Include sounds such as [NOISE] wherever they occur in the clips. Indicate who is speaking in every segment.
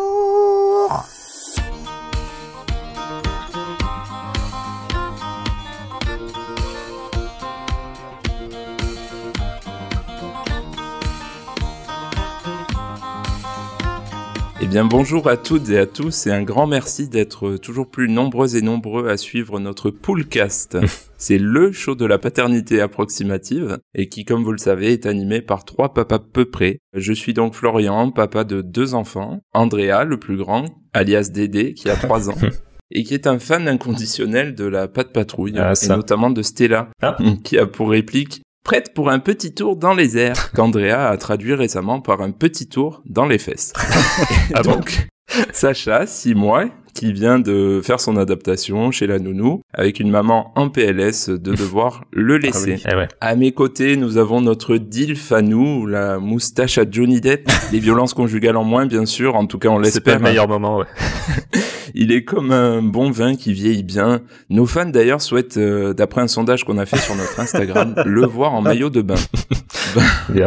Speaker 1: Bonjour.
Speaker 2: Eh bien bonjour à toutes et à tous et un grand merci d'être toujours plus nombreux et nombreux à suivre notre
Speaker 3: [LAUGHS]
Speaker 2: Poolcast. C'est le show de la paternité approximative et qui, comme vous le savez, est animé par trois papas peu près. Je suis donc Florian, papa de deux enfants, Andrea, le plus grand, alias Dédé, qui a trois
Speaker 3: [LAUGHS]
Speaker 2: ans. Et qui est un fan inconditionnel de la patte patrouille,
Speaker 3: Ah,
Speaker 2: et
Speaker 3: ça.
Speaker 2: notamment de Stella,
Speaker 3: Ah.
Speaker 2: qui a pour réplique Prête pour un petit tour dans les airs, qu'Andrea a traduit récemment par un petit tour dans les fesses.
Speaker 3: [LAUGHS] Ah bon
Speaker 2: donc, Sacha, 6 mois, qui vient de faire son adaptation chez la nounou, avec une maman en PLS de devoir le laisser.
Speaker 3: Eh ouais.
Speaker 2: À mes côtés, nous avons notre Dilf à nous, la moustache à Johnny
Speaker 3: [LAUGHS]
Speaker 2: Depp, les violences conjugales en moins, bien sûr, en tout cas, on
Speaker 3: C'est pas
Speaker 2: l'espère.
Speaker 3: le meilleur moment, ouais.
Speaker 2: Il est comme un bon vin qui vieillit bien. Nos fans, d'ailleurs, souhaitent, euh, d'après un sondage qu'on a fait sur notre
Speaker 3: [LAUGHS]
Speaker 2: Instagram, le voir en maillot de bain.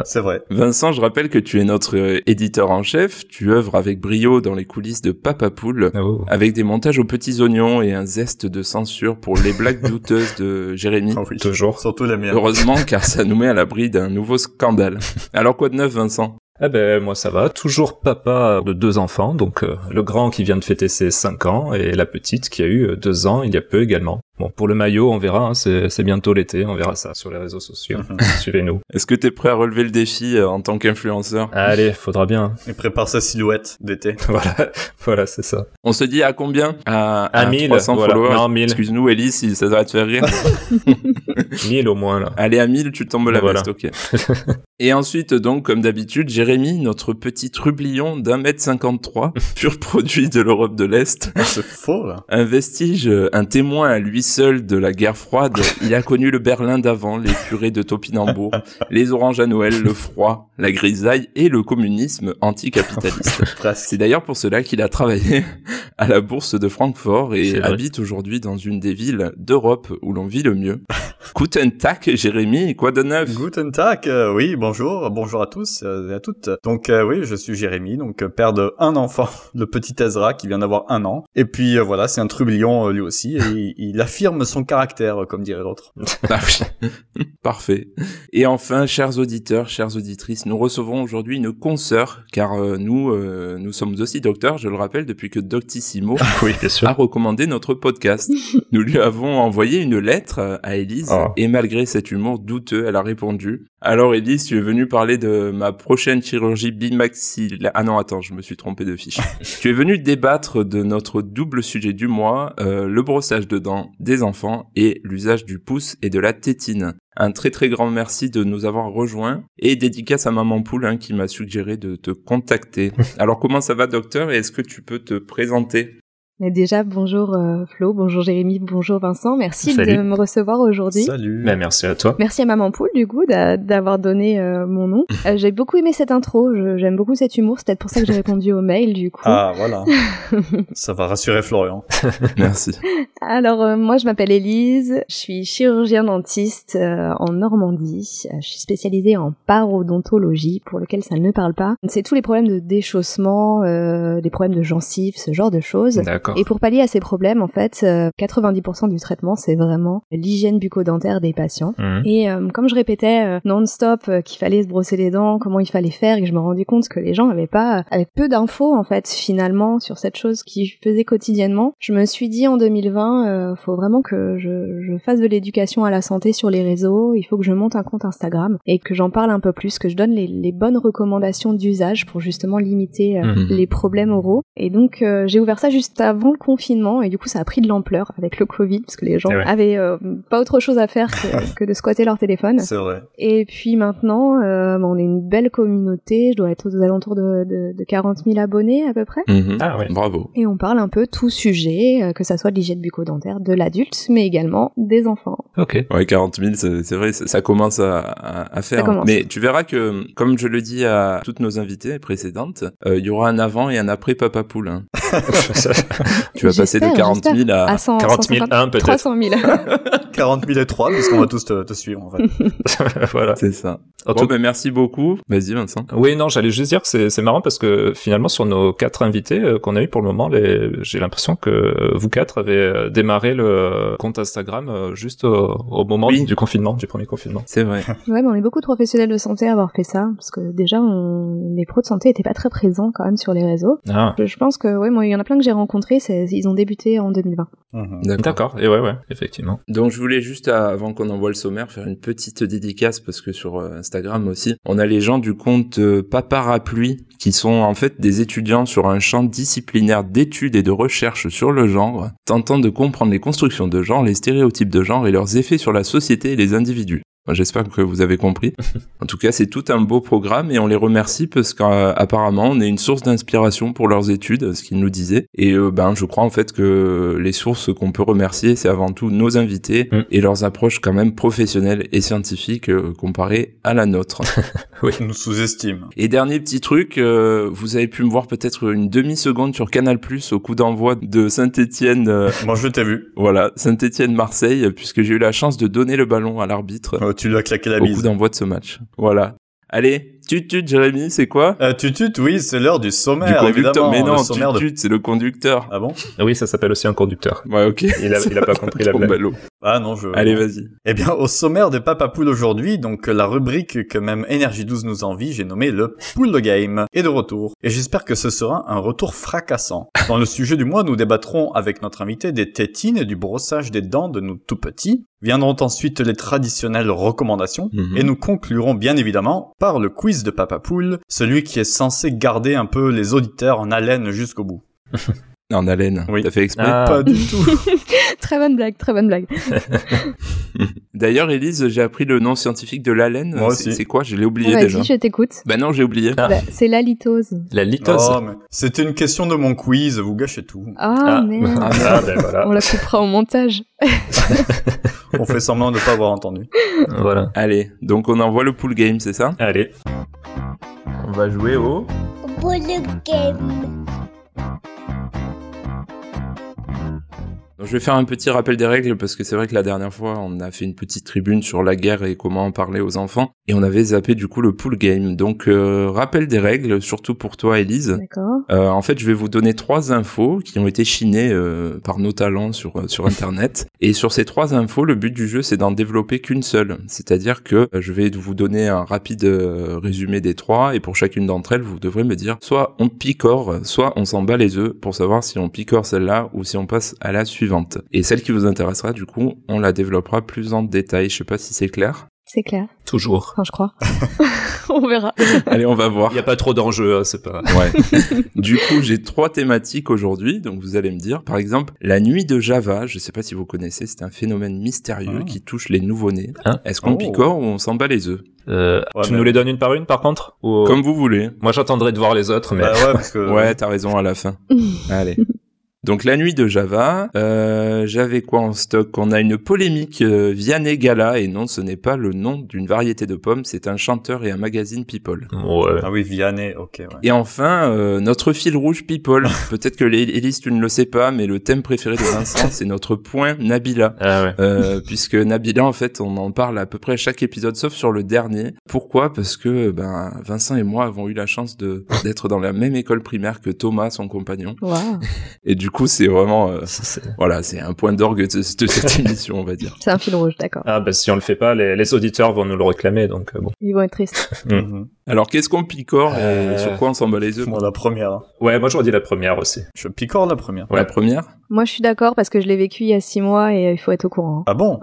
Speaker 4: C'est vrai.
Speaker 2: Vincent, je rappelle que tu es notre euh, éditeur en chef, tu œuvres avec brio dans les coulisses de Papa Poule,
Speaker 5: Oh.
Speaker 2: avec des montages aux petits oignons et un zeste de censure pour les
Speaker 5: [LAUGHS]
Speaker 2: blagues douteuses de Jérémy.
Speaker 4: Ah oui.
Speaker 3: Toujours.
Speaker 4: Surtout la mienne.
Speaker 2: Heureusement, car ça nous met à l'abri d'un nouveau scandale. Alors quoi de neuf, Vincent
Speaker 5: Ah ben moi ça va, toujours papa de deux enfants, donc euh, le grand qui vient de fêter ses 5 ans et la petite qui a eu euh, deux ans il y a peu également. Bon pour le maillot on verra, hein, c'est c'est bientôt l'été, on verra ça sur les réseaux sociaux.
Speaker 3: Mhm.
Speaker 5: [LAUGHS] Suivez-nous.
Speaker 2: Est-ce que t'es prêt à relever le défi euh, en tant qu'influenceur
Speaker 5: Allez, faudra bien. [LAUGHS]
Speaker 4: Il prépare sa silhouette d'été.
Speaker 5: voilà, voilà c'est ça.
Speaker 2: On se dit à combien À,
Speaker 5: À 1000,
Speaker 2: 300
Speaker 5: Ah, voilà.
Speaker 2: followers.
Speaker 5: Non, 1000.
Speaker 2: Excuse-nous, Ellie, si ça va te faire rire.
Speaker 5: 1000 au moins [LAUGHS] là.
Speaker 2: Allez, à 1000, tu tombes la
Speaker 5: Bah, Voilà.
Speaker 2: veste, ok. [LAUGHS] Et ensuite, donc, comme d'habitude, Jérémy, notre petit trublion d'un mètre
Speaker 5: [LAUGHS]
Speaker 2: cinquante-trois, pur produit de l'Europe de l'Est,
Speaker 4: Ah, C'est
Speaker 2: [LAUGHS]
Speaker 4: faux, là.
Speaker 2: un vestige, euh, un témoin à lui seul de la guerre froide, il a connu le Berlin d'avant, les purées de topinambour, les oranges à Noël, le froid, la grisaille et le communisme
Speaker 5: [LAUGHS]
Speaker 2: anticapitaliste.
Speaker 4: Presque.
Speaker 2: C'est d'ailleurs pour cela qu'il a travaillé à la bourse de Francfort
Speaker 5: C'est
Speaker 2: et
Speaker 5: vrai.
Speaker 2: habite aujourd'hui dans une des villes d'Europe où l'on vit le mieux. Guten Tag, Jérémy, quoi de neuf
Speaker 4: Guten Tag, euh, oui, bonjour, bonjour à tous euh, et à toutes. Donc euh, oui, je suis Jérémy, donc euh, père de un enfant, [LAUGHS] le petit Ezra qui vient d'avoir un an. Et puis euh, voilà, c'est un trublion euh, lui aussi, et il, il affirme son caractère, euh, comme dirait l'autre.
Speaker 2: Ah oui. Parfait. Et enfin, chers auditeurs, chères auditrices, nous recevons aujourd'hui une consoeur, car euh, nous, euh, nous sommes aussi docteurs, je le rappelle, depuis que Doctissimo
Speaker 3: Oui, bien
Speaker 5: Ah,
Speaker 3: sûr.
Speaker 2: a recommandé notre podcast. Nous lui avons envoyé une lettre euh, à Élise,
Speaker 3: Oh.
Speaker 2: et malgré cet humour douteux, elle a répondu. Alors Élise, tu es venue parler de ma prochaine chirurgie bimaxilla... Ah non, attends, je me suis trompé de fiche. tu es venue débattre de notre double sujet du mois, euh, le brossage de dents des enfants et l'usage du pouce et de la tétine. Un très très grand merci de nous avoir rejoints et dédicace à Maman Poule hein, qui m'a suggéré de te contacter. Alors comment ça va docteur et est-ce que tu peux te présenter
Speaker 6: Mais déjà, bonjour euh, Flo, bonjour Jérémy, bonjour Vincent. Merci
Speaker 5: Salut.
Speaker 6: de me recevoir aujourd'hui.
Speaker 4: Salut.
Speaker 5: Mais merci à toi.
Speaker 6: Merci à Maman Poule, du coup, d'a- d'avoir donné euh,
Speaker 4: [LAUGHS]
Speaker 6: mon nom. Euh, J'ai beaucoup aimé cette intro, je- j'aime beaucoup cet humour, c'est peut-être pour ça que j'ai répondu au mail, du coup.
Speaker 4: Ah voilà, ça va rassurer Florian.
Speaker 2: Merci.
Speaker 6: Alors, euh, moi, je m'appelle Élise, je suis chirurgien dentiste euh, en Normandie. Euh, Je suis spécialisée en parodontologie, pour lequel ça ne parle pas. C'est tous les problèmes de déchaussement, euh, des problèmes de gencives, ce genre de choses.
Speaker 5: D'accord.
Speaker 6: Et pour pallier à ces problèmes, en fait, euh, 90% du traitement, c'est vraiment l'hygiène bucco-dentaire des patients.
Speaker 5: Mhm.
Speaker 6: Et euh, comme je répétais euh, non-stop euh, qu'il fallait se brosser les dents, comment il fallait faire, et que je me rendais compte que les gens avaient pas, euh, avaient peu d'infos en fait finalement sur cette chose qu'ils faisaient quotidiennement, je me suis dit en 2020, euh, faut vraiment que je, je fasse de l'éducation à la santé sur les réseaux, il faut que je monte un compte Instagram et que j'en parle un peu plus, que je donne les, les bonnes recommandations d'usage pour justement limiter euh,
Speaker 2: Mhm.
Speaker 5: Mm.
Speaker 6: les problèmes oraux. Et donc euh, j'ai ouvert ça juste avant le confinement et du coup ça a pris de l'ampleur avec le Covid parce que les gens
Speaker 3: Eh ouais.
Speaker 6: avaient euh, pas autre chose à faire
Speaker 5: [LAUGHS]
Speaker 6: que, que de squatter leur téléphone.
Speaker 4: C'est vrai.
Speaker 6: Et puis maintenant, euh, on est une belle communauté, je dois être aux alentours de, de, de 40 000 abonnés à peu près.
Speaker 2: Mhm.
Speaker 5: Ah ouais.
Speaker 2: Bravo.
Speaker 6: Et on parle un peu tout sujet, euh, que ça soit de l'hygiène bucco-dentaire de l'adulte, mais également des enfants.
Speaker 5: [LAUGHS]
Speaker 3: Ah,
Speaker 5: OK.
Speaker 2: Ouais, 40 000, c'est c'est vrai, ça, ça commence à, à, à faire.
Speaker 6: Ça commence.
Speaker 2: Mais tu verras que, comme je le dis à toutes nos invitées précédentes, euh, il y aura un avant et un après Papa Poule. hein. Tu vas passer de
Speaker 6: J'espère, Ah,
Speaker 2: 40 000 à...
Speaker 6: à 100,
Speaker 5: 40 000,
Speaker 6: 150,
Speaker 5: Ah, un peut-être.
Speaker 6: 300
Speaker 5: [LAUGHS]
Speaker 6: 000.
Speaker 4: 40 000 et 3, parce qu'on va tous te, te suivre, en fait.
Speaker 5: [LAUGHS] voilà.
Speaker 2: C'est ça.
Speaker 5: En
Speaker 2: bon,
Speaker 5: tout-
Speaker 2: ben, merci beaucoup. Vas-y, Vincent.
Speaker 5: Oui, non, j'allais juste dire que c'est, c'est marrant parce que finalement, sur nos quatre invités euh, qu'on a eu pour le moment, les, j'ai l'impression que euh, vous quatre avez euh, démarré le compte Instagram euh, juste au, au moment
Speaker 2: Oui.
Speaker 5: du confinement, du premier confinement.
Speaker 2: C'est vrai.
Speaker 6: Ouais, mais on est beaucoup de professionnels de santé à avoir fait ça, parce que déjà, on- les pros de santé étaient pas très présents quand même sur les réseaux.
Speaker 5: Ah,
Speaker 6: Je, je pense que, ouais, moi, il y en a plein que j'ai rencontrés, c'est- ils ont débuté en 2020.
Speaker 4: Mhm.
Speaker 2: D'accord.
Speaker 5: d'accord. Et ouais, ouais, effectivement.
Speaker 2: Donc je voulais juste à- avant qu'on envoie le sommaire faire une petite dédicace parce que sur euh, Instagram aussi, on a les gens du compte euh, Paparapluie qui sont en fait des étudiants sur un champ disciplinaire d'études et de recherche sur le genre, tentant de comprendre les constructions de genre, les stéréotypes de genre et leurs effets sur la société et les individus. Moi, J'espère que vous avez compris. En tout cas, c'est tout un beau programme et on les remercie parce qu'apparemment, on est une source d'inspiration pour leurs études, ce qu'ils nous disaient. Et euh, ben, je crois en fait que les sources qu'on peut remercier, c'est avant tout nos invités
Speaker 5: Mm.
Speaker 2: et leurs approches quand même professionnelles et scientifiques euh, comparées à la nôtre.
Speaker 4: Ils nous sous-estiment.
Speaker 2: et dernier petit truc, euh, vous avez pu me voir peut-être une demi-seconde sur Canal+, au coup d'envoi de Saint-Étienne, euh,
Speaker 4: Bon, je t'ai vu.
Speaker 2: voilà, Saint-Étienne-Marseille, puisque j'ai eu la chance de donner le ballon à l'arbitre
Speaker 4: Oh, tu lui as claqué la
Speaker 2: au coup
Speaker 4: bise.
Speaker 2: d'envoi de ce match. Voilà. Allez, tut tut, Jérémy, c'est quoi
Speaker 4: Euh, tu tutes, oui, c'est l'heure du
Speaker 2: Du
Speaker 4: sommaire,
Speaker 2: conducteur,
Speaker 4: évidemment.
Speaker 2: mais
Speaker 4: le
Speaker 2: non, tut
Speaker 4: sommaire de...
Speaker 2: tut, c'est le conducteur.
Speaker 4: Ah bon
Speaker 5: Ah Oui, ça s'appelle aussi un conducteur.
Speaker 2: Ouais, ok.
Speaker 5: [LAUGHS] Il a, il a pas
Speaker 2: [LAUGHS]
Speaker 5: compris la
Speaker 2: Trop
Speaker 5: blague. Euh,
Speaker 2: ballot.
Speaker 4: Ah non, je...
Speaker 2: Allez, vas-y.
Speaker 4: Eh bien, au sommaire de Papa Poule aujourd'hui, donc euh, la rubrique que même Energy 12 nous envie, j'ai nommé le Poule Game, est de retour. Et j'espère que ce sera un retour fracassant. Dans le sujet du mois, nous débattrons avec notre invité des tétines et du brossage des dents de nos tout petits. Viendront ensuite les traditionnelles recommandations.
Speaker 2: Mhm.
Speaker 4: Et nous conclurons bien évidemment par le quiz de Papa Poule, celui qui est censé garder un peu les auditeurs en haleine jusqu'au bout.
Speaker 2: En haleine.
Speaker 4: Oui.
Speaker 2: T'as fait exprès.
Speaker 5: Ah.
Speaker 4: Pas du tout.
Speaker 6: [LAUGHS] Très bonne blague, très bonne blague.
Speaker 2: D'ailleurs, Elise, j'ai appris le nom scientifique de l'haleine.
Speaker 4: Moi
Speaker 2: C'est-
Speaker 4: aussi.
Speaker 2: C'est quoi Je l'ai oublié
Speaker 6: Vas-y,
Speaker 2: déjà.
Speaker 6: je t'écoute.
Speaker 2: Bah non, j'ai oublié.
Speaker 5: Ah.
Speaker 6: Bah, c'est l'halitose.
Speaker 5: La litose.
Speaker 4: Oh, mais C'était une question de mon quiz, vous gâchez tout.
Speaker 6: Ah, merde.
Speaker 5: Ah, ben [LAUGHS]
Speaker 6: On
Speaker 5: voilà.
Speaker 6: la coupera au montage.
Speaker 4: On fait semblant de ne pas avoir entendu.
Speaker 5: voilà.
Speaker 2: Allez, donc on envoie le pool game, c'est ça
Speaker 5: Allez.
Speaker 2: On va jouer au...
Speaker 1: Bullet game.
Speaker 2: Donc, je vais faire un petit rappel des règles parce que c'est vrai que la dernière fois, on a fait une petite tribune sur la guerre et comment en parler aux enfants. Et on avait zappé du coup le pool game. Donc, euh, rappel des règles, surtout pour toi, Elise.
Speaker 6: D'accord.
Speaker 2: Euh, en fait, je vais vous donner trois infos qui ont été chinées euh, par nos talents sur, euh, sur Internet. Et sur ces trois infos, le but du jeu, c'est d'en développer qu'une seule. C'est-à-dire que euh, je vais vous donner un rapide euh, résumé des trois, et pour chacune d'entre elles, vous devrez me dire soit on picore, soit on s'en bat les œufs pour savoir si on picore celle-là ou si on passe à la suivante. Et celle qui vous intéressera, du coup, on la développera plus en détail. Je sais pas si c'est clair.
Speaker 6: C'est clair.
Speaker 5: Toujours.
Speaker 6: Enfin, je crois. [LAUGHS] on verra.
Speaker 2: Allez, on va voir.
Speaker 5: Il n'y a pas trop d'enjeux, hein, c'est pas. [LAUGHS]
Speaker 2: Ouais. du coup, j'ai trois thématiques aujourd'hui, donc vous allez me dire. Par exemple, la nuit de Java, je sais pas si vous connaissez, c'est un phénomène mystérieux
Speaker 4: Ah.
Speaker 2: qui touche les nouveau-nés.
Speaker 5: Hein
Speaker 2: Est-ce qu'on
Speaker 4: Oh.
Speaker 2: picore ou on s'en bat les œufs
Speaker 5: Euh,
Speaker 4: Ouais,
Speaker 5: tu
Speaker 4: mais-
Speaker 5: nous les donnes une par une, par contre Ou-
Speaker 2: Comme vous voulez.
Speaker 5: Moi, j'attendrai de voir les autres, mais.
Speaker 4: Bah ouais, parce que...
Speaker 2: [LAUGHS] Ouais, t'as raison à la fin. Allez. Donc la nuit de Java, euh, j'avais quoi en stock On a une polémique euh, Vianney Gala, et non, ce n'est pas le nom d'une variété de pommes, c'est un chanteur et un magazine People.
Speaker 5: Ouais.
Speaker 4: Ah oui, Vianney, ok, ouais.
Speaker 2: Et enfin, euh, notre fil rouge
Speaker 5: [LAUGHS]
Speaker 2: People. Peut-être que les- Élise, tu ne le sais pas, mais le thème préféré de
Speaker 5: [LAUGHS]
Speaker 2: Vincent, c'est notre point Nabila.
Speaker 5: Ah ouais.
Speaker 2: Euh, puisque Nabila, en fait, on en parle à peu près à chaque épisode, sauf sur le dernier. Pourquoi Parce que ben, Vincent et moi avons eu la chance de d'être dans la même école primaire que Thomas, son compagnon.
Speaker 6: Waouh.
Speaker 2: Et du coup, c'est vraiment, euh,
Speaker 5: Ça, c'est-
Speaker 2: voilà, c'est un point d'orgue de, de cette
Speaker 5: [LAUGHS]
Speaker 2: émission, on va dire.
Speaker 6: C'est un fil rouge, d'accord.
Speaker 5: Ah bah si on le fait pas, les, les auditeurs vont nous le réclamer, donc euh, bon.
Speaker 6: Ils vont être tristes.
Speaker 4: Mhm.
Speaker 2: Alors, qu'est-ce qu'on picore et
Speaker 5: Euh,
Speaker 2: sur quoi on s'en bat les œufs
Speaker 4: Moi, la première. hein.
Speaker 5: Ouais, moi j'aurais dit la première [LAUGHS] aussi.
Speaker 4: Je picore la première.
Speaker 5: Ouais.
Speaker 2: La première
Speaker 6: Moi, je suis d'accord parce que je l'ai vécu il y a six mois et euh, il faut être au courant.
Speaker 4: Ah bon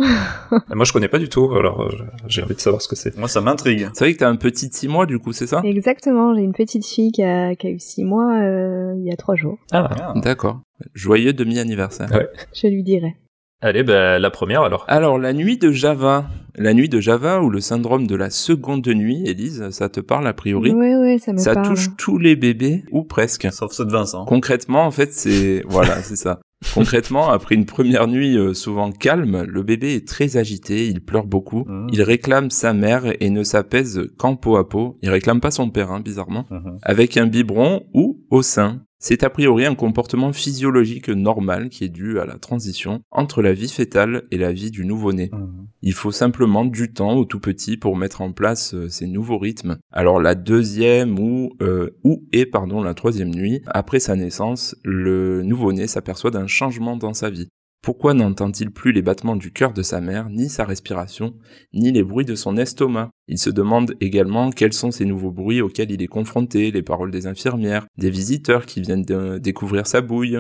Speaker 5: moi je connais pas du tout, alors euh, j'ai envie de savoir ce que c'est.
Speaker 4: Moi, ça m'intrigue.
Speaker 2: C'est vrai que t'as un petit six mois, du coup, c'est ça
Speaker 6: Exactement. J'ai une petite fille qui a, qui a eu six mois euh, il y a trois jours.
Speaker 5: Ah.
Speaker 4: Ah.
Speaker 2: D'accord. Joyeux demi-anniversaire.
Speaker 6: Je lui dirai.
Speaker 5: Allez, bah la première alors.
Speaker 2: Alors, la nuit de Java. La nuit de Java ou le syndrome de la seconde nuit, Elise, ça te parle a priori
Speaker 6: Ouais, ouais, ça me
Speaker 2: Ça
Speaker 6: parle.
Speaker 2: touche tous les bébés, ou presque.
Speaker 4: Ah, Sauf ceux de Vincent.
Speaker 2: Concrètement, en fait, c'est... [LAUGHS] Voilà, c'est ça. Concrètement, après une première nuit euh, souvent calme, le bébé est très agité, il pleure beaucoup,
Speaker 4: Mhm.
Speaker 2: il réclame sa mère et ne s'apaise qu'en peau à peau. Il réclame pas son père, hein, bizarrement.
Speaker 4: Mhm.
Speaker 2: Avec un biberon ou au sein. C'est a priori un comportement physiologique normal qui est dû à la transition entre la vie fétale et la vie du nouveau-né.
Speaker 4: Mhm.
Speaker 2: Il faut simplement du temps au tout petit pour mettre en place euh, ces nouveaux rythmes. Alors la deuxième ou euh, ou et pardon la troisième nuit après sa naissance, le nouveau-né s'aperçoit d'un changement dans sa vie. Pourquoi n'entend-il plus les battements du cœur de sa mère, ni sa respiration, ni les bruits de son estomac Il se demande également quels sont ces nouveaux bruits auxquels il est confronté, les paroles des infirmières, des visiteurs qui viennent de- découvrir sa bouille,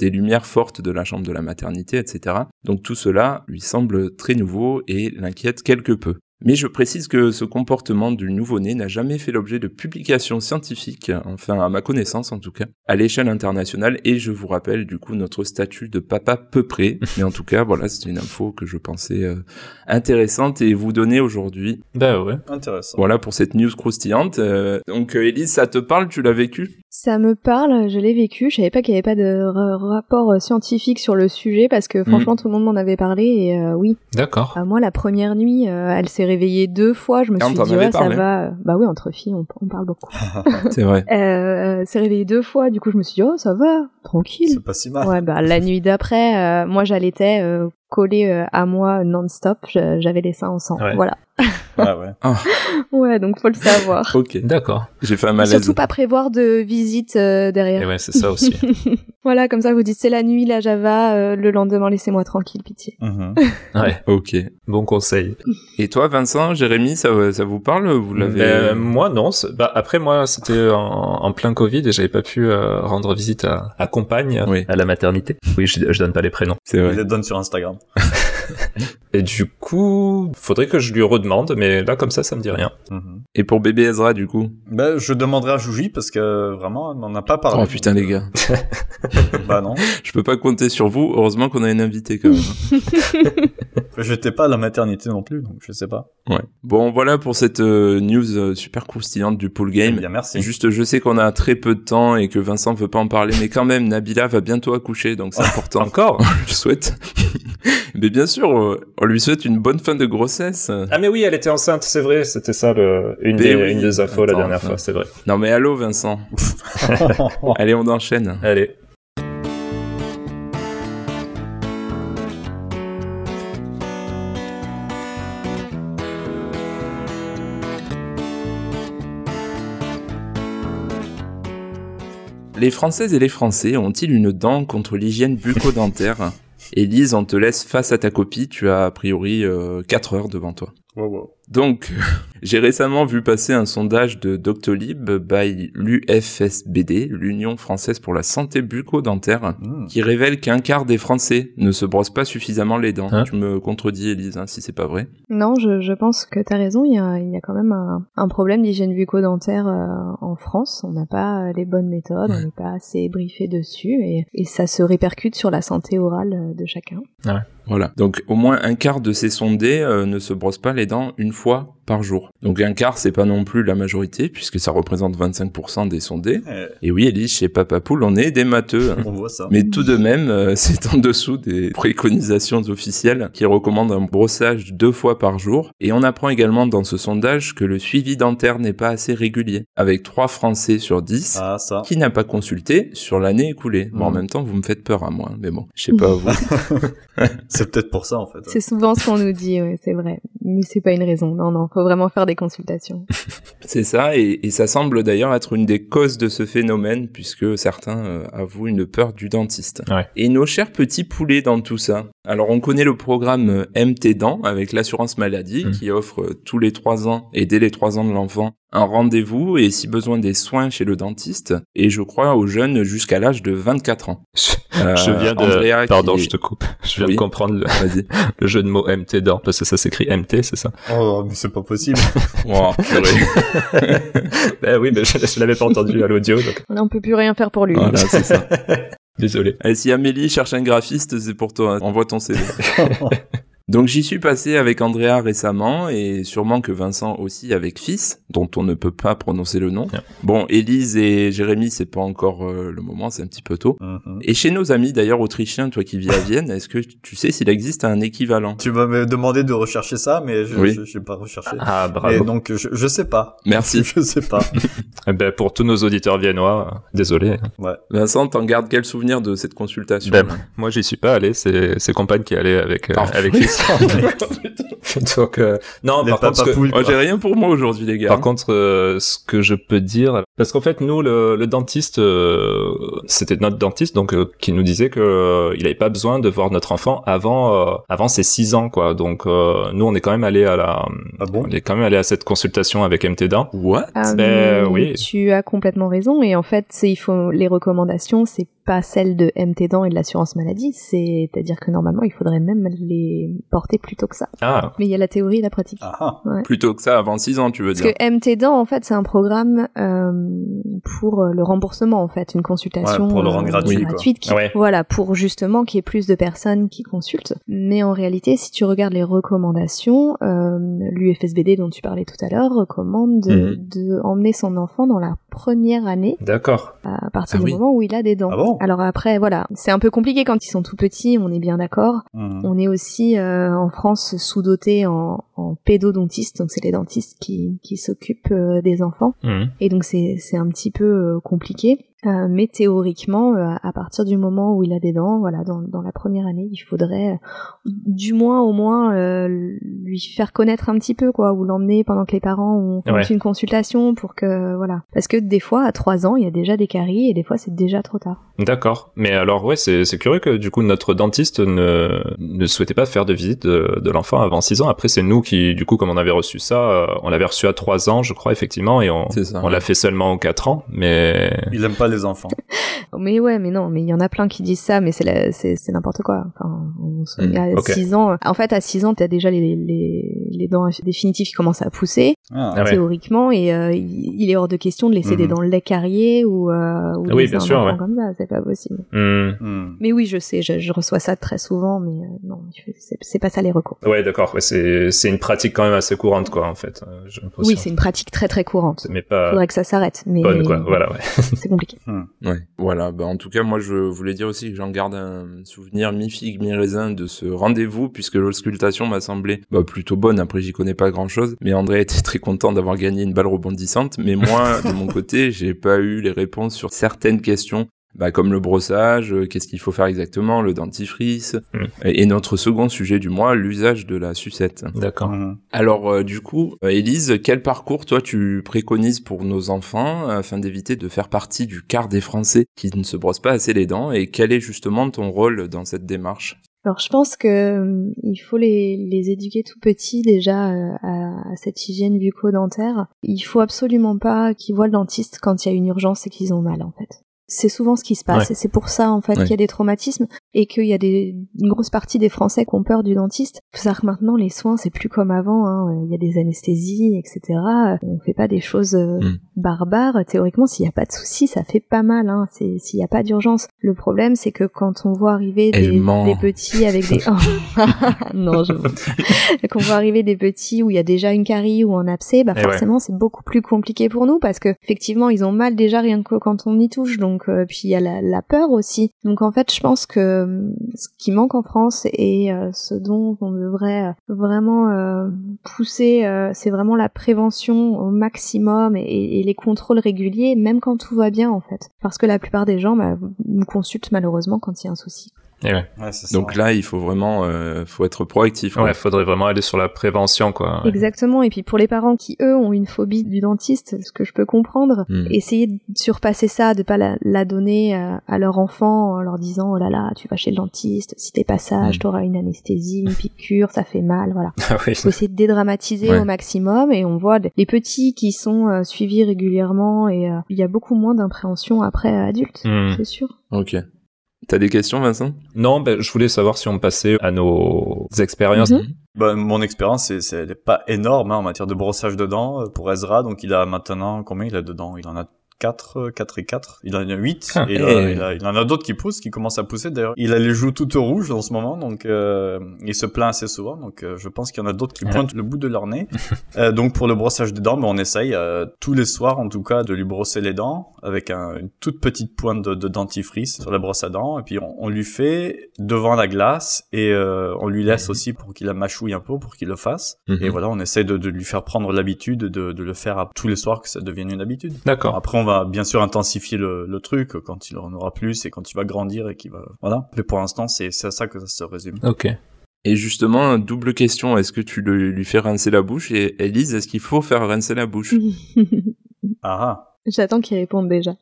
Speaker 2: des lumières fortes de la chambre de la maternité, etc. Donc tout cela lui semble très nouveau et l'inquiète quelque peu. Mais je précise que ce comportement du nouveau-né n'a jamais fait l'objet de publications scientifiques, enfin à ma connaissance en tout cas, à l'échelle internationale, et je vous rappelle du coup notre statut de papa peu [LAUGHS] près. Mais en tout cas, voilà, c'est une info que je pensais euh, intéressante et vous donner aujourd'hui.
Speaker 5: Bah ouais.
Speaker 4: Intéressant.
Speaker 2: Voilà pour cette news croustillante. Euh, donc euh, Élise, ça te parle, tu l'as vécu
Speaker 6: Ça me parle, je l'ai vécu, je savais pas qu'il y avait pas de ra- rapport euh, scientifique sur le sujet parce
Speaker 2: Mhm.
Speaker 6: que franchement tout le monde m'en avait parlé et euh, oui,
Speaker 5: D'accord.
Speaker 6: à moi la première nuit, euh, elle s'est réveillée deux fois, je me
Speaker 2: Ah, on
Speaker 6: suis
Speaker 2: t'en
Speaker 6: dit
Speaker 2: avait
Speaker 6: ouais, ça
Speaker 2: parlé.
Speaker 6: va, bah oui, entre filles, on, on parle beaucoup.
Speaker 2: C'est vrai.
Speaker 6: Euh, elle s'est réveillée deux fois, du coup je me suis dit oh, ça va, tranquille.
Speaker 4: C'est pas si mal.
Speaker 6: Ouais, bah, la nuit d'après, euh, moi j'allaitais euh, collée euh, à moi non-stop, je- j'avais les seins en sang.
Speaker 5: Ouais.
Speaker 6: Voilà. [LAUGHS]
Speaker 4: Ah ouais.
Speaker 6: Ouais, donc faut le savoir.
Speaker 2: Ok.
Speaker 5: D'accord.
Speaker 2: J'ai fait un
Speaker 6: Et
Speaker 2: malaise.
Speaker 6: Surtout pas prévoir de visite euh, derrière.
Speaker 5: Et ouais, c'est [LAUGHS] ça aussi.
Speaker 6: Voilà, comme ça vous dites c'est la nuit, là Java, euh, le lendemain laissez-moi tranquille, pitié.
Speaker 4: Mhm.
Speaker 5: ouais.
Speaker 2: Ok.
Speaker 5: Bon conseil.
Speaker 2: Et toi, Vincent, Jérémy, ça, ça vous parle Vous l'avez
Speaker 5: Euh, moi non. c'est- Bah, après moi c'était en, en plein Covid et j'avais pas pu euh, rendre visite à, à compagne
Speaker 2: Oui.
Speaker 5: à la maternité. Oui, je, je donne pas les prénoms.
Speaker 2: C'est
Speaker 4: Il
Speaker 2: vrai.
Speaker 4: les donne sur Instagram.
Speaker 5: Et du coup, faudrait que je lui redemande, mais là comme ça, ça me dit rien.
Speaker 4: Mhm.
Speaker 2: Et pour bébé Ezra, du coup
Speaker 4: Ben, je demanderai à Jouji parce que vraiment, on n'en a pas parlé.
Speaker 2: Oh putain, les gars.
Speaker 4: [LAUGHS] Bah non.
Speaker 2: Je peux pas compter sur vous. Heureusement qu'on a une invitée quand même.
Speaker 4: J'étais pas à la maternité non plus, donc je sais pas.
Speaker 2: ouais. Bon, voilà pour cette euh, news euh, super croustillante du pool
Speaker 4: Eh
Speaker 2: game.
Speaker 4: bien,
Speaker 2: [LAUGHS]
Speaker 4: merci.
Speaker 2: Juste, je sais qu'on a très peu de temps et que Vincent veut pas en parler, mais quand même, Nabila va bientôt accoucher, donc c'est important.
Speaker 5: Encore
Speaker 2: [LAUGHS] Je le souhaite. mais bien sûr, euh, on lui souhaite une bonne fin de grossesse.
Speaker 5: Ah mais oui, elle était enceinte, c'est vrai. C'était ça le, une,
Speaker 2: Mais
Speaker 5: des,
Speaker 2: oui.
Speaker 5: une des infos la
Speaker 2: Attends,
Speaker 5: dernière
Speaker 2: enfin.
Speaker 5: fois, c'est vrai.
Speaker 2: Non mais allô, Vincent. Allez, on enchaîne.
Speaker 5: Allez.
Speaker 2: Les Françaises et les Français ont-ils une dent contre l'hygiène bucco-dentaire Élise, on te laisse face à ta copie, tu as a priori 4 heures devant toi.
Speaker 4: Wow, wow.
Speaker 2: Donc, [LAUGHS] j'ai récemment vu passer un sondage de Doctolib by l'UFSBD, l'Union Française pour la Santé Bucco-Dentaire,
Speaker 4: [LAUGHS] Mhm.
Speaker 2: qui révèle qu'un quart des Français ne se brossent pas suffisamment les dents.
Speaker 5: Hein
Speaker 2: tu me contredis, Élise, hein, si c'est pas vrai.
Speaker 6: Non, je, je pense que t'as raison, il y a, il y a quand même un, un problème d'hygiène bucco-dentaire euh, en France. On n'a pas euh, les bonnes méthodes, on n'est pas assez briefé dessus et, et ça se répercute sur la santé orale euh, de chacun.
Speaker 2: Voilà. Donc au moins un quart de ces sondés euh, ne se brossent pas les dents une fois par jour. Donc un quart, c'est pas non plus la majorité, puisque ça représente 25% des sondés.
Speaker 4: Eh,
Speaker 2: Et oui, Elise, chez Papa Poule, on est des matheux.
Speaker 4: [LAUGHS]
Speaker 2: hein.
Speaker 4: on voit ça.
Speaker 2: Mais tout de même, euh, [LAUGHS] c'est en dessous des préconisations officielles qui recommandent un brossage deux fois par jour. Et on apprend également dans ce sondage que le suivi dentaire n'est pas assez régulier, avec 3 Français sur 10
Speaker 4: Ah, ça.
Speaker 2: qui n'a pas consulté sur l'année écoulée. Bon, en
Speaker 4: Mm.
Speaker 2: même temps, vous me faites peur à moi, hein, mais bon, je sais pas vous.
Speaker 4: C'est peut-être pour ça, en fait.
Speaker 6: C'est souvent ce qu'on nous dit, ouais, c'est vrai. Mais c'est pas une raison, non, non, faut vraiment faire des consultations.
Speaker 2: C'est ça, et, et ça semble d'ailleurs être une des causes de ce phénomène, puisque certains euh, avouent une peur du dentiste.
Speaker 5: Ouais.
Speaker 2: Et nos chers petits poulets dans tout ça. Alors on connaît le programme euh, MT Dents avec l'assurance maladie
Speaker 5: Mhm.
Speaker 2: qui offre euh, tous les 3 ans et dès les 3 ans de l'enfant un rendez-vous et si besoin des soins chez le dentiste, et je crois aux jeunes jusqu'à l'âge de 24 ans. Euh,
Speaker 5: je viens de.
Speaker 2: Andrea qui
Speaker 5: Pardon,
Speaker 2: est-
Speaker 5: je te coupe. [LAUGHS] Je viens
Speaker 2: Oui.
Speaker 5: de comprendre le,
Speaker 2: Vas-y.
Speaker 5: le jeu de mots MT dents, parce que ça s'écrit MT, c'est
Speaker 4: [LAUGHS]
Speaker 5: ça [LAUGHS]
Speaker 4: Oh, mais c'est pas possible.
Speaker 2: Wow, Oh, purée.
Speaker 5: Ben oui, mais je, je l'avais pas entendu à l'audio, donc
Speaker 6: Là, on peut plus rien faire pour lui. hein.
Speaker 2: Voilà, c'est ça.
Speaker 5: désolé. [LAUGHS]
Speaker 2: Et si Amélie cherche un graphiste, c'est pour toi. hein. Envoie ton CV. Donc j'y suis passé avec Andrea récemment et sûrement que Vincent aussi avec Fils, dont on ne peut pas prononcer le nom.
Speaker 5: Yeah.
Speaker 2: Bon, Élise et Jérémy, c'est pas encore euh, le moment, c'est un petit peu tôt.
Speaker 4: [LAUGHS] Mhm.
Speaker 2: Et chez nos amis d'ailleurs autrichiens, toi qui vis à Vienne, est-ce que tu sais s'il existe un équivalent
Speaker 4: Tu vas me demander de rechercher ça, mais je
Speaker 2: Oui.
Speaker 4: je- j'ai pas recherché.
Speaker 5: Ah,
Speaker 4: Et
Speaker 5: bravo.
Speaker 4: donc je, je sais
Speaker 5: [LAUGHS]
Speaker 4: pas.
Speaker 2: Merci.
Speaker 4: Je sais pas.
Speaker 5: Eh ben, pour tous nos auditeurs viennois, euh, désolé.
Speaker 2: Vincent, t'en gardes quel souvenir de cette consultation
Speaker 5: Ben, moi, j'y suis pas allé. C'est c'est compagne qui allait avec euh,
Speaker 2: Ah,
Speaker 5: avec
Speaker 2: oui.
Speaker 5: [LAUGHS]
Speaker 4: [LAUGHS]
Speaker 5: Fils. Donc euh, non,
Speaker 4: Les
Speaker 5: par contre, ce que-
Speaker 4: papapouilles,
Speaker 2: Moi,
Speaker 4: quoi.
Speaker 2: Oh, j'ai rien pour moi aujourd'hui, les gars.
Speaker 5: Par contre, euh, ce que je peux dire, parce qu'en fait, nous, le, le dentiste, euh, c'était notre dentiste, donc euh, qui nous disait que euh, il n'avait pas besoin de voir notre enfant avant euh, avant ses 6 ans, quoi. Donc euh, nous, on est quand même allé à la,
Speaker 4: Ah bon
Speaker 5: on est quand même allé à cette consultation avec MT Dent.
Speaker 2: What
Speaker 6: Ah,
Speaker 5: Ben,
Speaker 6: mais
Speaker 5: oui.
Speaker 6: Tu as complètement raison. Et en fait, c'est- il faut les recommandations, c'est pas celles de MT Dent et de l'assurance maladie. C'est-à-dire que normalement, il faudrait même les porter plus tôt que ça.
Speaker 5: Ah,
Speaker 6: Mais il y a la théorie et la pratique.
Speaker 4: Ah, ah.
Speaker 2: Plutôt que ça, avant 6 ans, tu veux
Speaker 6: Parce
Speaker 2: dire
Speaker 6: que MT Dent, en fait, c'est un programme euh, pour euh, le remboursement, en fait, une consultation euh,
Speaker 4: Ouais, pour le rendre gratuit, quoi. Ah
Speaker 6: gratuite, qui-
Speaker 5: Ouais.
Speaker 6: voilà, pour justement qu'il y ait plus de personnes qui consultent. Mais en réalité, si tu regardes les recommandations, euh, l'UFSBD dont tu parlais tout à l'heure recommande de,
Speaker 2: Mhm.
Speaker 6: de emmener son enfant dans la première année
Speaker 5: d'accord.
Speaker 6: à
Speaker 2: Ah
Speaker 6: partir du
Speaker 2: oui.
Speaker 6: moment où il a des dents.
Speaker 4: Ah bon
Speaker 6: Alors après, voilà, c'est un peu compliqué quand ils sont tout petits, on est bien d'accord.
Speaker 4: Mhm.
Speaker 6: On est aussi euh, en France sous-doté en, en pédodontistes, donc c'est les dentistes qui, qui s'occupent euh, des enfants.
Speaker 4: Mmh.
Speaker 5: Mhm.
Speaker 6: Et donc c'est c'est un petit peu euh, compliqué. Euh, mais théoriquement, euh, à partir du moment où il a des dents, voilà, dans, dans la première année, il faudrait euh, du moins au moins euh, lui faire connaître un petit peu, quoi, ou l'emmener pendant que les parents ont, ont
Speaker 5: Ouais.
Speaker 6: une consultation pour que voilà. Parce que des fois, à trois ans, il y a déjà des caries et des fois c'est déjà trop tard.
Speaker 5: D'accord. Mais alors, ouais, c'est c'est curieux que du coup notre dentiste ne, ne souhaitait pas faire de visite de, de l'enfant avant 6 ans. Après, c'est nous qui, du coup, comme on avait reçu ça, euh, on l'avait reçu à 3 ans, je crois, effectivement, et on,
Speaker 2: C'est ça.
Speaker 5: on l'a fait seulement aux 4 ans. Mais
Speaker 4: Il aime pas les enfants.
Speaker 6: Oh, Mais ouais, mais non, mais il y en a plein qui disent ça, mais c'est la- c'est c'est n'importe quoi. Enfin, on se-
Speaker 2: Mm,
Speaker 6: à
Speaker 5: Hmm, ok.
Speaker 6: 6 ans, en fait, à 6 ans, t'as déjà les, les, les dents définitives qui commencent à pousser,
Speaker 4: Ah.
Speaker 5: Ah ouais.
Speaker 6: théoriquement, et euh, il il est hors de question de laisser des
Speaker 4: Mhm.
Speaker 6: dents lait carriées ou, euh, ou
Speaker 5: Ah oui,
Speaker 6: laisser
Speaker 5: bien
Speaker 6: un
Speaker 5: sûr,
Speaker 6: enfant
Speaker 5: ouais.
Speaker 6: comme ça, c'est pas possible.
Speaker 5: Hmm.
Speaker 4: Mhm.
Speaker 6: Mais oui, je sais, je, je reçois ça très souvent, mais euh, non, je- c'est c'est pas ça les recours.
Speaker 5: ouais, d'accord. Ouais, c'est c'est une pratique quand même assez courante, quoi, en fait. euh, j'ai l'impression.
Speaker 6: Oui, c'est une pratique très très courante.
Speaker 5: mais pas
Speaker 6: Faudrait que ça s'arrête, mais
Speaker 5: bonne, quoi. Voilà, ouais.
Speaker 6: c'est compliqué.
Speaker 2: Ouais. Voilà, bah en tout cas, moi je voulais dire aussi que j'en garde un souvenir mi-figue, mi-raisin de ce rendez-vous, puisque l'auscultation m'a semblé bah, plutôt bonne, après j'y connais pas grand-chose, mais André était [LAUGHS] très content d'avoir gagné une balle rebondissante, mais moi, de mon côté, j'ai pas eu les réponses sur certaines questions. Bah, comme le brossage, euh, qu'est-ce qu'il faut faire exactement, le dentifrice,
Speaker 5: Mm.
Speaker 2: et et notre second sujet du mois, l'usage de la sucette.
Speaker 5: D'accord.
Speaker 4: Mhm.
Speaker 2: Alors euh, du coup, euh, Élise, quel parcours toi tu préconises pour nos enfants euh, afin d'éviter de faire partie du quart des Français qui ne se brossent pas assez les dents et quel est justement ton rôle dans cette démarche
Speaker 6: Alors je pense que euh, il faut les, les éduquer tout petits déjà euh, à, à cette hygiène bucco-dentaire. Il faut absolument pas qu'ils voient le dentiste quand il y a une urgence et qu'ils ont mal en fait. C'est souvent ce qui se passe et c'est pour ça en fait
Speaker 2: Ouais.
Speaker 6: qu'il y a des traumatismes et qu'il y a des, une grosse partie des Français qui ont peur du dentiste. Faut savoir que maintenant les soins c'est plus comme avant. hein. Il y a des anesthésies, etc. On fait pas des choses euh,
Speaker 2: Mm.
Speaker 6: barbares. Théoriquement, s'il n'y a pas de souci, ça fait pas mal. Hein. C'est- S'il n'y a pas d'urgence, le problème c'est que quand on voit arriver
Speaker 2: Elle
Speaker 6: des,
Speaker 2: ment.
Speaker 6: des petits avec
Speaker 2: [LAUGHS]
Speaker 6: des [LAUGHS] Oh. non, je [LAUGHS] qu'on voit arriver des petits où il y a déjà une carie ou un abcès, bah
Speaker 5: Eh
Speaker 6: forcément c'est beaucoup plus compliqué pour nous parce que effectivement ils ont mal déjà rien que quand on y touche donc euh, puis il y a la, la peur aussi. Donc en fait je pense que hum, ce qui manque en France et euh, ce dont on devrait euh, vraiment euh, pousser euh, c'est vraiment la prévention au maximum et, et les contrôles réguliers même quand tout va bien en fait parce que la plupart des gens bah, nous consultent malheureusement quand il y a un souci.
Speaker 4: Ouais, c'est ça.
Speaker 2: Donc là, il faut vraiment, euh, faut être proactif. quoi.
Speaker 5: Ouais, faudrait vraiment aller sur la prévention, quoi. Ouais.
Speaker 6: Exactement. Et puis pour les parents qui, eux, ont une phobie du dentiste, ce que je peux comprendre,
Speaker 2: Hmm.
Speaker 6: essayer de surpasser ça, de pas la, la donner euh, à leur enfant en leur disant, oh là là, tu vas chez le dentiste, si t'es pas sage,
Speaker 2: Hmm.
Speaker 6: t'auras une anesthésie, une piqûre, ça fait
Speaker 5: [LAUGHS]
Speaker 6: mal, voilà.
Speaker 5: Ah oui.
Speaker 6: Faut essayer de dédramatiser
Speaker 2: Ouais.
Speaker 6: au maximum et on voit les petits qui sont euh, suivis régulièrement et euh, il y a beaucoup moins d'impréhension après euh, adulte,
Speaker 5: Hmm.
Speaker 6: c'est sûr. [LAUGHS]
Speaker 2: Ok. T'as des questions, Vincent
Speaker 5: Non, ben, je voulais savoir si on passait à nos expériences.
Speaker 6: Mhm.
Speaker 4: Bah, mon expérience, c'est, c'est elle est pas énorme hein, en matière de brossage de dents euh, pour Ezra. Donc il a maintenant combien il a de dents Il en a 4, 4 et 4. Il en a 8.
Speaker 5: Ah,
Speaker 4: et
Speaker 2: eh.
Speaker 4: euh, il, a- il en a d'autres qui poussent, qui commencent à pousser d'ailleurs. Il a les joues toutes rouges en ce moment, donc euh, il se plaint assez souvent. Donc euh, je pense qu'il y en a d'autres qui
Speaker 5: Ah.
Speaker 4: pointent le bout de leur nez. Euh, donc pour le brossage des dents, ben, on essaye euh, tous les soirs en tout cas de lui brosser les dents avec un- une toute petite pointe de, de dentifrice sur la brosse à dents. Et puis on, on lui fait devant la glace et euh, on lui laisse aussi pour qu'il la mâchouille un peu, pour qu'il le fasse.
Speaker 2: Mhm.
Speaker 4: Et voilà, on essaie de, de lui faire prendre l'habitude, de, de le faire à tous les soirs que ça devienne une habitude.
Speaker 5: D'accord.
Speaker 4: Après, on va bien sûr intensifier le, le truc quand il en aura plus et quand il va grandir et qu'il va... Voilà. Mais pour l'instant, c'est c'est à ça que ça se résume.
Speaker 5: Ok.
Speaker 2: Et justement, double question, est-ce que tu le- lui fais rincer la bouche Et Elise, est-ce qu'il faut faire rincer la bouche
Speaker 4: Ah [LAUGHS]
Speaker 6: J'attends qu'il réponde déjà.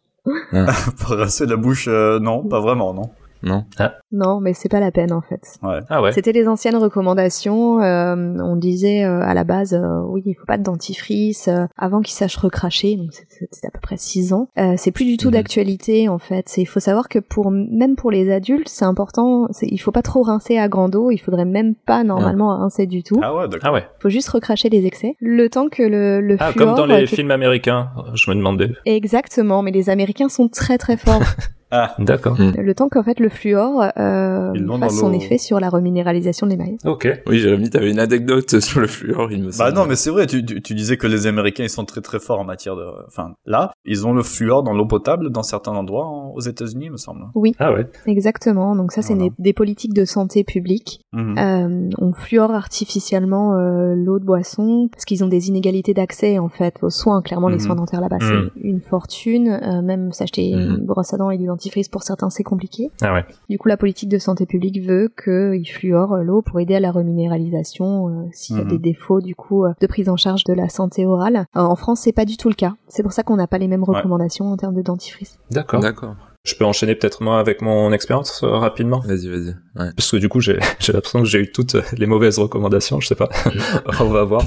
Speaker 4: ah, pour rincer la bouche, euh, non, pas vraiment, non.
Speaker 2: Non
Speaker 6: Non, mais c'est pas la peine en fait.
Speaker 5: Ah ouais.
Speaker 6: C'était les anciennes recommandations. euh, on disait euh, à la base, euh, oui, il faut pas de dentifrice euh, avant qu'il sache recracher. Donc c'est- c'est- c'était à peu près 6 ans. Euh, c'est plus du tout
Speaker 5: Mhm.
Speaker 6: d'actualité en fait. C'est- Il faut savoir que pour même pour les adultes, c'est important. c'est- Il faut pas trop rincer à grande eau. Il faudrait même pas normalement rincer du tout.
Speaker 4: Ah ouais, d'accord.
Speaker 5: Ah ouais.
Speaker 6: Il faut juste recracher les excès. Le temps que le, le
Speaker 5: Ah,
Speaker 6: fluor,
Speaker 5: comme dans les
Speaker 6: euh, que-
Speaker 5: films américains, je me demandais.
Speaker 6: Exactement, mais les Américains sont très très forts.
Speaker 5: [LAUGHS]
Speaker 4: Ah,
Speaker 5: D'accord.
Speaker 6: le temps qu'en fait le fluor euh,
Speaker 4: Ils l'ont dans
Speaker 6: fasse son
Speaker 4: l'eau.
Speaker 6: effet sur la reminéralisation de l'émail.
Speaker 5: Ok.
Speaker 2: Oui, Jérémy, t'avais une anecdote [LAUGHS] sur le fluor, il me
Speaker 4: Bah
Speaker 2: semble.
Speaker 4: non, mais c'est vrai, tu, tu, tu disais que les Américains, ils sont très très forts en matière de... Enfin, là, ils ont le fluor dans l'eau potable dans certains endroits en- aux États-Unis, il me semble.
Speaker 5: Ah ouais.
Speaker 6: Exactement. Donc ça, c'est
Speaker 4: Voilà.
Speaker 6: des, des politiques de santé publique.
Speaker 4: Mhm.
Speaker 6: Euh, on fluore artificiellement euh, l'eau de boisson parce qu'ils ont des inégalités d'accès en fait aux soins. Clairement, les
Speaker 4: Mhm.
Speaker 6: soins dentaires là-bas,
Speaker 5: Mhm.
Speaker 6: c'est une fortune. Euh, même s'acheter
Speaker 2: Mhm.
Speaker 6: une brosse à dents et du dentifrice pour certains, c'est compliqué.
Speaker 5: Ah ouais.
Speaker 6: Du coup, la politique de santé publique veut qu'ils fluorent l'eau pour aider à la reminéralisation euh, s'il y a
Speaker 4: Mhm.
Speaker 6: des défauts du coup euh, de prise en charge de la santé orale. Euh, en France, c'est pas du tout le cas. C'est pour ça qu'on n'a pas les mêmes
Speaker 4: Ouais.
Speaker 6: recommandations en termes de dentifrice.
Speaker 5: D'accord.
Speaker 2: D'accord.
Speaker 5: Je peux enchaîner peut-être moi avec mon expérience euh, rapidement.
Speaker 2: Vas-y, vas-y. Ouais.
Speaker 5: Parce que du coup, j'ai [LAUGHS] j'ai l'impression que j'ai eu toutes les mauvaises recommandations, je sais pas. [LAUGHS] On va
Speaker 4: [LAUGHS]
Speaker 5: voir.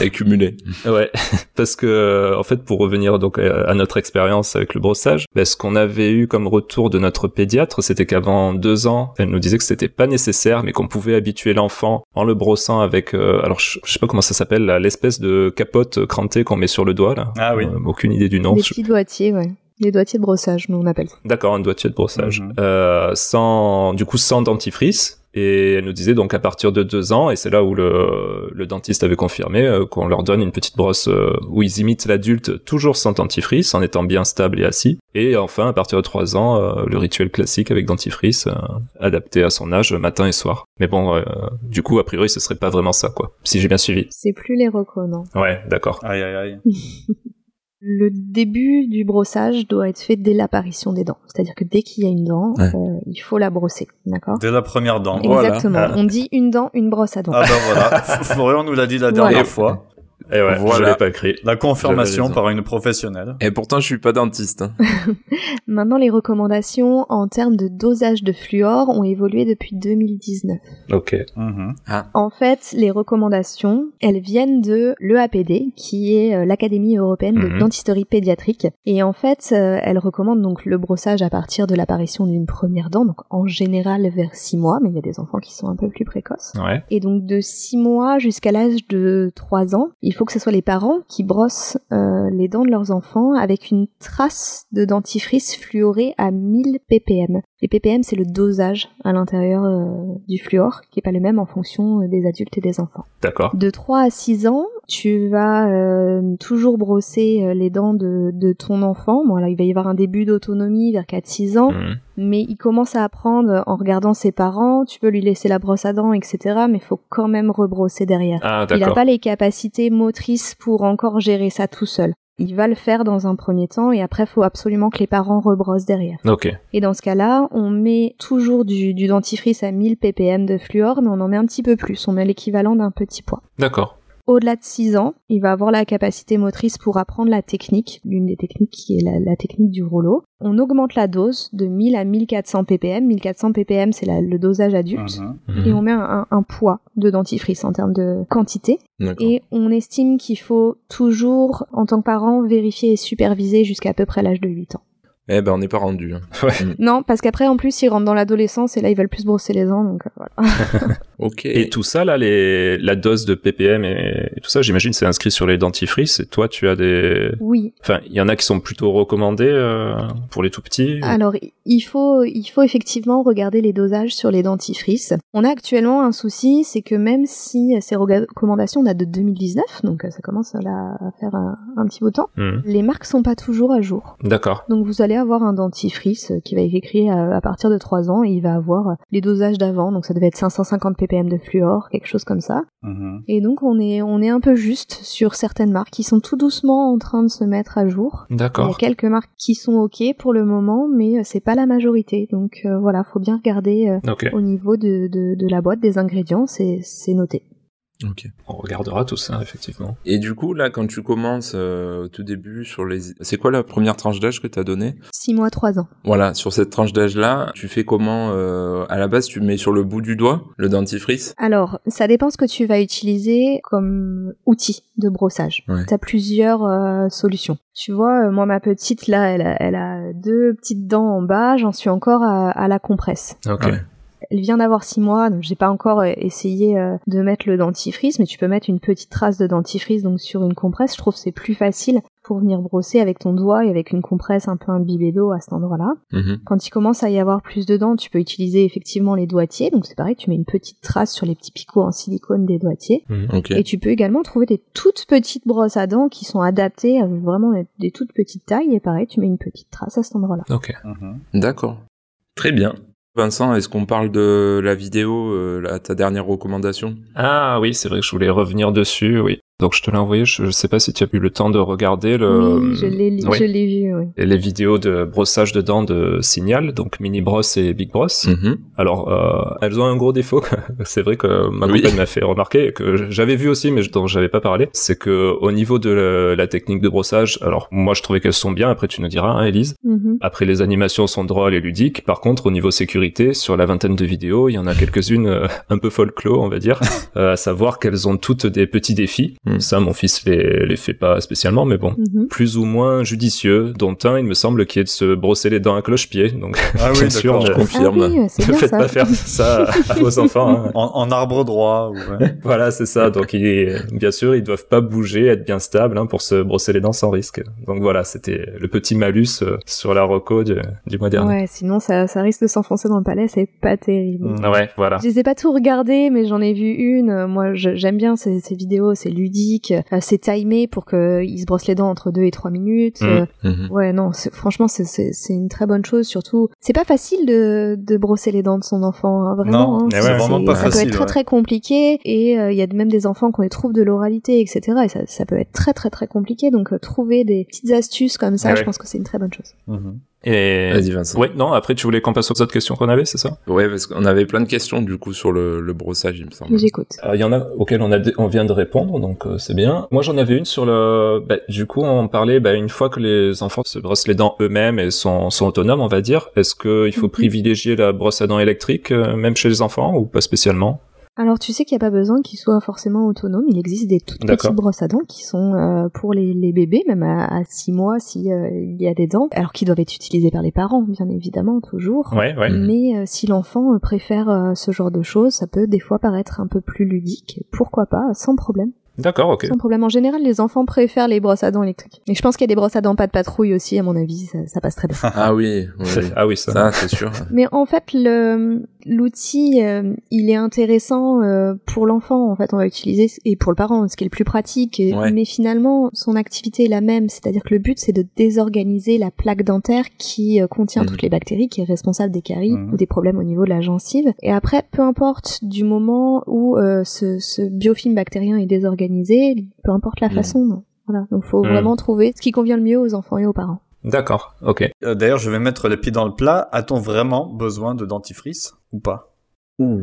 Speaker 2: Accumulé.
Speaker 5: Ouais, parce que euh, en fait, pour revenir donc euh, à notre expérience avec le brossage, ben, ce qu'on avait eu comme retour de notre pédiatre, c'était qu'avant deux ans, elle nous disait que c'était pas nécessaire, mais qu'on pouvait habituer l'enfant en le brossant avec, euh, alors je, je sais pas comment ça s'appelle, là, l'espèce de capote crantée qu'on met sur le doigt là.
Speaker 4: Ah oui.
Speaker 5: Euh, aucune idée du nom.
Speaker 6: les
Speaker 5: Je-
Speaker 6: petits doigtiers, ouais. Les doigtiers de brossage, nous on appelle ça.
Speaker 5: D'accord, un doigtier de brossage.
Speaker 4: Mhm.
Speaker 5: Euh, sans, du coup, sans dentifrice. Et elle nous disait donc à partir de deux ans, et c'est là où le, le dentiste avait confirmé euh, qu'on leur donne une petite brosse euh, où ils imitent l'adulte toujours sans dentifrice, en étant bien stable et assis. Et enfin, à partir de trois ans, euh, le rituel classique avec dentifrice, euh, adapté à son âge matin et soir. Mais bon, euh, du coup, a priori, ce serait pas vraiment ça, quoi. Si j'ai bien suivi.
Speaker 6: C'est plus les recos, non.
Speaker 5: Ouais, d'accord.
Speaker 4: Aïe, aïe, aïe.
Speaker 6: Le début du brossage doit être fait dès l'apparition des dents. C'est-à-dire que dès qu'il y a une dent,
Speaker 2: Ouais.
Speaker 6: euh, il faut la brosser, d'accord
Speaker 4: Dès la première dent.
Speaker 2: Et- Voilà.
Speaker 6: Exactement.
Speaker 5: Ah.
Speaker 6: On dit une dent, une brosse à dents.
Speaker 4: Ah bah voilà, Florian nous l'a dit la
Speaker 6: Voilà.
Speaker 4: dernière
Speaker 2: Et-
Speaker 4: fois.
Speaker 5: Et ouais,
Speaker 2: Voilà.
Speaker 5: je l'ai pas écrit.
Speaker 4: La confirmation
Speaker 5: raison.
Speaker 4: par une professionnelle.
Speaker 2: Et pourtant, je suis pas dentiste. hein.
Speaker 6: Maintenant, les recommandations en termes de dosage de fluor ont évolué depuis 2019.
Speaker 5: Ok.
Speaker 4: Mhm.
Speaker 6: En fait, les recommandations, elles viennent de l'EAPD, qui est euh, l'Académie européenne de
Speaker 5: Mhm.
Speaker 6: dentisterie pédiatrique. Et en fait, euh, elle recommande donc le brossage à partir de l'apparition d'une première dent, donc en général vers 6 mois, mais il y a des enfants qui sont un peu plus précoces.
Speaker 5: Ouais.
Speaker 6: Et donc de 6 mois jusqu'à l'âge de 3 ans, il faut que ce soit les parents qui brossent euh, les dents de leurs enfants avec une trace de dentifrice fluoré à 1000 ppm. Les ppm, c'est le dosage à l'intérieur euh, du fluor, qui n'est pas le même en fonction euh, des adultes et des enfants.
Speaker 5: D'accord.
Speaker 6: De 3 à 6 ans, tu vas euh, toujours brosser euh, les dents de, de ton enfant. Bon, là, il va y avoir un début d'autonomie vers 4-6 ans
Speaker 5: Mhm.
Speaker 6: mais il commence à apprendre en regardant ses parents, tu peux lui laisser la brosse à dents, etc., mais faut quand même rebrosser derrière.
Speaker 5: Ah,
Speaker 6: il n'a
Speaker 5: d'accord.
Speaker 6: pas les capacités motrices pour encore gérer ça tout seul. Il va le faire dans un premier temps et après, faut absolument que les parents rebrossent derrière.
Speaker 5: Ok.
Speaker 6: Et dans ce cas-là, on met toujours du, du dentifrice à 1000 ppm de fluor, mais on en met un petit peu plus, on met l'équivalent d'un petit poids.
Speaker 5: D'accord.
Speaker 6: Au-delà de 6 ans, il va avoir la capacité motrice pour apprendre la technique, l'une des techniques qui est la, la technique du rouleau. On augmente la dose de 1000 à 1400 ppm. 1400 ppm, c'est la- le dosage adulte.
Speaker 4: Mhm.
Speaker 5: Mhm.
Speaker 6: Et on met un, un- un poids de dentifrice en termes de quantité.
Speaker 2: D'accord.
Speaker 6: Et on estime qu'il faut toujours, en tant que parent, vérifier et superviser jusqu'à à peu près l'âge de 8 ans.
Speaker 2: Eh ben, on n'est pas rendu. hein.
Speaker 6: Non, parce qu'après, en plus, ils rentrent dans l'adolescence et là, ils veulent plus brosser les dents. Donc, euh, voilà.
Speaker 2: Ok.
Speaker 5: Et tout ça, là, les, la dose de ppm et, et tout ça, j'imagine, c'est inscrit sur les dentifrices. Et toi, tu as des...
Speaker 6: Oui.
Speaker 5: Enfin, il y en a qui sont plutôt recommandés euh, pour les tout petits.
Speaker 6: Alors, il faut, il faut effectivement regarder les dosages sur les dentifrices. On a actuellement un souci, c'est que même si ces recommandations datent de 2019, donc euh, ça commence à, la- à faire un, un petit bout de temps,
Speaker 5: Hmm.
Speaker 6: les marques sont pas toujours à jour.
Speaker 5: D'accord.
Speaker 6: Donc vous allez avoir un dentifrice euh, qui va être écrit à, à partir de 3 ans et il va avoir euh, les dosages d'avant, donc ça devait être 550 ppm de fluor, quelque chose comme ça.
Speaker 4: Mhm.
Speaker 6: Et donc on est, on est un peu juste sur certaines marques qui sont tout doucement en train de se mettre à jour. Il y a
Speaker 5: D'accord.
Speaker 6: quelques marques qui sont ok pour le moment, mais euh, c'est pas la majorité. Donc euh, voilà, faut bien regarder euh,
Speaker 5: Ok.
Speaker 6: au niveau de, de, de la boîte des ingrédients, c'est c'est noté.
Speaker 2: Ok.
Speaker 5: On regardera tout ça, effectivement.
Speaker 2: Et du coup, là, quand tu commences euh, au tout début sur les... C'est quoi la première tranche d'âge que t'as donnée
Speaker 6: 6 mois, 3 ans.
Speaker 2: Voilà, sur cette tranche d'âge-là, tu fais comment euh, À la base, tu mets sur le bout du doigt le dentifrice
Speaker 6: Alors, ça dépend ce que tu vas utiliser comme outil de brossage.
Speaker 2: Ouais.
Speaker 6: T'as plusieurs euh, solutions. Tu vois, euh, moi ma petite là, elle a, elle a deux petites dents en bas, j'en suis encore à- à la compresse.
Speaker 5: Ok.
Speaker 2: Ouais.
Speaker 6: Elle vient d'avoir six mois, donc j'ai pas encore euh, essayé euh, de mettre le dentifrice, mais tu peux mettre une petite trace de dentifrice donc sur une compresse. Je trouve que c'est plus facile pour venir brosser avec ton doigt et avec une compresse un peu imbibée d'eau à cet endroit-là.
Speaker 2: Mhm.
Speaker 6: Quand il commence à y avoir plus de dents, tu peux utiliser effectivement les doigtiers. Donc c'est pareil, tu mets une petite trace sur les petits picots en silicone des doigtiers.
Speaker 2: Ok.
Speaker 6: Et tu peux également trouver des toutes petites brosses à dents qui sont adaptées à vraiment des toutes petites tailles. Et pareil, tu mets une petite trace à cet endroit-là.
Speaker 5: Ok.
Speaker 4: Mhm.
Speaker 2: D'accord. Très bien. Vincent, est-ce qu'on parle de la vidéo, euh, la- ta dernière recommandation
Speaker 5: Ah oui, c'est vrai que je voulais revenir dessus, oui. Donc je te l'ai envoyé, je, je sais pas si tu as eu le temps de regarder le...
Speaker 6: Oui, je l'ai
Speaker 5: Oui.
Speaker 6: je l'ai vu, oui.
Speaker 5: Et les vidéos de brossage de dents de Signal, donc Mini Bross et Big Bross.
Speaker 2: Mhm,
Speaker 6: Ah
Speaker 5: Alors, euh, elles ont un gros défaut. [LAUGHS] c'est vrai que ma
Speaker 2: Oui.
Speaker 5: compagne m'a fait remarquer et que j'avais vu aussi, mais dont j'avais pas parlé. C'est que au niveau de la, la technique de brossage, alors moi je trouvais qu'elles sont bien. Après, tu nous diras, hein, Elise.
Speaker 6: Mhm.
Speaker 5: Après, les animations sont drôles et ludiques. Par contre, au niveau sécurité, sur la vingtaine de vidéos, il y en a quelques-unes euh, [LAUGHS] un peu folklore, on va [LAUGHS] dire, Euh, à savoir qu'elles ont toutes des petits défis.
Speaker 2: Mm.
Speaker 5: Ça, mon fils les, les fait pas spécialement, mais bon.
Speaker 6: Mhm.
Speaker 5: Plus ou moins judicieux, dont un, il me semble, qui est de se brosser les dents à cloche-pied. Donc,
Speaker 4: Ah oui,
Speaker 5: Bien sûr,
Speaker 4: d'accord.
Speaker 2: Je
Speaker 5: je-
Speaker 6: Ah
Speaker 2: confirme.
Speaker 6: oui,
Speaker 5: [LAUGHS]
Speaker 6: c'est
Speaker 5: ne
Speaker 6: bien
Speaker 5: faites
Speaker 6: ça.
Speaker 5: pas faire
Speaker 6: [LAUGHS]
Speaker 5: ça à vos enfants. hein.
Speaker 4: En, en arbre droit.
Speaker 5: [LAUGHS]
Speaker 4: ouais.
Speaker 5: Voilà, c'est ça. Donc, il est- bien sûr, ils doivent pas bouger, être bien stables hein, pour se brosser les dents sans risque. Donc voilà, c'était le petit malus euh, sur la reco du, du mois dernier.
Speaker 6: Ouais, sinon ça, ça risque de s'enfoncer dans le palais, c'est pas terrible.
Speaker 4: Mm.
Speaker 5: Ah ouais voilà.
Speaker 6: Je les ai pas tout regardées, mais j'en ai vu une. Euh, Moi, je- j'aime bien ces, ces vidéos, c'est ludique, euh, c'est timé pour qu'ils se brossent les dents entre 2 et 3 minutes.
Speaker 5: Mm.
Speaker 6: Euh,
Speaker 2: Mhm.
Speaker 6: Ouais, non, c'est- franchement, c'est- c'est c'est une très bonne chose, surtout. C'est pas facile de, de brosser les dents de son enfant, hein,
Speaker 4: Non,
Speaker 6: vraiment. hein.
Speaker 5: mais ouais,
Speaker 6: C'est-
Speaker 4: vraiment pas
Speaker 6: ça peut
Speaker 4: facile,
Speaker 6: être très
Speaker 4: ouais.
Speaker 6: très compliqué, et euh, il y a même des enfants qui ont des troubles de l'oralité, etc. Et ça, ça peut être très très très compliqué, donc euh, trouver des petites astuces comme ça,
Speaker 5: Ah
Speaker 6: je
Speaker 5: ouais.
Speaker 6: pense que c'est une très bonne chose.
Speaker 4: Mhm.
Speaker 5: Et
Speaker 2: Vas-y, Vincent.
Speaker 5: ouais, non. Après, tu voulais qu'on passe aux autres questions qu'on avait, c'est ça
Speaker 2: Ouais, parce qu'on avait plein de questions, du coup, sur le, le brossage, il me semble.
Speaker 6: J'écoute.
Speaker 5: Euh, Il y en a auxquelles on, a dé- on vient de répondre, donc euh, c'est bien. Moi, j'en avais une sur le. bah, du coup, on parlait bah, une fois que les enfants se brossent les dents eux-mêmes et sont, sont autonomes, on va dire. Est-ce qu'il faut
Speaker 6: Mhm.
Speaker 5: privilégier la brosse à dents électrique, euh, même chez les enfants, ou pas spécialement
Speaker 6: Alors tu sais qu'il n'y a pas besoin qu'ils soient forcément autonomes, il existe des toutes
Speaker 5: D'accord.
Speaker 6: petites brosses à dents qui sont euh, pour les, les bébés, même à 6 mois s'il y a des dents, alors qu'ils doivent être utilisés par les parents, bien évidemment, toujours.
Speaker 5: Ouais, ouais.
Speaker 6: Mais euh, si l'enfant euh, préfère euh, ce genre de choses, ça peut des fois paraître un peu plus ludique, pourquoi pas, sans problème.
Speaker 5: D'accord, ok.
Speaker 6: Sans problème, en général, les enfants préfèrent les brosses à dents électriques. Et je pense qu'il y a des brosses à dents pas de patrouille aussi, à mon avis, ça, ça passe très bien.
Speaker 2: Ah oui, oui, oui.
Speaker 5: Ah oui, ça.
Speaker 2: ça, c'est sûr.
Speaker 6: Mais en fait, le- l'outil, euh, il est intéressant euh, pour l'enfant. En fait, on va utiliser et pour le parent, ce qui est le plus pratique. Et-
Speaker 2: Ouais.
Speaker 6: Mais finalement, son activité est la même. C'est-à-dire que le but, c'est de désorganiser la plaque dentaire qui euh, contient
Speaker 2: Mhm.
Speaker 6: toutes les bactéries, qui est responsable des caries
Speaker 4: Mhm.
Speaker 6: ou des problèmes au niveau de la gencive. Et après, peu importe du moment où euh, ce, ce biofilm bactérien est désorganisé, peu importe la
Speaker 2: Mhm.
Speaker 6: façon. non. Voilà. Donc, faut
Speaker 5: Mhm.
Speaker 6: vraiment trouver ce qui convient le mieux aux enfants et aux parents.
Speaker 5: D'accord, ok.
Speaker 4: Euh, D'ailleurs, je vais mettre les pieds dans le plat. A-t-on vraiment besoin de dentifrice ou pas
Speaker 2: Ouh.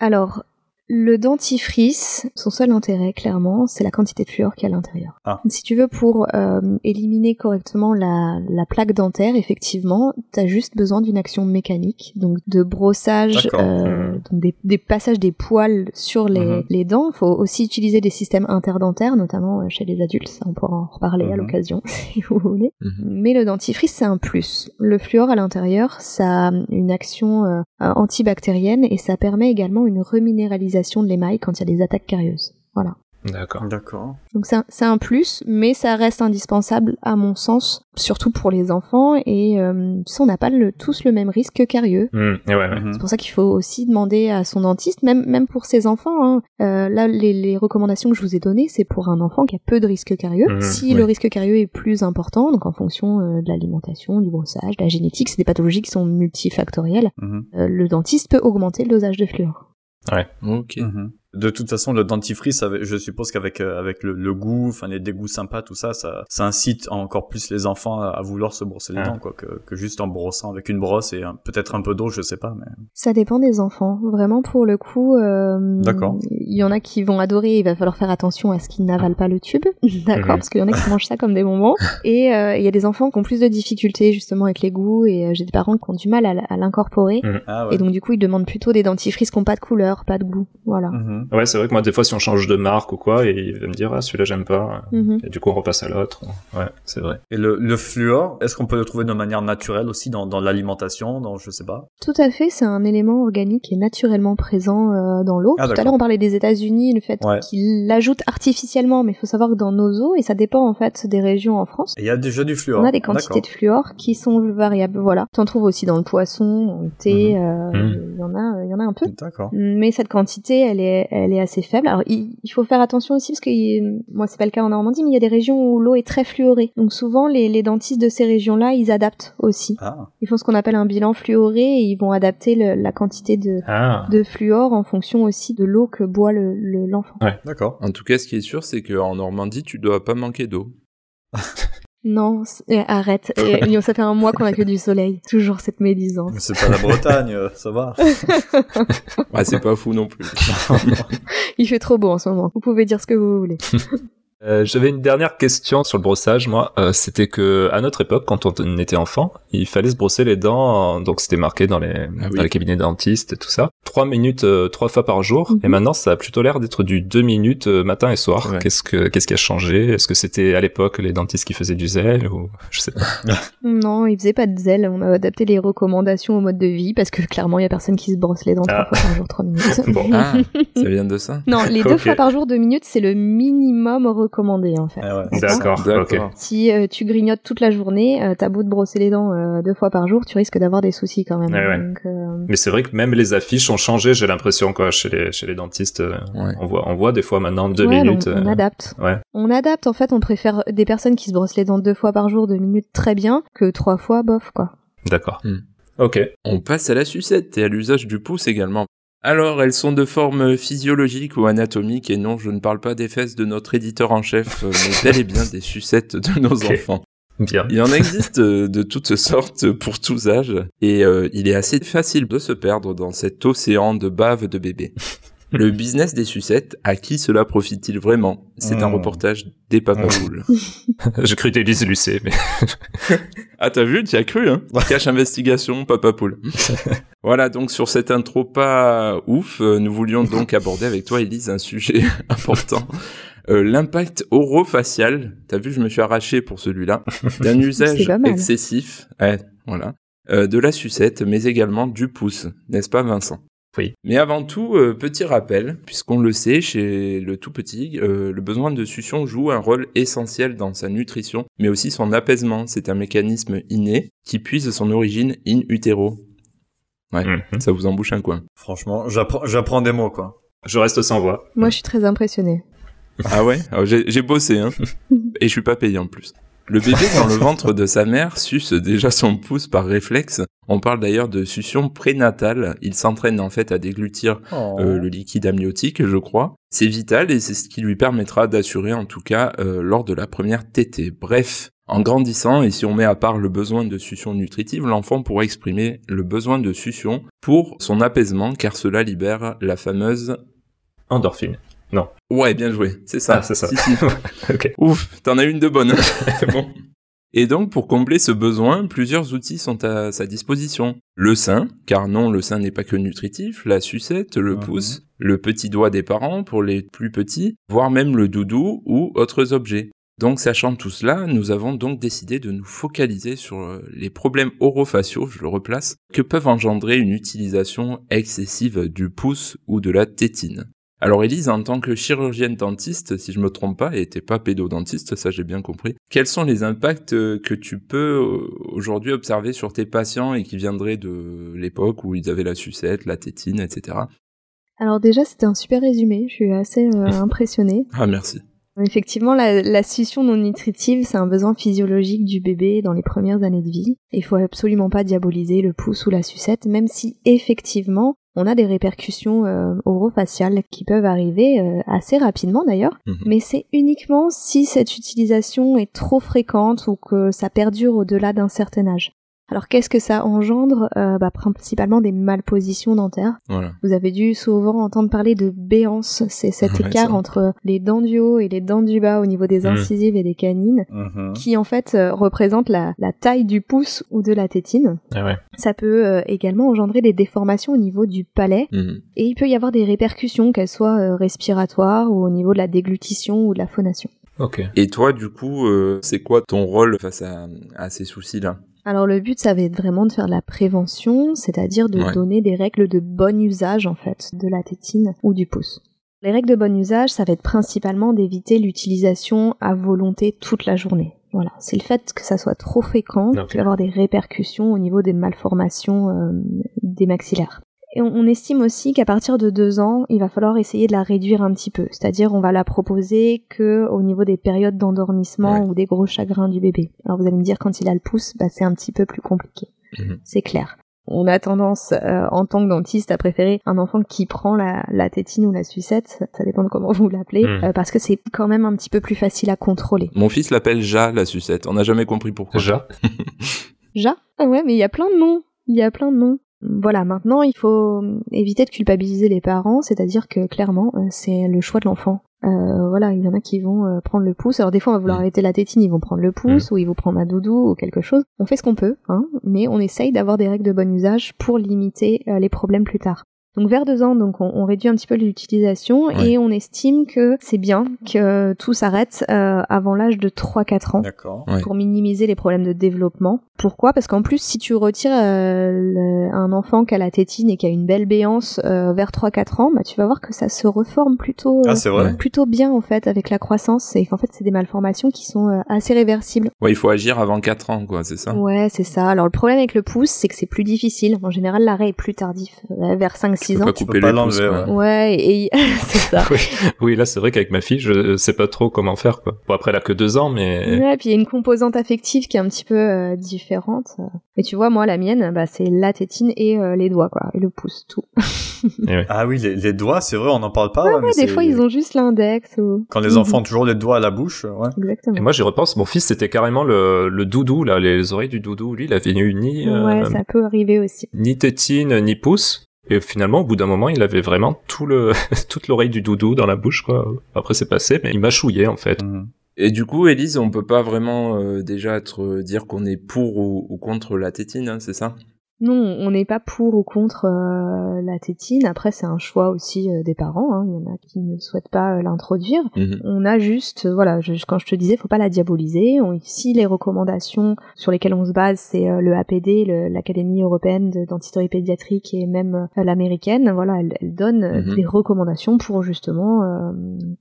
Speaker 6: Alors, Le dentifrice, son seul intérêt, clairement, c'est la quantité de fluor qu'il y a à l'intérieur.
Speaker 4: Ah.
Speaker 6: Si tu veux, pour euh, éliminer correctement la, la plaque dentaire, effectivement, t'as juste besoin d'une action mécanique, donc de brossage,
Speaker 4: D'accord. Hmm.
Speaker 6: euh,
Speaker 5: Mhm.
Speaker 6: donc des, des passages des poils sur les,
Speaker 5: Mhm.
Speaker 6: les dents. Faut aussi utiliser des systèmes interdentaires, notamment euh, chez les adultes, ça, on pourra en reparler à
Speaker 4: Mhm.
Speaker 6: l'occasion, [LAUGHS] si vous voulez.
Speaker 2: Mhm.
Speaker 6: Mais le dentifrice, c'est un plus. Le fluor à l'intérieur, ça a une action euh, euh, antibactérienne et ça permet également une reminéralisation de l'émail quand il y a des attaques carieuses. Voilà.
Speaker 5: D'accord.
Speaker 4: D'accord.
Speaker 6: Donc c'est un, c'est un plus, mais ça reste indispensable à mon sens, surtout pour les enfants, et euh, ça, on n'a pas le- tous le même risque que carieux.
Speaker 5: Hmm, et ouais, ouais.
Speaker 4: Mhm.
Speaker 6: C'est pour ça qu'il faut aussi demander à son dentiste, même, même pour ses enfants. hein. Euh, là, les, les recommandations que je vous ai données, c'est pour un enfant qui a peu de risques carieux.
Speaker 5: Mhm,
Speaker 6: si
Speaker 5: oui.
Speaker 6: le risque carieux est plus important, donc en fonction euh, de l'alimentation, du brossage, de la génétique, c'est des pathologies qui sont multifactorielles,
Speaker 4: Mhm.
Speaker 6: euh, le dentiste peut augmenter le dosage de fluor.
Speaker 2: Ok.
Speaker 4: Mhm. De toute façon, le dentifrice, avec- je suppose qu'avec euh, avec le, le goût, enfin les dégoûts sympas, tout ça, ça, ça incite encore plus les enfants à, à vouloir se brosser les
Speaker 5: Ah.
Speaker 4: dents, quoi, que, que juste en brossant avec une brosse et un- peut-être un peu d'eau, je sais pas, mais.
Speaker 6: Ça dépend des enfants. Vraiment, pour le coup, euh,
Speaker 4: D'accord.
Speaker 6: il y en a qui vont adorer, il va falloir faire attention à ce qu'ils n'avalent pas le tube, [LAUGHS] d'accord,
Speaker 5: Mhm.
Speaker 6: parce qu'il y en a qui mangent ça comme
Speaker 4: [LAUGHS]
Speaker 6: des bonbons. Et euh, il y a des enfants qui ont plus de difficultés justement avec les goûts, et euh, j'ai des parents qui ont du mal à, l- à l'incorporer.
Speaker 4: Ah ouais.
Speaker 6: Et donc du coup, ils demandent plutôt des dentifrices qui n'ont pas de couleur, pas de goût. Voilà.
Speaker 4: Mhm.
Speaker 5: Ouais, c'est vrai que moi, des fois, si on change de marque ou quoi, et il va me dire, ah, celui-là, j'aime pas.
Speaker 6: Mhm.
Speaker 5: Et du coup, on repasse à l'autre. Ouais, c'est vrai.
Speaker 4: Et le, le fluor, est-ce qu'on peut le trouver de manière naturelle aussi dans, dans l'alimentation, dans je sais pas
Speaker 6: Tout à fait, c'est un élément organique qui est naturellement présent euh, dans l'eau.
Speaker 4: Ah,
Speaker 6: Tout à
Speaker 4: d'accord.
Speaker 6: l'heure, on parlait des États-Unis, le fait
Speaker 4: Ouais.
Speaker 6: qu'ils l'ajoutent artificiellement, mais il faut savoir que dans nos eaux, et ça dépend en fait des régions en France,
Speaker 4: Et il y a déjà du fluor.
Speaker 6: on a des quantités
Speaker 4: D'accord.
Speaker 6: de fluor qui sont variables. Voilà, t'en trouves aussi dans le poisson, dans le thé, euh, il
Speaker 5: Mhm.
Speaker 6: y en a, il y en a un peu.
Speaker 4: D'accord.
Speaker 6: Mais cette quantité, elle est, elle est assez faible. Alors, il, il faut faire attention aussi parce que il- moi, c'est pas le cas en Normandie, mais il y a des régions où l'eau est très fluorée. Donc souvent, les, les dentistes de ces régions-là, ils adaptent aussi.
Speaker 4: Ah,
Speaker 6: Ils font ce qu'on appelle un bilan fluoré et ils vont adapter le- la quantité de,
Speaker 5: Ah.
Speaker 6: de fluor en fonction aussi de l'eau que boit l'enfant. Le, l'enfant.
Speaker 4: d'accord.
Speaker 2: En tout cas, ce qui est sûr, c'est qu'en Normandie, tu dois pas manquer d'eau.
Speaker 6: non, c'est- eh, arrête. Eh, Lyon, ça fait un mois qu'on a que du soleil. Toujours cette médisance.
Speaker 4: Mais C'est pas la Bretagne, euh, ça va.
Speaker 2: Ah,
Speaker 6: [LAUGHS]
Speaker 2: c'est pas fou non plus.
Speaker 6: Il fait trop beau en ce moment. Vous pouvez dire ce que vous voulez.
Speaker 5: Euh, J'avais une dernière question sur le brossage, moi. Euh, c'était que, à notre époque, quand on était enfant, il fallait se brosser les dents. en- Donc, c'était marqué dans les,
Speaker 2: oui.
Speaker 5: dans les cabinets dentistes et tout ça. Trois minutes, euh, trois fois par jour.
Speaker 6: Mhm.
Speaker 5: Et maintenant, ça a plutôt l'air d'être du deux minutes euh, matin et soir.
Speaker 2: Ouais.
Speaker 5: Qu'est-ce que, qu'est-ce qui a changé? Est-ce que c'était à l'époque les dentistes qui faisaient du zèle ou, je sais pas.
Speaker 6: Non, il faisait pas de zèle. On a adapté les recommandations au mode de vie parce que clairement, il y a personne qui se brosse les dents trois
Speaker 5: Ah.
Speaker 6: fois par jour, trois minutes.
Speaker 5: [LAUGHS] Bon.
Speaker 2: Ah, ça vient de ça
Speaker 6: Non, les deux
Speaker 5: Ok.
Speaker 6: fois par jour, deux minutes, c'est le minimum recommandé en fait.
Speaker 5: Ah.
Speaker 4: Eh ouais.
Speaker 5: D'accord, ok.
Speaker 2: D'accord.
Speaker 6: Si euh, tu grignotes toute la journée, euh, t'as beau te brosser les dents euh, deux fois par jour, tu risques d'avoir des soucis quand même.
Speaker 5: Ah Ouais, ouais.
Speaker 6: Donc, euh,
Speaker 5: Mais c'est vrai que même les affiches ont changé, j'ai l'impression, quoi, chez les, chez les dentistes. euh,
Speaker 2: Ouais.
Speaker 5: On voit, on voit des fois maintenant deux
Speaker 6: ouais,
Speaker 5: minutes.
Speaker 6: On, on
Speaker 5: euh,
Speaker 6: adapte.
Speaker 5: ouais.
Speaker 6: On adapte. En fait, on préfère des personnes qui se brossent les dents deux fois par jour, deux minutes, très bien, que trois fois, bof quoi.
Speaker 5: D'accord.
Speaker 2: Hmm.
Speaker 5: Ok.
Speaker 2: On passe à la sucette et à l'usage du pouce également. Alors, elles sont de forme physiologique ou anatomique, et non, je ne parle pas des fesses de notre éditeur en chef, euh, mais bel et bien des sucettes de nos
Speaker 5: Ok.
Speaker 2: enfants.
Speaker 5: Bien. [LAUGHS]
Speaker 2: Il en existe euh, de toutes sortes pour tous âges, et euh, il est assez facile de se perdre dans cet océan de bave de bébé. Le business des sucettes, à qui cela profite-t-il vraiment C'est un
Speaker 4: Mm.
Speaker 2: reportage des papoules.
Speaker 5: J'ai cru d'Élise Lucet, mais
Speaker 2: Ah, t'as vu, t'y as cru, hein Cache investigation, papa poule. voilà, donc sur cette intro pas ouf, euh, nous voulions donc aborder avec toi, Elise, un sujet [LAUGHS] important. Euh, L'impact orofacial, t'as vu, je me suis arraché pour celui-là, d'un usage
Speaker 6: pas mal.
Speaker 2: excessif, ouais, voilà, euh, de la sucette, mais également du pouce, n'est-ce pas, Vincent
Speaker 5: Oui.
Speaker 2: Mais avant tout, euh, petit rappel, puisqu'on le sait, chez le tout petit, euh, le besoin de succion joue un rôle essentiel dans sa nutrition, mais aussi son apaisement. C'est un mécanisme inné qui puise son origine in utero.
Speaker 5: Mhm.
Speaker 2: Ça vous embouche un coin.
Speaker 4: Franchement, j'apprends j'apprends des mots, quoi.
Speaker 5: je reste sans voix.
Speaker 6: Moi, je suis très impressionnée.
Speaker 2: [LAUGHS] Ah ouais Alors, J'ai j'ai bossé, hein. Et je suis pas payé en plus. Le bébé [LAUGHS] dans le ventre de sa mère suce déjà son pouce par réflexe. On parle d'ailleurs de succion prénatale. Il s'entraîne en fait à déglutir
Speaker 4: Oh.
Speaker 2: euh, le liquide amniotique, je crois. C'est vital et c'est ce qui lui permettra d'assurer en tout cas euh, lors de la première tétée. Bref, en grandissant, et si on met à part le besoin de succion nutritive, l'enfant pourra exprimer le besoin de succion pour son apaisement car cela libère la fameuse
Speaker 5: Endorphine.
Speaker 2: Ouais, bien joué. C'est ça.
Speaker 5: Ah, c'est ça.
Speaker 2: Si,
Speaker 5: [LAUGHS]
Speaker 2: si.
Speaker 5: Ok.
Speaker 2: Ouf, t'en as une de
Speaker 5: [LAUGHS]
Speaker 2: bonne. C'est bon. Et donc, pour combler ce besoin, plusieurs outils sont à sa disposition. Le sein, car non, le sein n'est pas que nutritif, la sucette, le
Speaker 4: Mhm.
Speaker 5: Ah,
Speaker 2: pouce, le petit doigt des parents pour les plus petits, voire même le doudou ou autres objets. Donc, sachant tout cela, nous avons donc décidé de nous focaliser sur euh, les problèmes orofaciaux, je le replace, que peuvent engendrer une utilisation excessive du pouce ou de la tétine. Alors Elise, en tant que chirurgienne dentiste, si je me trompe pas, et t'es pas pédodentiste, ça j'ai bien compris, quels sont les impacts euh, que tu peux euh, aujourd'hui observer sur tes patients et qui viendraient de l'époque où ils avaient la sucette, la tétine, etc.
Speaker 6: Alors déjà, c'était un super résumé. Je suis assez euh, impressionnée.
Speaker 2: Ah merci.
Speaker 6: Effectivement, la, la succion non nutritive, c'est un besoin physiologique du bébé dans les premières années de vie. Il faut absolument pas diaboliser le pouce ou la sucette, même si effectivement, on a des répercussions euh, orofaciales qui peuvent arriver euh, assez rapidement d'ailleurs.
Speaker 2: Mhm.
Speaker 6: Mais c'est uniquement si cette utilisation est trop fréquente ou que ça perdure au-delà d'un certain âge. Alors qu'est-ce que ça engendre Euh, bah, Principalement des malpositions dentaires.
Speaker 2: Voilà.
Speaker 6: Vous avez dû souvent entendre parler de béance, c'est cet
Speaker 2: Ouais,
Speaker 6: écart
Speaker 2: ça.
Speaker 6: entre les dents du haut et les dents du bas au niveau des
Speaker 5: Mhm.
Speaker 6: incisives et des canines,
Speaker 4: Mhm.
Speaker 6: qui en fait euh, représente la, la taille du pouce ou de la tétine.
Speaker 5: Ah ouais.
Speaker 6: Ça peut euh, également engendrer des déformations au niveau du palais,
Speaker 2: Mhm.
Speaker 6: et il peut y avoir des répercussions, qu'elles soient euh, respiratoires ou au niveau de la déglutition ou de la phonation.
Speaker 5: Ok.
Speaker 2: Et toi, du coup, euh, c'est quoi ton rôle face à, à ces soucis-là
Speaker 6: Alors le but, ça va être vraiment de faire de la prévention, c'est-à-dire de
Speaker 2: Ouais.
Speaker 6: donner des règles de bon usage en fait de la tétine ou du pouce. Les règles de bon usage, ça va être principalement d'éviter l'utilisation à volonté toute la journée. Voilà, c'est le fait que ça soit trop fréquent,
Speaker 5: Ok.
Speaker 6: qui va avoir des répercussions au niveau des malformations euh, des maxillaires. Et on- on estime aussi qu'à partir de deux ans, il va falloir essayer de la réduire un petit peu. C'est-à-dire, on va la proposer que au niveau des périodes d'endormissement ou des gros chagrins du bébé. Alors vous allez me dire, quand il a le pouce, bah, c'est un petit peu plus compliqué.
Speaker 2: Mhm.
Speaker 6: C'est clair. On a tendance, euh, en tant que dentiste, à préférer un enfant qui prend la, la tétine ou la sucette, ça dépend de comment vous l'appelez,
Speaker 5: Mhm.
Speaker 6: euh, parce que c'est quand même un petit peu plus facile à contrôler.
Speaker 2: Mon fils l'appelle Ja, la sucette. On n'a jamais compris pourquoi.
Speaker 5: Ja.
Speaker 6: Ja Ah ouais, mais il y a plein de noms. Il y a plein de noms. Voilà, maintenant, il faut euh, éviter de culpabiliser les parents, c'est-à-dire que clairement, euh, c'est le choix de l'enfant. Euh, voilà, il y en a qui vont euh, prendre le pouce. Alors des fois, on va vouloir
Speaker 2: Mm.
Speaker 6: arrêter la tétine, ils vont prendre le pouce, ou ils vont prendre un doudou, ou quelque chose. On fait ce qu'on peut, hein, mais on essaye d'avoir des règles de bon usage pour limiter euh, les problèmes plus tard. Donc vers deux ans, donc on, on réduit un petit peu l'utilisation
Speaker 2: Ouais.
Speaker 6: et on estime que c'est bien que tout s'arrête euh, avant l'âge de 3-4 ans
Speaker 4: D'accord.
Speaker 2: Ouais.
Speaker 6: pour minimiser les problèmes de développement. Pourquoi Parce qu'en plus, si tu retires euh, le- un enfant qui a la tétine et qui a une belle béance euh, vers 3-4 ans, bah, tu vas voir que ça se reforme plutôt, euh,
Speaker 4: Ah, c'est vrai.
Speaker 2: ouais.
Speaker 6: plutôt bien en fait avec la croissance et qu'en fait, c'est des malformations qui sont euh, assez réversibles.
Speaker 2: Ouais, il faut agir avant 4 ans, quoi, c'est ça
Speaker 4: Ah.
Speaker 6: Ouais, c'est ça. Alors le problème avec le pouce, c'est que c'est plus difficile. En général, l'arrêt est plus tardif, euh, vers
Speaker 2: Tu
Speaker 6: 5-6
Speaker 2: peux
Speaker 6: ans.
Speaker 2: pas
Speaker 4: Tu peux
Speaker 2: couper
Speaker 4: pas
Speaker 2: le pouce.
Speaker 4: l'enlever,
Speaker 2: quoi.
Speaker 6: Ouais, et [LAUGHS] c'est ça.
Speaker 5: Oui. oui, là c'est vrai qu'avec ma fille, je sais pas trop comment faire quoi. Bon après elle a que deux ans, mais
Speaker 6: Ouais, puis il y a une composante affective qui est un petit peu euh, différente. Et tu vois, moi, la mienne, bah, c'est la tétine et euh, les doigts, quoi, et le pouce, tout.
Speaker 4: Ah oui, les, les doigts, c'est vrai, on n'en parle pas. ouais, mais
Speaker 6: Ouais, des
Speaker 4: c'est-
Speaker 6: fois, ils ont Mhm. juste l'index ou.
Speaker 4: Quand les enfants ont toujours les doigts à la bouche, euh, ouais.
Speaker 5: Et
Speaker 6: Exactement.
Speaker 5: moi j'y repense, mon fils c'était carrément le, le doudou, là, les oreilles du doudou, lui il avait eu ni, euh,
Speaker 6: Ouais, ça peut arriver aussi.
Speaker 5: ni tétine, ni pouce. Et finalement, au bout d'un moment, il avait vraiment tout le, [LAUGHS] toute l'oreille du doudou dans la bouche, quoi. Après, c'est passé, mais il m'a chouillé, en fait.
Speaker 4: Mhm.
Speaker 2: Et du coup, Élise, on peut pas vraiment euh, déjà être, dire qu'on est pour ou, ou contre la tétine, hein, c'est ça
Speaker 6: Non, on n'est pas pour ou contre euh, la tétine. Après, c'est un choix aussi euh, des parents. hein. Il y en a qui ne souhaitent pas euh, l'introduire.
Speaker 2: Mhm.
Speaker 6: On a juste, euh, voilà, je- quand je te disais, faut pas la diaboliser. On, ici, les recommandations sur lesquelles on se base, c'est euh, le APD, le- l'Académie européenne de dentisterie pédiatrique et même euh, l'américaine. Voilà, elle, elle donne euh,
Speaker 2: Mhm.
Speaker 6: des recommandations pour justement euh,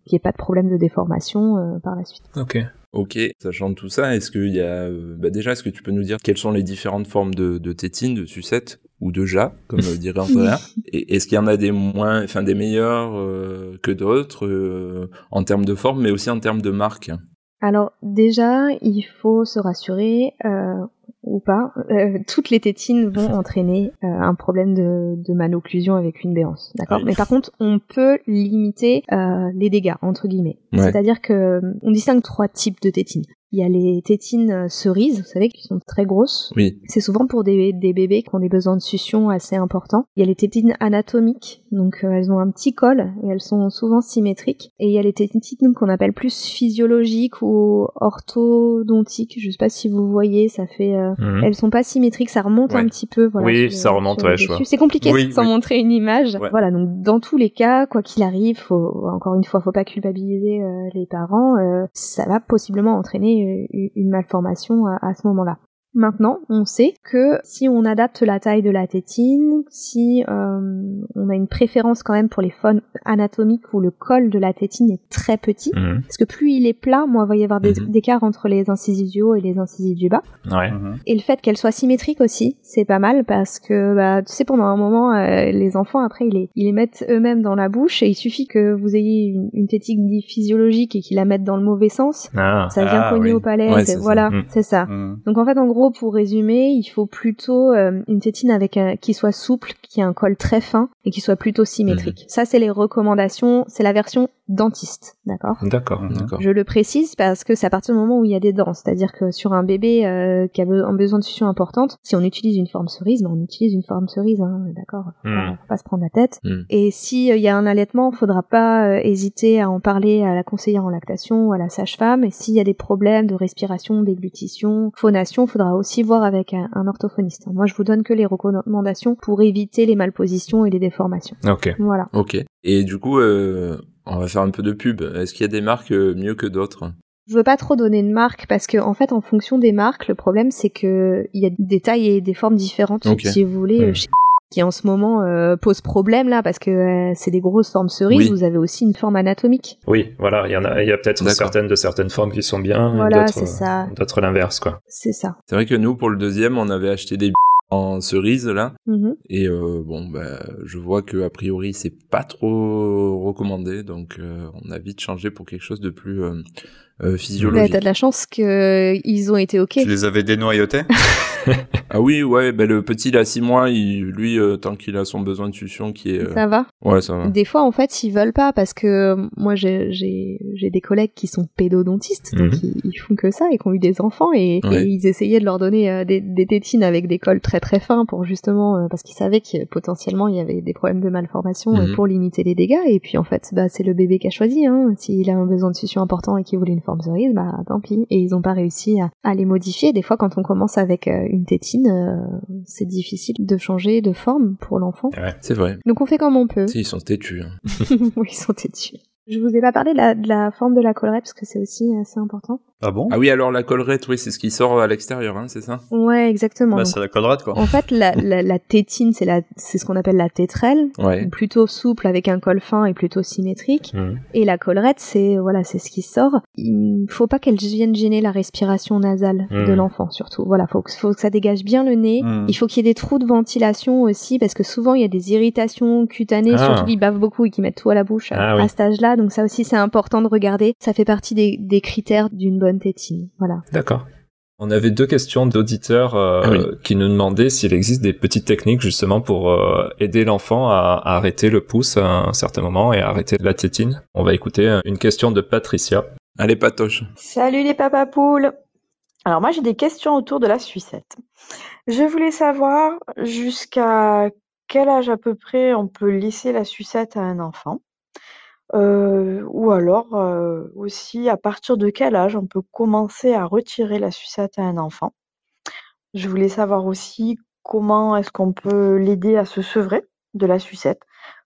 Speaker 6: qu'il n'y ait pas de problème de déformation euh, par la suite.
Speaker 5: Ok.
Speaker 2: Ok, sachant tout ça, est-ce qu'il y a... euh, bah déjà, est-ce que tu peux nous dire quelles sont les différentes formes de, de tétine, de sucette ou de ja, comme euh, dirait Andrea Et est-ce qu'il y en a des moins, enfin des meilleurs euh, que d'autres euh, en termes de forme, mais aussi en termes de marque
Speaker 6: Alors déjà, il faut se rassurer euh, ou pas. euh, toutes les tétines vont entraîner euh, un problème de, de malocclusion avec une béance, d'accord.
Speaker 4: Oui.
Speaker 6: Mais par contre, on peut limiter euh, les dégâts entre guillemets.
Speaker 2: Ouais.
Speaker 6: C'est-à-dire que euh, on distingue trois types de tétines. il y a les tétines euh, cerises, vous savez, qui sont très grosses.
Speaker 2: Oui.
Speaker 6: C'est souvent pour des, des bébés qui ont des besoins de succion assez importants. Il y a les tétines anatomiques, donc euh, elles ont un petit col et elles sont souvent symétriques. Et il y a les tétines qu'on appelle plus physiologiques ou orthodontiques. Je sais pas si vous voyez, ça fait. euh,
Speaker 5: Mhm.
Speaker 6: Elles sont pas symétriques, ça remonte
Speaker 5: Ouais.
Speaker 6: un petit peu. Voilà,
Speaker 5: Oui,
Speaker 6: sur-
Speaker 5: ça remonte,
Speaker 6: sur le
Speaker 5: ouais, je
Speaker 6: dessus.
Speaker 5: vois.
Speaker 6: C'est compliqué
Speaker 4: Oui,
Speaker 6: sans
Speaker 4: oui.
Speaker 6: montrer une image.
Speaker 4: Ouais.
Speaker 6: Voilà, donc dans tous les cas, quoi qu'il arrive, faut, encore une fois, faut pas culpabiliser euh, les parents. euh, ça va possiblement entraîner euh, une malformation à- à ce moment-là. Maintenant, on sait que si on adapte la taille de la tétine, si euh, on a une préférence quand même pour les formes anatomiques où le col de la tétine est très petit,
Speaker 5: Mhm.
Speaker 6: parce que plus il est plat, moins il va y avoir des
Speaker 5: Mhm.
Speaker 6: des écarts entre les incisives du haut et les incisives du bas.
Speaker 5: Ouais.
Speaker 4: Mhm.
Speaker 6: Et le fait qu'elle soit symétrique aussi, c'est pas mal parce que bah, tu sais pendant un moment euh, les enfants après ils les, ils les mettent eux-mêmes dans la bouche et il suffit que vous ayez une, une tétine dite physiologique et qu'ils la mettent dans le mauvais sens,
Speaker 5: Ah.
Speaker 6: ça vient
Speaker 4: Ah,
Speaker 6: cogner
Speaker 4: oui.
Speaker 6: au palais.
Speaker 2: Ouais, c'est
Speaker 6: c'est-
Speaker 2: ça.
Speaker 6: voilà,
Speaker 5: Mm.
Speaker 6: c'est ça.
Speaker 4: Mhm.
Speaker 6: Donc en fait, en gros, pour résumer, il faut plutôt euh, une tétine avec un- qui soit souple, qui a un col très fin et qui soit plutôt symétrique. Ça, c'est les recommandations. C'est la version dentiste, d'accord
Speaker 5: D'accord.
Speaker 4: Mhm.
Speaker 2: D'accord.
Speaker 6: je le précise parce que c'est à partir du moment où il y a des dents, c'est-à-dire que sur un bébé euh, qui a be- un besoin de succion importante, si on utilise une forme cerise, ben on utilise une forme cerise, hein, d'accord faut, pas-
Speaker 5: Mm.
Speaker 6: faut pas se prendre la tête.
Speaker 2: Mm.
Speaker 6: Et si euh, il y a un allaitement, faudra pas euh, hésiter à en parler à la conseillère en lactation ou à la sage-femme. Et s'il y a des problèmes de respiration, déglutition, phonation, faudra aussi voir avec un, un orthophoniste. Moi, je vous donne que les recommandations pour éviter les malpositions et les déformations.
Speaker 5: Ok.
Speaker 6: Voilà.
Speaker 2: Ok. Et du coup, euh, on va faire un peu de pub. Est-ce qu'il y a des marques euh, mieux que d'autres
Speaker 6: Je veux pas trop donner de marque parce que en fait en fonction des marques, le problème c'est que il y a des tailles et des formes différentes.
Speaker 2: Ok.
Speaker 6: Si vous voulez, euh,
Speaker 5: Mm.
Speaker 6: chez qui en ce moment euh, pose problème là parce que euh, c'est des grosses formes
Speaker 2: Oui.
Speaker 6: cerises, vous avez aussi une forme anatomique.
Speaker 5: Oui, voilà, il y en a, il y a peut-être
Speaker 2: D'accord.
Speaker 5: certaines de certaines formes qui sont bien, et
Speaker 6: Voilà,
Speaker 5: d'autres, euh,
Speaker 6: c'est ça.
Speaker 5: d'autres l'inverse, quoi.
Speaker 6: C'est ça.
Speaker 2: C'est vrai que nous, pour le deuxième, on avait acheté des b- en cerise là.
Speaker 6: Mhm.
Speaker 2: Et euh, bon, bah, je vois que a priori c'est pas trop recommandé, donc euh, on a vite changé pour quelque chose de plus euh, euh,
Speaker 6: Mais
Speaker 2: physiologique.
Speaker 6: t'as de la chance que euh, ils ont été ok.
Speaker 4: Tu les avais
Speaker 6: [LAUGHS]
Speaker 4: dénoyautés
Speaker 2: Ah oui, ouais, bah, le petit il a 6 mois, il, lui euh, tant qu'il a son besoin de succion qui est, euh,
Speaker 6: Ça Mm. va.
Speaker 2: ouais ça va.
Speaker 6: Des fois, en fait, ils veulent pas parce que euh, moi, j'ai- j'ai j'ai des collègues qui sont pédodontistes, donc
Speaker 5: Mhm.
Speaker 6: ils, ils font que ça et qui ont eu des enfants et, et
Speaker 2: Ouais.
Speaker 6: ils essayaient de leur donner euh, des, des tétines avec des cols très très fins pour justement euh, parce qu'ils savaient que euh, potentiellement il y avait des problèmes de malformation euh,
Speaker 2: Mhm.
Speaker 6: pour limiter les dégâts. Et puis en fait, bah c'est le bébé qui a choisi. Hein. S'il a un besoin de succion important et qu'il voulait une forme cerise, bah tant pis. Et ils ont pas réussi à, à les modifier. Des fois, quand on commence avec euh, une tétine, euh, c'est difficile de changer de forme pour l'enfant.
Speaker 2: C'est vrai.
Speaker 6: Donc on fait comme on peut.
Speaker 2: Si, ils sont têtus. hein.
Speaker 6: [LAUGHS] oui, ils sont têtus. Je vous ai pas parlé de la, de la forme de la collerette parce que c'est aussi assez important.
Speaker 4: Ah bon
Speaker 2: Ah oui, alors la collerette, oui, c'est ce qui sort à l'extérieur, hein, c'est ça
Speaker 6: Ouais, exactement.
Speaker 4: Bah,
Speaker 6: Donc,
Speaker 4: c'est la collerette, quoi.
Speaker 6: en fait, la, la, la tétine, c'est la, c'est ce qu'on appelle la tétrelle,
Speaker 2: Ouais.
Speaker 6: plutôt souple avec un col fin et plutôt symétrique.
Speaker 5: Mhm.
Speaker 6: Et la collerette, c'est voilà, c'est ce qui sort. Il faut pas qu'elle vienne gêner la respiration nasale
Speaker 5: Mhm.
Speaker 6: de l'enfant, surtout. Voilà, faut que, faut que ça dégage bien le nez.
Speaker 4: Mhm.
Speaker 6: Il faut qu'il y ait des trous de ventilation aussi, parce que souvent il y a des irritations cutanées,
Speaker 5: Ah.
Speaker 6: surtout qu'ils bavent beaucoup et qu'ils mettent tout à la bouche à-
Speaker 5: Ah oui.
Speaker 6: à cet âge-là. Donc ça aussi, c'est important de regarder. Ça fait partie des, des critères d'une bonne tétine. Voilà.
Speaker 5: D'accord. On avait deux questions d'auditeurs euh,
Speaker 2: Ah oui.
Speaker 5: qui nous demandaient s'il existe des petites techniques justement pour euh, aider l'enfant à, à arrêter le pouce à un certain moment et à arrêter la tétine. On va écouter euh, une question de Patricia.
Speaker 2: Allez, patoche.
Speaker 3: Salut les papas poules. Alors moi j'ai des questions autour de la sucette. Je voulais savoir jusqu'à quel âge à peu près on peut laisser la sucette à un enfant. Euh, ou alors euh, aussi à partir de quel âge on peut commencer à retirer la sucette à un enfant. Je voulais savoir aussi comment est-ce qu'on peut l'aider à se sevrer de la sucette.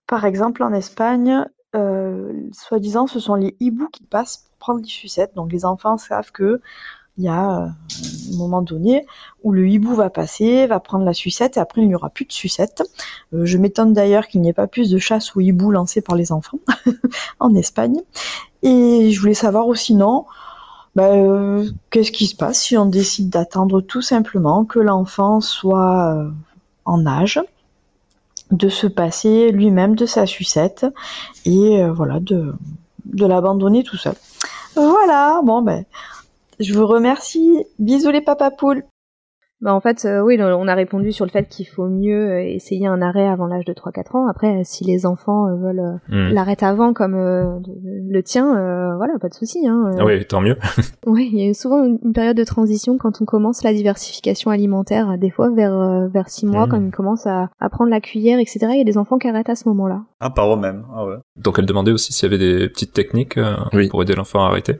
Speaker 3: Par exemple, en Espagne, euh, soi-disant, ce sont les hiboux qui passent pour prendre les sucettes. Donc les enfants savent que il y a euh, un moment donné où le hibou va passer, va prendre la sucette et après il n'y aura plus de sucette. Euh, je m'étonne d'ailleurs qu'il n'y ait pas plus de chasse aux hiboux lancées par les enfants [LAUGHS] en Espagne. Et je voulais savoir aussi non, bah, euh, qu'est-ce qui se passe si on décide d'attendre tout simplement que l'enfant soit euh, en âge de se passer lui-même de sa sucette et euh, voilà de, de l'abandonner tout seul. Voilà, bon ben je vous remercie. Bisous les papa poules.
Speaker 6: Bah en fait, euh, oui, le- on a répondu sur le fait qu'il faut mieux euh, essayer un arrêt avant l'âge de 3-4 ans. Après, euh, si les enfants euh, veulent euh,
Speaker 5: Hmm.
Speaker 6: l'arrêt avant comme euh, de- le tien, euh, voilà, pas de souci. Hein,
Speaker 5: Ah oui, tant mieux.
Speaker 6: Oui, il y a souvent une une période de transition quand on commence la diversification alimentaire, des fois vers, euh, vers 6 mois,
Speaker 5: Mm.
Speaker 6: quand ils commencent à, à prendre la cuillère, etc. Il y a des enfants qui arrêtent à ce moment-là.
Speaker 4: Ah, par eux-mêmes. Ah ouais.
Speaker 5: Donc elle demandait aussi s'il y avait des petites techniques euh,
Speaker 2: Oui.
Speaker 5: pour aider l'enfant à arrêter.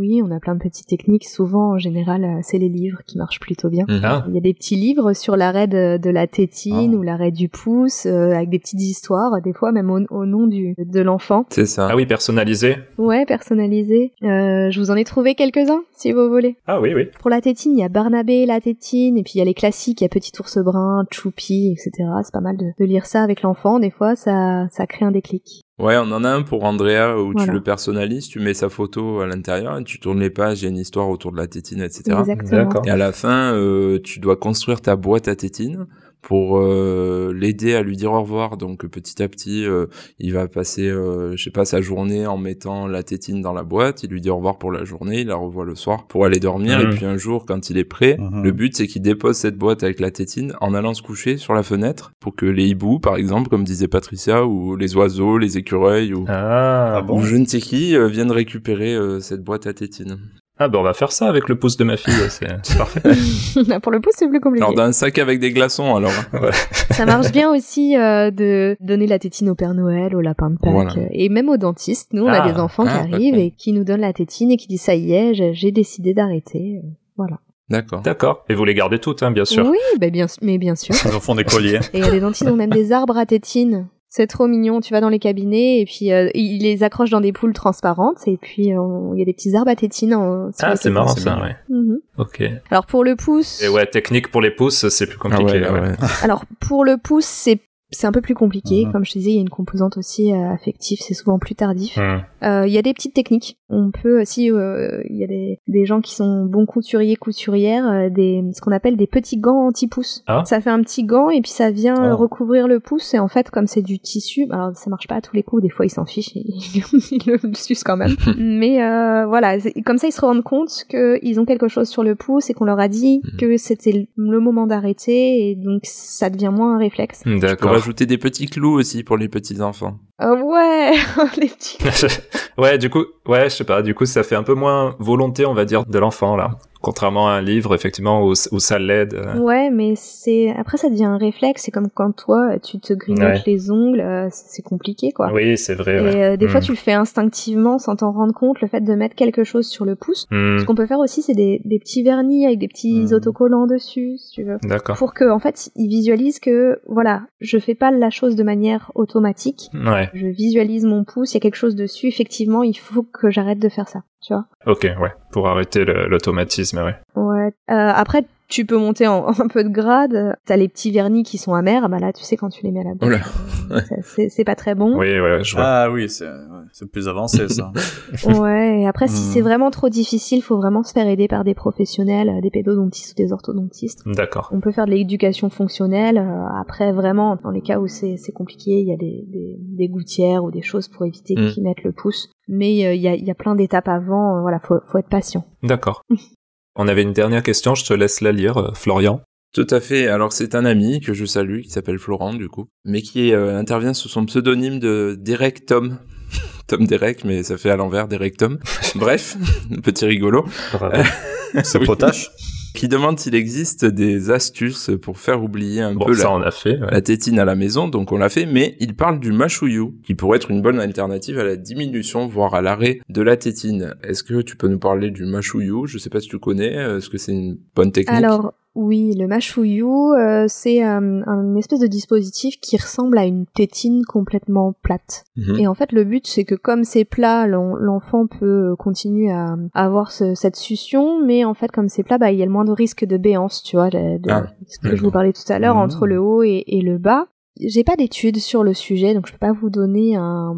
Speaker 6: Oui, on a plein de petites techniques. Souvent, en général, euh, c'est les livres qui marchent plutôt bien.
Speaker 2: Mm.
Speaker 5: Ah,
Speaker 6: Il y a des petits livres sur l'arrêt de, de la tétine
Speaker 4: Ah.
Speaker 6: ou l'arrêt du pouce, euh, avec des petites histoires, des fois même au, au nom du, de l'enfant.
Speaker 2: C'est ça.
Speaker 5: ah oui, personnalisé.
Speaker 6: Ouais, personnalisé. Euh, je vous en ai trouvé quelques-uns, si vous voulez.
Speaker 5: Ah oui, oui.
Speaker 6: Pour la tétine, il y a Barnabé et la tétine, et puis il y a les classiques, il y a Petit ours brun, Choupi, etc. C'est pas mal de, de lire ça avec l'enfant, des fois ça, ça crée un déclic.
Speaker 2: Ouais, on en a un pour Andrea où
Speaker 6: Voilà.
Speaker 2: tu le personnalises, tu mets sa photo à l'intérieur et tu tournes les pages, il y a une histoire autour de la tétine, etc.
Speaker 6: Exactement. [LAUGHS]
Speaker 5: D'accord.
Speaker 2: Et à la fin, euh, tu dois construire ta boîte à tétine pour euh, l'aider à lui dire au revoir. Donc petit à petit, euh, il va passer, euh, je sais pas, sa journée en mettant la tétine dans la boîte. Il lui dit au revoir pour la journée, il la revoit le soir pour aller dormir.
Speaker 5: Mhm.
Speaker 2: Et puis un jour, quand il est prêt,
Speaker 4: Ah Mhm.
Speaker 2: le but c'est qu'il dépose cette boîte avec la tétine en allant se coucher sur la fenêtre pour que les hiboux, par exemple, comme disait Patricia, ou les oiseaux, les écureuils ou,
Speaker 5: Ah,
Speaker 4: Ah bon
Speaker 2: ou je ne sais qui euh, viennent récupérer euh, cette boîte à tétine.
Speaker 5: Ah bah on va faire ça avec le pouce de ma fille, [LAUGHS] c'est c'est parfait.
Speaker 6: Pour le pouce, c'est plus compliqué.
Speaker 2: Alors d'un sac avec des glaçons, alors.
Speaker 6: ça marche bien aussi euh, de donner la tétine au Père Noël, au lapin de Pâques,
Speaker 2: Voilà.
Speaker 6: euh, et même au dentiste. Nous, on
Speaker 5: Ah.
Speaker 6: a des enfants qui
Speaker 2: Ah,
Speaker 6: arrivent
Speaker 2: ok.
Speaker 6: et qui nous donnent la tétine et qui disent ça y est, j'ai- j'ai décidé d'arrêter.
Speaker 2: D'accord.
Speaker 5: D'accord. Et vous les gardez toutes, hein, bien sûr.
Speaker 6: Oui, bah bien, mais bien sûr.
Speaker 4: Ils en font
Speaker 2: [LAUGHS]
Speaker 4: des colliers.
Speaker 6: Et les dentistes ont même des arbres à tétines. C'est trop mignon. Tu vas dans les cabinets et puis euh, ils les accrochent dans des poules transparentes et puis euh, on- il y a des petits arbres à tétines. en- sur
Speaker 5: Ah,
Speaker 6: les
Speaker 5: c'est
Speaker 6: tétines.
Speaker 5: marrant
Speaker 4: c'est
Speaker 5: ça,
Speaker 4: mignon.
Speaker 5: ouais.
Speaker 6: Mhm.
Speaker 5: Ok. Et
Speaker 6: Alors pour le pouce,
Speaker 5: ouais, technique pour les pouces, c'est plus
Speaker 2: Ah
Speaker 5: compliqué.
Speaker 2: ouais,
Speaker 5: ouais.
Speaker 2: ouais.
Speaker 6: alors pour le pouce, c'est c'est un peu plus compliqué.
Speaker 4: Mhm.
Speaker 6: Comme je te disais, il y a une composante aussi euh, affective. C'est souvent plus tardif.
Speaker 5: Hmm.
Speaker 6: Euh, Il y a des petites techniques. On peut aussi, euh, il y a des, des gens qui sont bons couturiers, couturières, euh, des, ce qu'on appelle des petits gants anti-pouces.
Speaker 5: Ah.
Speaker 6: Ça fait un petit gant et puis ça vient euh,
Speaker 4: Ah.
Speaker 6: recouvrir le pouce. Et en fait, comme c'est du tissu, alors ça marche pas à tous les coups. Des fois, ils s'en fichent, et ils [LAUGHS] le sucent quand même. Mais euh, voilà, c'est- comme ça, ils se rendent compte qu'ils ont quelque chose sur le pouce et qu'on leur a dit
Speaker 2: Mhm.
Speaker 6: que c'était le- le moment d'arrêter. Et donc, ça devient moins un réflexe.
Speaker 5: Hmm,
Speaker 2: Tu peux
Speaker 5: D'accord.
Speaker 2: rajouter des petits clous aussi pour les petits enfants.
Speaker 6: Ah ouais, [LAUGHS] les petits.
Speaker 5: [LAUGHS] ouais, du coup, ouais, je sais pas, du coup, ça fait un peu moins volonté, on va dire, de l'enfant, là. Contrairement à un livre, effectivement, où, où ça l'aide. euh.
Speaker 6: Ouais, mais c'est après ça devient un réflexe. C'est comme quand toi tu te grignotes
Speaker 5: Ouais.
Speaker 6: les ongles, euh, c'est c'est compliqué quoi.
Speaker 5: Oui, c'est vrai,
Speaker 6: Et
Speaker 5: ouais.
Speaker 6: euh, des fois
Speaker 5: Mm.
Speaker 6: tu le fais instinctivement sans t'en rendre compte. Le fait de mettre quelque chose sur le pouce.
Speaker 5: Hmm,
Speaker 6: Ce qu'on peut faire aussi, c'est des, des petits vernis avec des petits
Speaker 4: Mm.
Speaker 6: autocollants dessus, si tu veux,
Speaker 5: D'accord.
Speaker 6: pour que en fait ils visualisent que voilà, je fais pas la chose de manière automatique.
Speaker 5: Ouais,
Speaker 6: Je visualise mon pouce, il y a quelque chose dessus. Effectivement, il faut que j'arrête de faire ça. Tu vois.
Speaker 5: ok, ouais. Pour arrêter le- l'automatisme, ouais.
Speaker 6: Ouais. Euh, après, tu peux monter en, [LAUGHS] en un peu de grade. T'as les petits vernis qui sont amers. Bah là, tu sais quand tu les mets à la bouche,
Speaker 2: Oh là.
Speaker 6: euh, ça- c'est c'est pas très bon.
Speaker 5: Oui, ouais, je vois.
Speaker 4: Ah oui, c'est ouais, c'est plus avancé
Speaker 2: [LAUGHS]
Speaker 4: ça.
Speaker 6: Ouais. Et après, si
Speaker 4: Mm.
Speaker 6: c'est vraiment trop difficile, faut vraiment se faire aider par des professionnels, euh, des pédodontistes ou des orthodontistes.
Speaker 5: D'accord.
Speaker 6: On peut faire de l'éducation fonctionnelle. euh, Après, vraiment, dans les cas où c'est c'est compliqué, il y a des, des, des gouttières ou des choses pour éviter
Speaker 2: Mm.
Speaker 6: qu'ils mettent le pouce. Mais euh, il y, a, il y a plein d'étapes avant. euh, Voilà, faut, faut être patient.
Speaker 5: D'accord. On avait une dernière question, je te laisse la lire, euh, Florian.
Speaker 2: Tout à fait. Alors c'est un ami que je salue qui s'appelle Florent du coup, mais qui euh, intervient sous son pseudonyme de Derek Tom. [LAUGHS] Tom Derek, mais ça fait à l'envers Derek [LAUGHS] Tom. Bref, petit rigolo.
Speaker 5: Bravo.
Speaker 4: C'est
Speaker 2: Oui.
Speaker 4: potache.
Speaker 2: Qui demande s'il existe des astuces pour faire oublier un
Speaker 5: Bon,
Speaker 2: peu la,
Speaker 5: ça, on a fait. ouais.
Speaker 2: la tétine à la maison, donc on l'a fait, mais il parle du machouillou, qui pourrait être une bonne alternative à la diminution, voire à l'arrêt de la tétine. Est-ce que tu peux nous parler du machouillou Je sais pas si tu connais, euh, est-ce que c'est une bonne technique
Speaker 6: Alors oui, le machouillou, euh, c'est euh, un espèce de dispositif qui ressemble à une tétine complètement plate.
Speaker 2: Mhm.
Speaker 6: Et en fait, le but, c'est que comme c'est plat, l'en- l'enfant peut euh, continuer à, à avoir ce- cette succion, mais en fait, comme c'est plat, bah, il y a le moins de risque de béance, tu vois, de, de-
Speaker 2: Ah,
Speaker 6: ce que je vous
Speaker 2: d'accord.
Speaker 6: parlais tout à l'heure,
Speaker 4: Mhm.
Speaker 6: entre le haut et, et le bas. J'ai pas d'études sur le sujet, donc je peux pas vous donner un,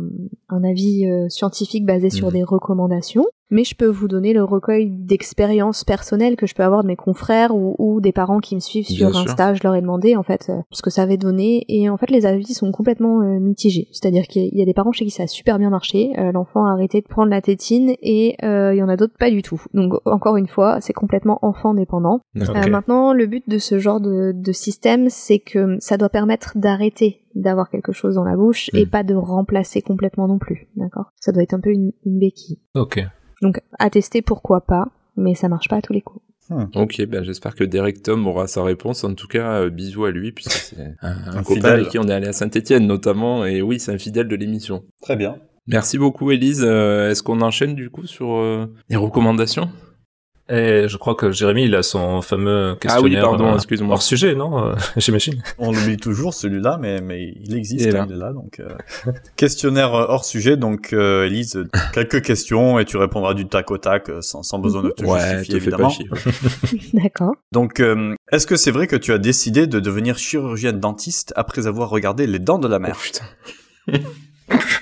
Speaker 6: un avis euh, scientifique basé sur
Speaker 2: Mhm.
Speaker 6: des recommandations. mais je peux vous donner le recueil d'expériences personnelles que je peux avoir de mes confrères ou, ou des parents qui me suivent
Speaker 2: Bien
Speaker 6: sur
Speaker 2: sûr.
Speaker 6: Insta. Je leur ai demandé en fait euh, ce que ça avait donné et en fait les avis sont complètement euh, mitigés. C'est-à-dire qu'il y a- il y a des parents chez qui ça a super bien marché, euh, l'enfant a arrêté de prendre la tétine et euh, il y en a d'autres pas du tout. Donc encore une fois, c'est complètement enfant dépendant. Euh,
Speaker 5: Ok.
Speaker 6: maintenant, le but de ce genre de, de système, c'est que hum, ça doit permettre d'arrêter d'avoir quelque chose dans la bouche et
Speaker 4: Hmm.
Speaker 5: Mm.
Speaker 6: pas de remplacer complètement non plus, d'accord Ça doit être un peu une, une béquille.
Speaker 5: Ok.
Speaker 6: Donc, à tester, pourquoi pas, mais ça marche pas à tous les coups. [LAUGHS]
Speaker 2: Ok, ben j'espère que Derek Tom aura sa réponse. En tout cas, euh, bisous à lui, puisque c'est un, un
Speaker 4: Un
Speaker 2: copain
Speaker 4: fidèle.
Speaker 2: avec qui on est allé à Saint-Etienne notamment. Et oui, c'est un fidèle de l'émission.
Speaker 4: Très bien.
Speaker 2: Merci beaucoup, Elise. Est-ce qu'on enchaîne du coup sur euh, les recommandations
Speaker 5: Et je crois que Jérémy, il a son
Speaker 2: Ah
Speaker 5: fameux
Speaker 2: oui,
Speaker 5: questionnaire
Speaker 2: pardon,
Speaker 5: euh,
Speaker 2: excuse-moi.
Speaker 5: hors sujet, non euh, [LAUGHS] J'imagine.
Speaker 4: On l'oublie toujours celui-là, mais, mais il existe,
Speaker 2: Il est
Speaker 4: hein,
Speaker 2: là.
Speaker 4: il est là. Donc, euh, questionnaire euh, hors sujet, donc euh, Elise, euh, quelques questions et tu répondras du tac au tac euh, sans, sans besoin de te
Speaker 2: Ouais,
Speaker 4: justifier
Speaker 2: te fais pas
Speaker 4: évidemment.
Speaker 2: chier. ouais.
Speaker 6: d'accord
Speaker 4: donc, euh, est-ce que c'est vrai que tu as décidé de devenir chirurgienne dentiste après avoir regardé Les Dents de la
Speaker 2: Oh,
Speaker 4: Mer
Speaker 2: putain.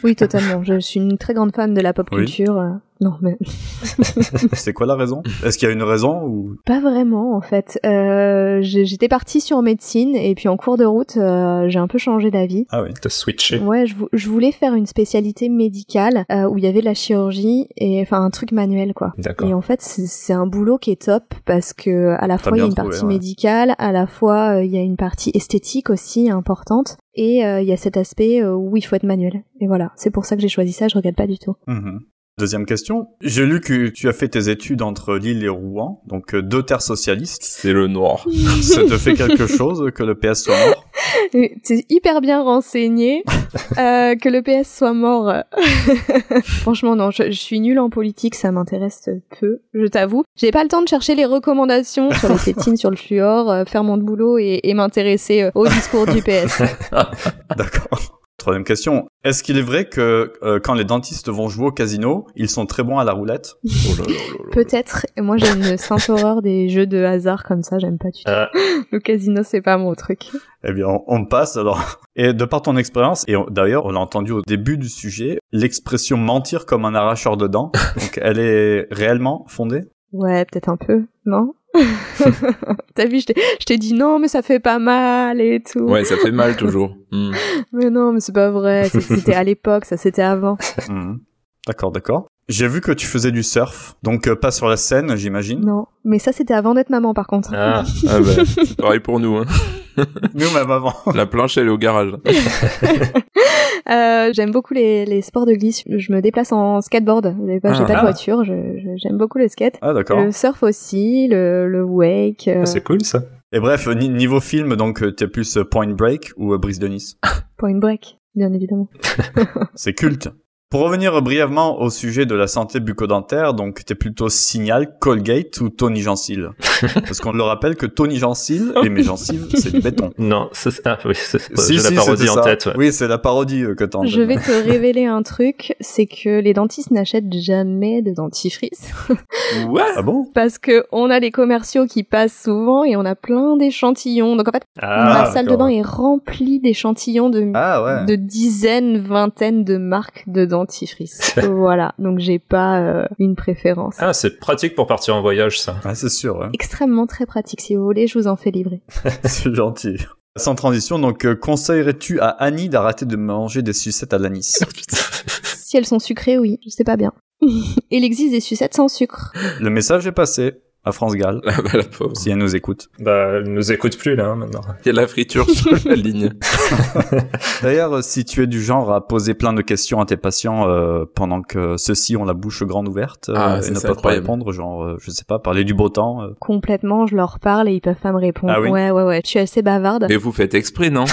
Speaker 6: Oui, totalement. Je suis une très grande fan de la pop
Speaker 4: Oui.
Speaker 6: culture. euh, Non, mais
Speaker 4: [LAUGHS]
Speaker 6: [LAUGHS]
Speaker 4: C'est quoi la raison Est-ce qu'il y a une raison ou
Speaker 6: Pas vraiment en fait. Euh, j'ai- J'étais partie sur médecine et puis en cours de route, euh, j'ai un peu changé d'avis.
Speaker 4: Ah oui.
Speaker 5: T'as switché.
Speaker 6: Ouais, je, vou- je voulais faire une spécialité médicale euh, où il y avait de la chirurgie et enfin un truc manuel quoi.
Speaker 5: D'accord.
Speaker 6: Et en fait, c'est c'est un boulot qui est top parce que à la fois il y
Speaker 4: bien
Speaker 6: a une
Speaker 4: trouvé,
Speaker 6: partie
Speaker 4: ouais.
Speaker 6: médicale, à la fois euh, il y a une partie esthétique aussi importante et euh, il y a cet aspect euh, où il faut être manuel. Et voilà, c'est pour ça que j'ai choisi ça, je regarde pas du tout.
Speaker 4: Mhm. Deuxième question. J'ai lu que tu as fait tes études entre Lille et Rouen, donc euh, deux terres socialistes.
Speaker 2: C'est le noir.
Speaker 4: [LAUGHS] Ça te
Speaker 2: [LAUGHS]
Speaker 4: fait
Speaker 6: [LAUGHS]
Speaker 4: quelque chose que le PS soit mort
Speaker 6: T'es hyper bien
Speaker 4: [LAUGHS]
Speaker 6: renseigné euh, que le PS soit mort. [LAUGHS] Franchement, non, je, je suis nulle en politique, ça m'intéresse peu, je t'avoue. J'ai pas le temps de chercher les recommandations sur
Speaker 4: [LAUGHS]
Speaker 6: les tétines, sur le fluor, euh, faire mon boulot et, et m'intéresser euh, au discours du PS.
Speaker 4: D'accord. Troisième question. Est-ce qu'il est vrai que euh, quand les dentistes vont jouer au casino, ils sont très bons à la roulette
Speaker 2: Oh là là là là là.
Speaker 6: Peut-être. Et Moi, j'ai une sainte horreur des jeux de hasard comme ça, j'aime pas du tout.
Speaker 5: Ah.
Speaker 6: [LAUGHS] Le casino, c'est pas mon truc.
Speaker 4: Eh bien, on, on passe alors. Et de par ton expérience, et on- d'ailleurs, on l'a entendu au début du sujet, l'expression mentir comme un arracheur de dents, donc elle est réellement fondée
Speaker 6: Ouais, peut-être un peu, non [LAUGHS] T'as vu, je t'ai- je t'ai dit non, mais ça fait pas mal et tout.
Speaker 2: Ouais, ça fait mal toujours. Hmm.
Speaker 6: Mais non, mais c'est pas vrai. c'est- C'était à l'époque, ça c'était avant.
Speaker 4: Mhm. D'accord, d'accord. J'ai vu que tu faisais du surf, donc euh, pas sur la Seine, j'imagine.
Speaker 6: [LAUGHS] Non, mais ça c'était avant d'être maman par contre.
Speaker 5: Ah,
Speaker 2: Ah bah, c'est pareil pour nous. Hein.
Speaker 4: Nous, même avant.
Speaker 2: La planche, elle est au garage. [LAUGHS]
Speaker 6: Euh, j'aime beaucoup les, les sports de glisse. Je me déplace en skateboard. J'ai pas, j'ai
Speaker 2: Ah.
Speaker 6: pas
Speaker 5: Ah.
Speaker 6: de voiture. je- je- J'aime beaucoup le skate.
Speaker 4: Ah, d'accord.
Speaker 6: Le surf aussi, le, le wake. euh,
Speaker 5: Ah, c'est cool ça.
Speaker 4: Et bref, ni- niveau film, donc euh, t'es plus euh, Point Break ou euh, Brise de Nice
Speaker 6: Point break, bien évidemment.
Speaker 4: C'est culte. Pour revenir brièvement au sujet de la santé bucco-dentaire, donc t'es plutôt Signal, Colgate ou
Speaker 5: [LAUGHS]
Speaker 4: Tony Gencil Parce qu'on le rappelle que Tony Gencil et mes gencives, c'est du béton.
Speaker 5: Non, ça, c'est- ah oui, c'est- j'ai la
Speaker 4: c'était
Speaker 5: parodie en
Speaker 4: ça.
Speaker 5: tête. ouais.
Speaker 4: Oui, c'est la parodie euh, que t'as. en
Speaker 6: Je
Speaker 4: tête.
Speaker 6: vais te révéler un truc, c'est que les dentistes n'achètent jamais de dentifrice [LAUGHS]
Speaker 2: Ouais.
Speaker 4: Ah bon
Speaker 6: parce que on a les commerciaux qui passent souvent et on a plein d'échantillons. Donc en fait,
Speaker 5: Ah,
Speaker 6: ma salle de
Speaker 5: d'accord.
Speaker 6: bain est remplie d'échantillons de
Speaker 4: Ah ouais.
Speaker 6: de dizaines, vingtaines de marques de
Speaker 4: [LAUGHS]
Speaker 6: dentifrice. voilà, donc j'ai pas euh, une préférence.
Speaker 5: Ah, c'est pratique pour partir en voyage ça.
Speaker 4: Ah, c'est sûr, ouais.
Speaker 6: Extrêmement très pratique, si vous voulez, je vous en fais livrer.
Speaker 4: [LAUGHS] c'est gentil. Sans transition, donc euh, conseillerais-tu à Annie d'arrêter de manger des sucettes à l'anis
Speaker 6: si elles sont sucrées, oui, je sais pas bien. [LAUGHS] Il existe des sucettes sans sucre.
Speaker 4: Le message est passé à France Gall,
Speaker 2: Ah bah, la pauvre.
Speaker 4: si elle nous écoute.
Speaker 5: Bah, elle nous écoute plus là hein, maintenant.
Speaker 2: Il y a la friture [LAUGHS] sur la ligne.
Speaker 4: D'ailleurs, euh, si tu es du genre à poser plein de questions à tes patients euh, pendant que ceux-ci ont la bouche grande ouverte euh,
Speaker 2: Ah, ça,
Speaker 4: et ne
Speaker 2: c'est
Speaker 4: peuvent pas
Speaker 2: incroyable.
Speaker 4: répondre, genre, euh, je sais pas, parler du beau temps. euh.
Speaker 6: Complètement, je leur parle et ils peuvent pas me répondre.
Speaker 4: Ah oui
Speaker 6: Ouais, ouais, ouais, je suis assez bavarde.
Speaker 2: Mais vous faites exprès, non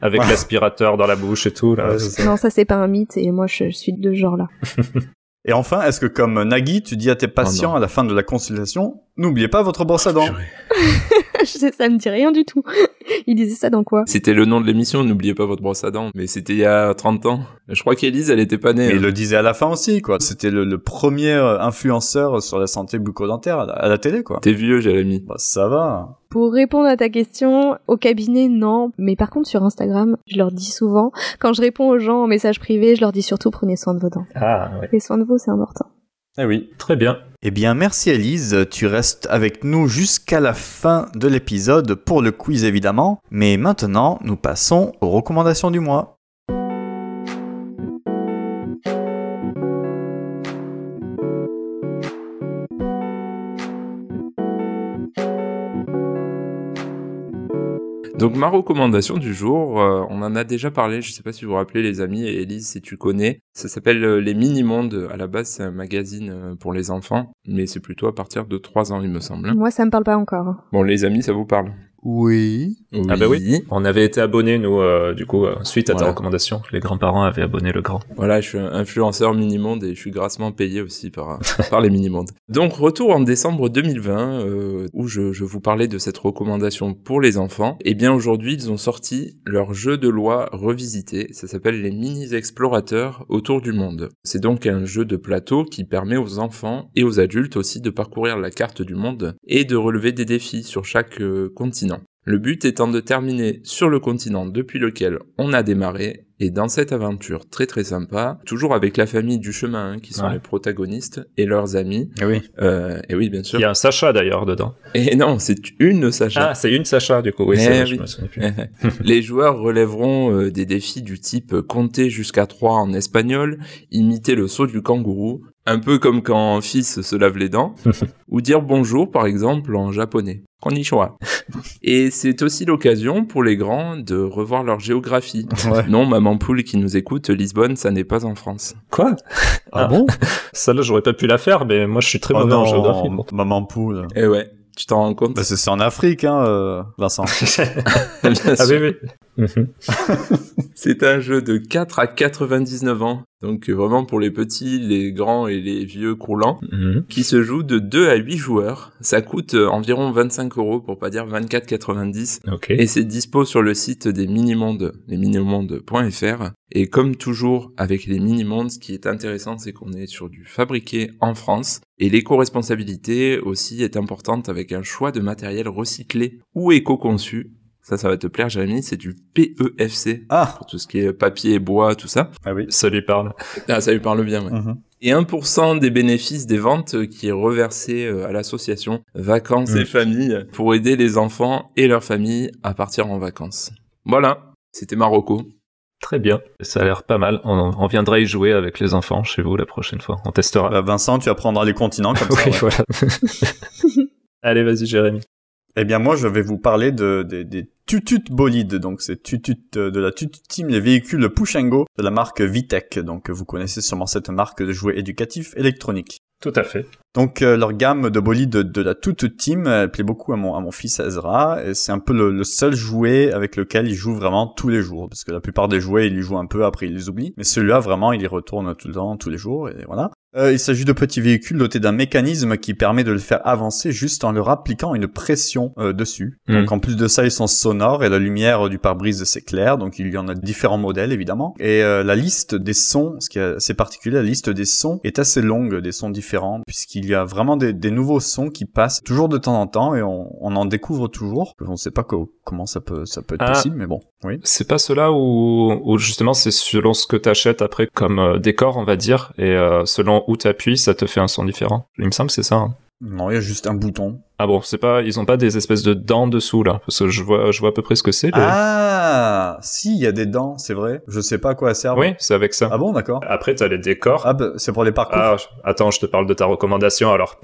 Speaker 5: Avec
Speaker 4: Ouais.
Speaker 5: l'aspirateur dans la bouche et tout là.
Speaker 6: Non, ça Bah, c'est pas un mythe et moi je suis de ce genre-là. [LAUGHS]
Speaker 4: Et enfin, est-ce que comme Nagui, tu dis à tes patients
Speaker 2: Oh, non.
Speaker 4: à la fin de la consultation, n'oubliez pas votre brosse à dents
Speaker 2: Purée.
Speaker 6: Je sais, ça me dit rien du tout. [LAUGHS] Ils disaient ça dans quoi
Speaker 2: C'était le nom de l'émission, n'oubliez pas votre brosse à dents. Mais c'était il y a 30 ans. Je crois qu'Élise, elle était pas née. hein.
Speaker 4: Mais il le disait à la fin aussi, quoi. C'était le, le premier euh, influenceur sur la santé bucco-dentaire à, la- à la télé, quoi.
Speaker 2: T'es vieux, Jérémy.
Speaker 4: Bah, ça va.
Speaker 6: Pour répondre à ta question, au cabinet, non. Mais par contre, sur Instagram, je leur dis souvent, quand je réponds aux gens en message privé, je leur dis surtout prenez soin de vos dents.
Speaker 5: Ah, ouais.
Speaker 6: Les soins de vous, c'est important.
Speaker 4: Eh oui.
Speaker 5: Très bien.
Speaker 7: Eh bien, merci Elise, tu restes avec nous jusqu'à la fin de l'épisode pour le quiz évidemment, mais maintenant nous passons aux recommandations du mois.
Speaker 2: Donc ma recommandation du jour, euh, on en a déjà parlé, je sais pas si vous vous rappelez les amis, et Elise si tu connais, ça s'appelle euh, Les Mini-Mondes, à la base c'est un magazine euh, pour les enfants, mais c'est plutôt à partir de 3 ans il me semble.
Speaker 6: Moi, ça me parle pas encore. hein.
Speaker 2: Bon les amis, ça vous parle
Speaker 7: Oui.
Speaker 5: Ah bah oui. On avait été abonnés, nous, euh, du coup, euh, suite à ta
Speaker 7: Voilà.
Speaker 5: recommandation. Les grands-parents avaient abonné le grand.
Speaker 2: Voilà, je suis un influenceur mini-monde et je suis grassement payé aussi par, [LAUGHS] par les mini-mondes. Donc, retour en décembre 2020, euh, où je, je vous parlais de cette recommandation pour les enfants. Eh bien, aujourd'hui, ils ont sorti leur jeu de loi revisité. Ça s'appelle les mini-explorateurs autour du monde. C'est donc un jeu de plateau qui permet aux enfants et aux adultes aussi de parcourir la carte du monde et de relever des défis sur chaque euh, continent. Le but étant de terminer sur le continent depuis lequel on a démarré, et dans cette aventure très très sympa, toujours avec la famille du chemin, hein, qui sont
Speaker 5: Ouais.
Speaker 2: les protagonistes, et leurs amis,
Speaker 4: Eh oui.
Speaker 2: euh, et oui bien sûr.
Speaker 5: Il y a un Sacha, d'ailleurs, dedans.
Speaker 2: Et non, c'est une Sacha.
Speaker 5: Ah, c'est une Sacha, du coup. Oui,
Speaker 2: Eh
Speaker 5: c'est vrai,
Speaker 2: oui.
Speaker 5: je me souviens plus.
Speaker 2: [LAUGHS] Les joueurs relèveront euh, des défis du type euh, compter jusqu'à 3 en espagnol, imiter le saut du kangourou, un peu comme quand fils se lave les dents, ou dire bonjour par exemple en japonais. Konnichiwa. Et c'est aussi l'occasion pour les grands de revoir leur géographie.
Speaker 7: Ouais.
Speaker 2: Non, maman poule qui nous écoute, Lisbonne, ça n'est pas en France.
Speaker 5: Quoi
Speaker 7: Ah
Speaker 5: Ah.
Speaker 7: bon
Speaker 5: [LAUGHS] Celle-là, j'aurais pas pu la faire, mais moi, je suis très
Speaker 7: Oh
Speaker 5: mauvais en
Speaker 7: non,
Speaker 5: géographie.
Speaker 4: [LAUGHS]
Speaker 5: bon.
Speaker 7: Maman
Speaker 5: [LAUGHS]
Speaker 7: poule.
Speaker 2: Eh ouais, tu t'en rends compte
Speaker 7: Bah, c'est c'est en Afrique, hein, euh,
Speaker 5: [LAUGHS]
Speaker 7: Vincent.
Speaker 2: [LAUGHS] Bien
Speaker 5: ah
Speaker 2: sûr.
Speaker 5: oui, oui. Mhm.
Speaker 2: C'est un jeu de 4 à 99 ans, donc euh, vraiment pour les petits, les grands et les vieux croulants.
Speaker 5: Mhm.
Speaker 2: qui se joue de 2 à 8 joueurs. Ça coûte euh, environ 25 euros, pour pas dire 24,90.
Speaker 5: Ok.
Speaker 2: Et c'est dispo sur le site des minimondes, lesminimondes.fr. Et comme toujours avec les minimondes, ce qui est intéressant, c'est qu'on est sur du fabriqué en France. Et l'éco-responsabilité aussi est importante avec un choix de matériel recyclé ou éco-conçu. Ça, ça va te plaire, Jérémy, c'est du PEFC.
Speaker 7: Ah,
Speaker 2: Pour tout ce qui est papier, bois, tout ça.
Speaker 4: Ah oui.
Speaker 5: Ça lui parle.
Speaker 2: Ah, ça lui parle bien, ouais.
Speaker 7: Mhm.
Speaker 2: Et 1% des bénéfices des ventes euh, qui est reversé euh, à l'association Vacances
Speaker 5: Mm.
Speaker 2: et Familles pour aider les enfants et leurs familles à partir en vacances. Voilà, c'était Marocco.
Speaker 5: Très bien. Ça a l'air pas mal. On, on viendra y jouer avec les enfants chez vous la prochaine fois. On testera.
Speaker 7: Bah, Vincent, tu apprendras les continents
Speaker 5: [LAUGHS]
Speaker 7: comme
Speaker 5: oui,
Speaker 7: ça. ouais.
Speaker 5: voilà. Allez, vas-y, Jérémy.
Speaker 4: Eh bien, moi, je vais vous parler de, des- des tutut bolides. Donc, c'est tutut euh, de la tutut team, les véhicules push and go de la marque Vitec. Donc, vous connaissez sûrement cette marque de jouets éducatifs électroniques.
Speaker 5: Tout à fait.
Speaker 4: Donc euh, leur gamme de bolides de, de la toute team euh, plaît beaucoup à mon, à mon fils Ezra et c'est un peu le, le seul jouet avec lequel il joue vraiment tous les jours parce que la plupart des jouets il y joue un peu après il les oublie mais celui-là vraiment il y retourne tout le temps tous les jours et voilà. Euh, il s'agit de petits véhicules dotés d'un mécanisme qui permet de le faire avancer juste en leur appliquant une pression euh, dessus.
Speaker 5: Mhm.
Speaker 4: Donc en plus de ça, ils sont sonores et la lumière euh, du pare-brise s'éclaire. Donc il y en a différents modèles évidemment. Et euh, la liste des sons, ce qui est assez particulier, la liste des sons est assez longue, des sons différents, puisqu'il y a vraiment des, des nouveaux sons qui passent toujours de temps en temps et on, on en découvre toujours. On ne sait pas co- comment ça peut ça peut être
Speaker 5: Ah.
Speaker 4: possible, mais bon, oui.
Speaker 5: C'est pas cela où, où justement c'est selon ce que t'achètes après comme euh, décor, on va dire, et euh, selon où t'appuies, ça te fait un son différent. Il me semble que c'est ça. hein.
Speaker 4: Non, il y a juste un bouton.
Speaker 5: Ah bon, c'est pas, ils ont pas des espèces de dents dessous là, parce que je vois, je vois à peu près ce que c'est. le-
Speaker 4: Ah, si, il y a des dents, c'est vrai. Je sais pas à quoi elles servent.
Speaker 5: Oui, c'est avec ça.
Speaker 4: Ah bon, d'accord.
Speaker 5: Après t'as les décors.
Speaker 4: Ah, bah, c'est pour les parcours.
Speaker 5: Ah, je- attends, je te parle de ta recommandation alors.